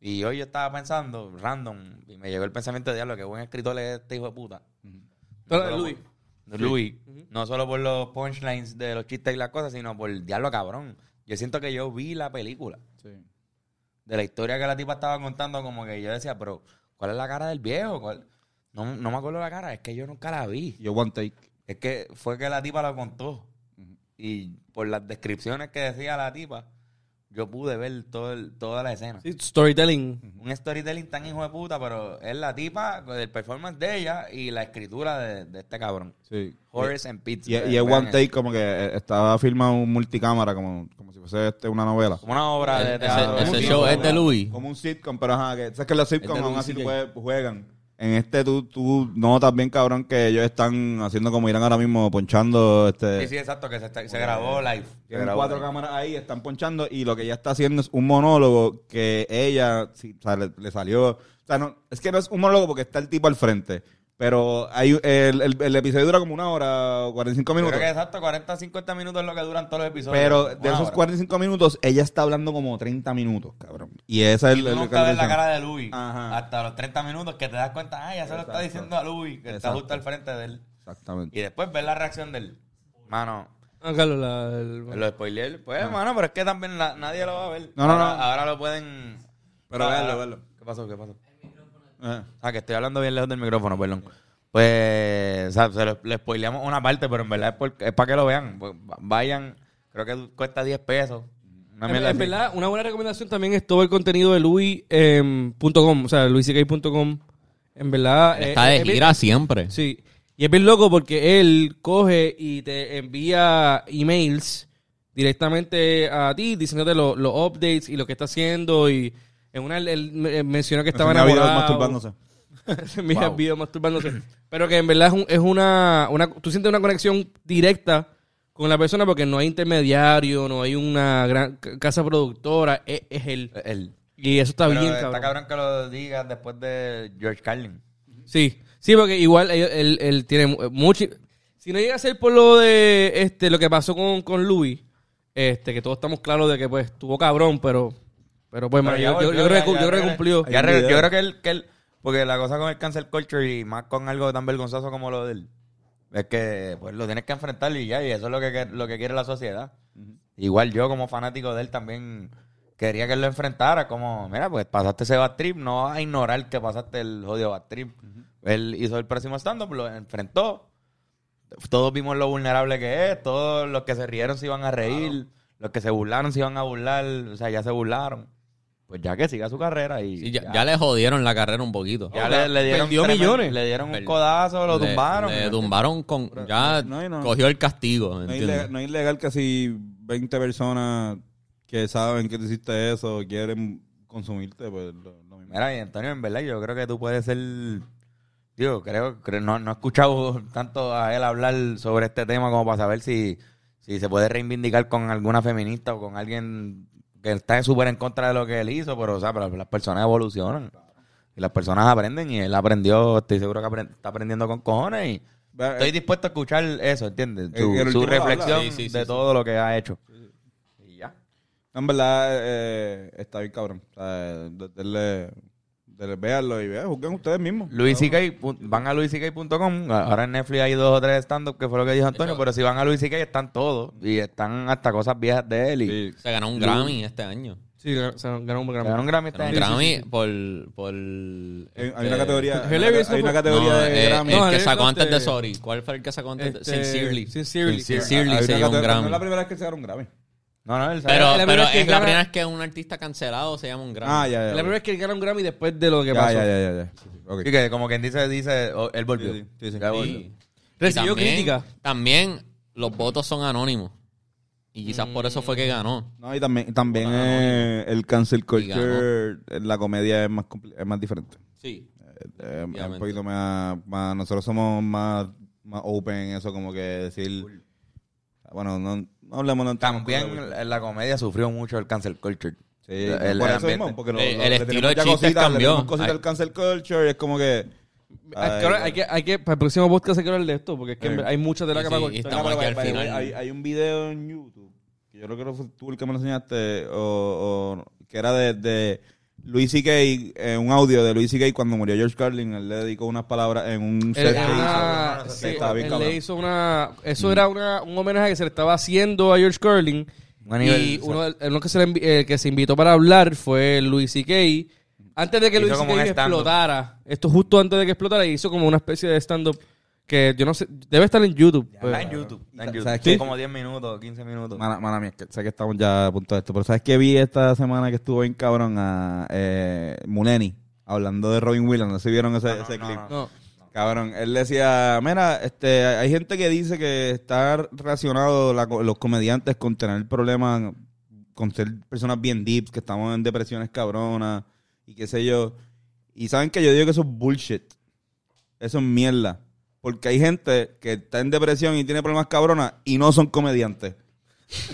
C: Y hoy yo estaba pensando, random, y me llegó el pensamiento de diablo, que buen escritor es este hijo de puta.
B: Tú hablas
C: solo
B: de Louis.
C: por- de Louis. No solo por los punchlines de los chistes y las cosas, sino por diablo cabrón. Yo siento que yo vi la película de la historia que la tipa estaba contando, como que yo decía, pero, ¿cuál es la cara del viejo? ¿Cuál? No, no me acuerdo la cara, es que yo nunca la vi.
A: Yo one take.
C: Es que fue que la tipa la contó. Y por las descripciones que decía la tipa, yo pude ver todo el- toda la escena.
B: Sí, storytelling.
C: Un storytelling tan hijo de puta, pero es la tipa, el performance de ella y la escritura de, de este cabrón.
A: Sí.
C: Horace and Pete.
A: Y, y es
C: Vean
A: one
C: eso.
A: take como que eh, estaba filmado un multicámara, como, como si fuese este, una novela.
C: Como una obra de
D: Ese-
C: teatro.
D: Ah, ese
C: Un
D: show
C: tipo,
D: es de
C: ¿no?
D: Louis.
A: Como un sitcom, pero ajá, que sabes que los sitcoms
D: El de
A: aún así
D: Louis
A: jue- juegan. En este tú, tú notas bien, cabrón, que ellos están haciendo como irán ahora mismo, ponchando este...
C: Sí, sí, exacto, que se, está- se grabó live. Se
A: Tienen
C: grabó
A: cuatro
C: live.
A: cámaras ahí, están ponchando y lo que ella está haciendo es un monólogo que ella, sí, o sea, le, le salió, o sea, no, es que no es un monólogo porque está el tipo al frente, pero hay, el, el- el episodio dura como una hora o 45
C: Yo
A: minutos,
C: Creo que exacto, 40, 50 minutos es lo que duran todos los episodios.
A: pero de
C: Una
A: esos
C: hora.
A: 45 minutos ella está hablando como 30 minutos, cabrón. Y esa es
C: Y tú
A: el- el-
C: nunca ves la cara de Luis
A: Ajá.
C: hasta los 30 minutos que te das cuenta, ah, ya se lo está
A: Exacto.
C: diciendo a Luis, que está
A: Exacto.
C: justo al frente de él.
A: Exactamente. Eh,
C: Y después ves la reacción de él. Mano,
B: Ah, Carlos, la- el-
C: lo spoiler, pues, mano, pero es que también la- nadie lo va a ver.
A: No, no,
C: ahora,
A: no.
C: Ahora lo pueden.
A: Pero
C: Ah,
A: véanlo, véanlo.
C: ¿Qué pasó? ¿Qué pasó?
A: Ajá.
C: Ah, que estoy hablando bien lejos del micrófono, perdón. Pues, o sea, se lo- le spoileamos una parte, pero en verdad es, por- es para que lo vean. Pues, va- vayan, creo que cuesta 10 pesos. Una
B: En,
C: mierda
B: en
C: así.
B: verdad, una buena recomendación también es todo el contenido de Luis.com, o sea, luisck.com. En verdad. eh,
D: Está de
B: es bien-
D: gira siempre.
B: Sí. Y es bien loco porque él coge y te envía emails directamente a ti, diciéndote lo- los updates y lo que está haciendo. Y en una, él, él me- mencionó que estaba
A: Enseña videos
B: enamorado.
A: masturbándose.
B: Se (laughs) mira el video masturbándose. Pero que en verdad es, un- es una, una- Tú sientes una conexión directa con la persona porque no hay intermediario, no hay una gran ca- casa productora. Es, es él.
C: Él.
B: Y eso está
C: Eh, Pero
B: bien,
C: está
B: cabrón.
C: cabrón que lo digas después de George Carlin.
B: Sí. Sí, porque igual él, él- él tiene mu- mucho. Si no llega a ser por lo de este lo que pasó con, con Luis, este, que todos estamos claros de que pues estuvo cabrón, pero. Pero pues,
C: Pero
B: mano, yo,
C: ya
B: yo- yo
C: volvió,
B: creo que,
C: ya- ya
B: yo creo que
C: regre-
B: cumplió.
C: ya regre- yo creo que él, que él- porque la cosa con el cancel culture y más con algo tan vergonzoso como lo de él, es que pues lo tienes que enfrentar y ya, y eso es lo que, que- lo que quiere la sociedad. Igual yo como fanático de él también quería que él lo enfrentara, como, mira, pues pasaste ese bad trip, no vas a ignorar que pasaste el jodido bad trip. Él hizo el próximo stand-up, lo enfrentó. Todos vimos lo vulnerable que es, todos los que se rieron se iban a reír, los que se burlaron se iban a burlar, o sea, ya se burlaron. Pues ya que siga su carrera y
D: Sí, ya, ya le jodieron la carrera un poquito.
C: ya le, le dieron
B: Perdió
C: tremen-
B: millones.
C: Le dieron un
D: Per-
C: codazo, lo
D: Le-
C: tumbaron.
D: Le tumbaron con. Ya
A: No, y no.
D: cogió el castigo.
A: No es,
D: ¿entiendes?
A: ilegal, no es ilegal que si 20 personas que saben que tú hiciste eso quieren consumirte, pues lo, lo mismo.
C: Mira, y Antonio, en verdad, yo creo que tú puedes ser. Digo, creo, creo- no, no he escuchado tanto a él hablar sobre este tema como para saber si, si se puede reivindicar con alguna feminista o con alguien que está súper en contra de lo que él hizo, pero, o sea, pero las personas evolucionan. Y las personas aprenden y él aprendió, estoy seguro que aprend- está aprendiendo con cojones y
A: Vea,
C: estoy
A: eh,
C: dispuesto a escuchar eso, ¿entiendes?
A: El-
C: Su,
A: el
C: su
A: último habla.
C: reflexión
D: Sí, sí, sí,
C: de
D: sí.
C: todo lo que ha hecho. Y ya.
A: en verdad eh, está bien cabrón. O sea, de- denle- denle- véanlo y vean, juzguen ustedes mismos.
C: Luis CK, pu- van a luisck.com. Ahora en Netflix hay dos o tres stand-up que fue lo que dijo Antonio, pero si van a luisck están todos y están hasta cosas viejas de él. Y
A: Sí.
D: Se ganó un Grammy este año.
B: Sí, o sea, ganó un Grammy.
C: Ganó un Grammy
D: Ganó
C: este
D: un
C: año.
D: Grammy por. por
A: Eh,
D: este,
A: Hay una categoría, hay una,
B: Hell
A: hay una categoría
D: no,
A: de
D: eh,
A: Grammy.
D: El
B: No,
D: que
B: el-
D: sacó antes de
B: este-
D: Sorry. ¿Cuál fue el que sacó antes? de-
B: Este,
D: Sincerely.
B: Sincerely.
D: Sincerely
A: Hay
D: se
A: una
D: llevó un
A: cate-
D: Grammy.
A: No es la primera vez que se gana un Grammy.
C: No, no, él sabe.
D: Pero,
B: Es la
D: pero
B: primera vez que
D: es la
B: gana-
D: primera vez que un artista cancelado se llama un Grammy.
A: Ah, ya,
B: La
A: ya.
B: primera vez que él gana un Grammy después de lo que
A: ya,
B: pasó.
A: ya, ya, ya, ya. Sí, sí, ok.
C: Sí, que como quien dice, dice, oh, él volvió.
A: Sí, sí, sí, sí.
C: Ya volvió.
D: Sí.
B: Recibió
D: Y también-
B: crítica.
D: También los votos son anónimos. Y quizás por eso fue que
B: Mm.
D: ganó.
A: No, y también, también
D: Hola,
A: eh, el cancel culture,
D: ganó.
A: eh, la comedia es más, compli- es más diferente.
D: Sí.
A: Eh, eh, es un
D: Obviamente.
A: poquito más, más- Nosotros somos más, más open en eso, como que decir... Bueno, no, no hablemos tanto.
C: También la, la comedia sufrió mucho el cancel culture.
A: Sí,
C: Eh, el
A: por eso
C: ambiente.
A: mismo, porque lo-
D: Eh,
A: lo-
D: el
A: le
D: estilo
A: tenemos
D: de
A: ya
D: chistes
A: cositas, le
D: cambió.
A: tenemos cositas
D: Ay.
A: del cancel culture, es como que...
B: Ah, Hay
A: Ay, Eh.
B: que, hablar-
A: bueno.
B: hay, que, hay que- para el próximo podcast hay que hablar de esto, porque es que
A: Sí.
B: hay mucha tela
D: Sí,
B: que para
D: sí,
B: cortar.
D: estamos aquí al
A: By the way,
D: final.
A: Hay, hay un video en YouTube, que yo creo que fue tú el que me lo enseñaste, o, o- que era de, de Luis C.K., eh, un audio de Luis C.K. cuando murió George Carlin, él le dedicó unas palabras en un
B: Él,
A: set que
B: él una-
A: hizo.
B: ah, sí,
A: Estaba bien
B: él
A: cabrón. Mm.
B: le hizo una. Eso era una, un homenaje que se le estaba haciendo a George Curling.
C: Un nivel-
B: y uno, del- el, que se le, envi- el que se invitó para hablar fue Luis C.K. Antes de que
C: Hizo
B: Luis
C: como un
B: C.K.
C: stand-up.
B: explotara, esto justo antes de que explotara, hizo como una especie de stand-up que yo no sé, debe estar en YouTube. pues. pero-
C: Está en YouTube. Está en YouTube.
A: pues, ¿Sabes qué?
C: Como 10 minutos, 15 minutos.
A: Mmana, mana mía, que- sé que estamos ya a punto de esto, pero ¿sabes qué vi esta semana que estuvo bien cabrón a eh, Muleni hablando de Robin Williams? No sé si vieron ese,
C: no,
A: ese
C: no,
A: clip.
C: no.
B: No.
A: Cabrón, él decía, mira, este, hay gente que dice que está relacionado la co- los comediantes con tener problemas, con ser personas bien deep, que estamos en depresiones cabronas y qué sé yo. Y saben que yo digo que eso es bullshit. Eso es mierda. Porque hay gente que está en depresión y tiene problemas cabronas y no son comediantes.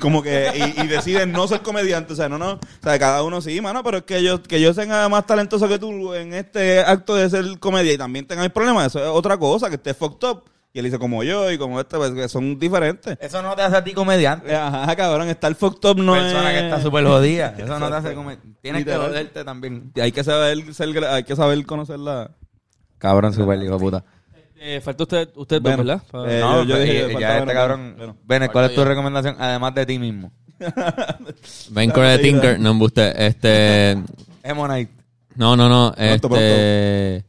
A: Como que, y, y deciden no ser comediantes. O sea, no, no. O sea, cada uno sí, mano, pero es que yo, que yo sea más talentoso que tú en este acto de ser comedia y también tengas problemas. Eso es otra cosa, que estés fucked up. Y él dice, como yo y como este, pues que son diferentes.
C: Eso no te hace a ti comediante.
A: Ajá, cabrón, estar fucked up no
C: persona
A: es...
C: que está súper jodida. Eso no
A: Pues,
C: te hace
A: Exacto.
C: comediante. Tienes que
A: Literal.
C: joderte también.
A: Hay que saber, ser- hay que saber conocerla.
C: Cabrón, súper hijo puta.
B: Eh, faltó usted, usted dos,
A: Bueno,
B: ¿verdad? Para-
A: eh,
C: No,
A: yo- yo
C: pues,
A: dije,
C: y-
A: falta
C: y ya este
A: Bennett,
C: cabrón.
A: bueno.
C: Bennett, ¿cuál es tu recomendación? Además de ti mismo.
D: Banker de Tinker, no
A: (laughs)
D: embuste. Este.
C: Emonite.
D: No, no, no.
A: Pronto,
D: Este,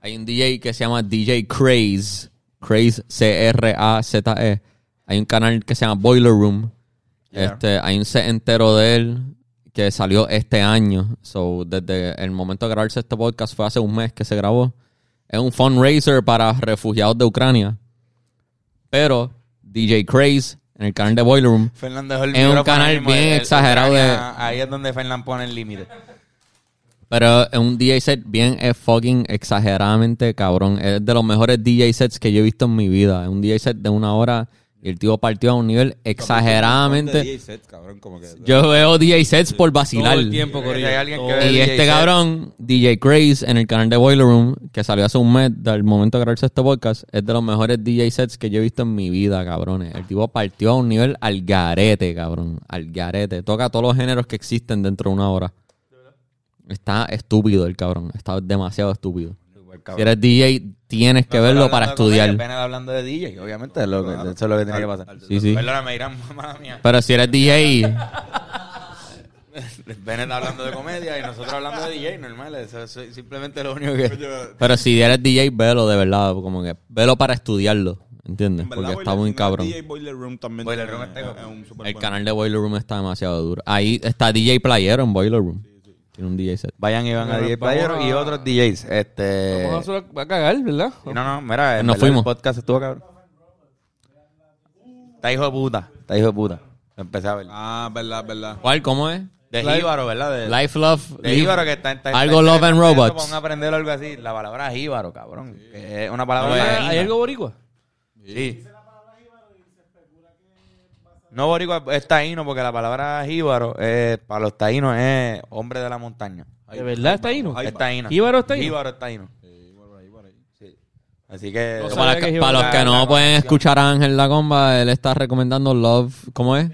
D: hay un DJ que se llama DJ Craze. Craze, C-R-A-Z-E. E. Hay un canal que se llama Boiler Room. Este, hay un set entero de él que salió este año. So, desde el momento de grabarse este podcast fue hace un mes que se grabó. Es un fundraiser para refugiados de Ucrania. Pero DJ Craze en el canal de Boiler Room.
C: Fernando dejó el
D: Es un
C: micrófono
D: canal
C: ahí mismo,
D: bien
C: el- el-
D: exagerado de-
C: Ahí es donde Fernán pone el límite.
D: Pero es un DJ set bien eh, fucking exageradamente cabrón. Es de los mejores DJ sets que yo he visto en mi vida. Es un DJ set de una hora y el tío partió a un nivel exageradamente.
A: cabrón, como que...
D: Yo veo DJ sets por
B: todo
D: vacilar.
B: el
D: Y
B: tiempo,
C: Sí,
B: Corillo.
C: Eh, hay alguien
B: Todo
C: que ve
B: el-
C: DJ
D: este
C: set.
D: cabrón, DJ Craze, en el canal de Boiler Room, que salió hace un mes del momento de grabarse este podcast, es de los mejores DJ sets que yo he visto en mi vida, cabrones. El tipo partió a un nivel al garete, cabrón. Al garete. Toca todos los géneros que existen dentro de una hora. Está estúpido el cabrón. Está demasiado estúpido. Si eres DJ, tienes que verlo para estudiar.
C: Pena hablando de DJ, obviamente. es lo que- Eso es lo que tiene que pasar.
D: Sí, sí.
C: Perdóname, Irán, (laughs) mamá mía.
D: Pero si eres DJ,
C: Bennett hablando de comedia y nosotros hablando de DJ, normal. Eso es simplemente lo único que.
D: pero si eres DJ, velo de verdad. Como que velo para estudiarlo. ¿Entiendes? Porque está muy cabrón.
A: DJ Boiler Room también.
C: Boiler
A: tiene-
C: Room está
A: es-
C: cabrón.
A: es eh, un super
D: El
A: buen-
D: canal de Boiler Room está demasiado duro. Ahí está DJ Playero en Boiler Room. Tiene un DJ set.
C: Vayan y van a
B: Bueno,
C: DJ
B: vamos
C: Player y
B: a-
C: otros DJs.
D: Eh,
C: Este.
B: Vamos a hacerlo- va a cagar, ¿verdad?
C: No, no, mira, en
D: Nos
C: verdad
D: fuimos.
C: El podcast estuvo cabrón. Está hijo de puta. Está hijo de puta. Lo Empecé a ver.
A: Ah, verdad, verdad.
D: ¿Cuál? ¿Cómo es?
C: De
D: Life-
C: Jíbaro, ¿verdad? De,
D: Life, Love.
C: de
D: Live-
C: Jíbaro que está, está- está-
D: Algo
C: está-
D: Love and
C: está-
D: Robots.
C: Van a aprender algo así. La palabra Jíbaro, cabrón. que es una
B: Ah,
C: palabra. latina.
B: ¿Hay algo boricua?
C: Sí. No, Boricua es taíno porque la palabra jíbaro eh, para los taínos es hombre de la montaña.
B: ¿De verdad está ahí, no?
C: Es taíno.
B: ¿Jíbaro es taíno?
C: Jíbaro es taíno. Sí. Así que.
B: No
D: Para,
B: sabía que
D: para los
C: Jíbaro-
D: que
C: la-
D: no
C: la
D: pueden
C: conexión.
D: escuchar a Ángel La Comba, él está recomendando Love. ¿Cómo es?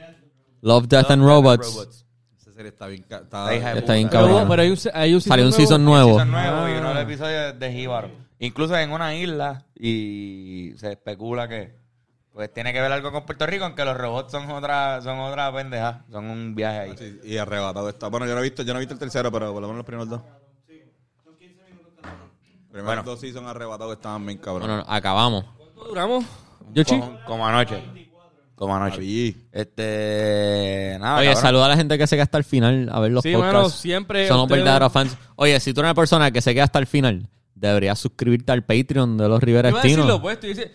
D: Love, Death and Robots.
A: Esa serie está bien... ca-
C: La hija de
D: Está bien
B: Pero,
D: cabrón.
B: pero hay un, se- hay un
D: Salió un
B: nuevo.
D: season nuevo.
C: Season nuevo y uno de los episodios de Jíbaro. Incluso en una isla y se especula que pues tiene que ver algo con Puerto Rico, aunque los robots son otra son otra pendeja, son un viaje ahí.
A: Sí, Y arrebatado está. Bueno, yo no he visto, yo no he visto el tercero, pero por lo menos los primeros dos. Primeros
C: Bueno.
A: dos sí son arrebatados, estaban bien cabrón.
D: Bueno, no, acabamos.
B: ¿Cuánto duramos? Yoshi.
C: Como, como anoche. Como anoche.
A: Allí.
C: Este, nada,
D: Oye,
C: cabrón.
D: saluda a la gente que se queda hasta el final a ver los
B: Sí,
D: podcasts.
B: mano, siempre
D: Son los
B: ustedes-
D: verdaderos fans. Oye, si tú eres una persona que se queda hasta el final, deberías suscribirte al Patreon de los Rivera
B: Yo iba a
D: Estinos.
B: decir lo opuesto. yo decía,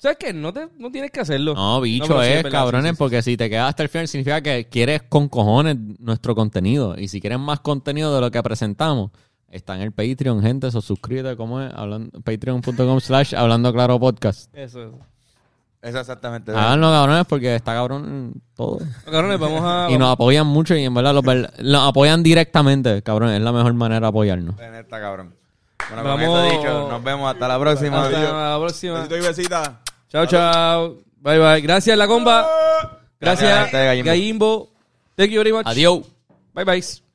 B: ¿Sabes qué? No, te, no tienes que hacerlo.
D: No, bicho
B: pero sí,
D: es,
B: verdad,
D: cabrones,
B: sí, sí, sí.
D: porque si te quedas hasta el final significa que quieres con cojones nuestro contenido. Y si quieres más contenido de lo que presentamos, está en el Patreon, gente. Eso suscríbete, ¿cómo es? Hablando- Patreon.com slash hablando claro
B: (laughs)
D: podcast.
B: Eso, eso.
C: Es exactamente.
D: Háganlo, cabrones, porque está cabrón todo.
B: Cabrones, Ah, vamos a...
D: (laughs) Y nos apoyan mucho y en verdad los, ver- nos apoyan directamente, cabrones. Es la mejor manera de apoyarnos.
C: En esta, cabrón. Bueno, con
B: Vamos.
C: esto dicho, nos vemos hasta la próxima.
B: Hasta
C: Adiós.
B: la próxima.
E: Besito y besita.
B: Chao, chao. Bye, bye. Gracias, La Comba.
C: Gracias,
B: Gracias,
C: gente de Gallimbo.
B: Gallimbo. Thank you very much.
D: Adiós.
B: Bye, bye.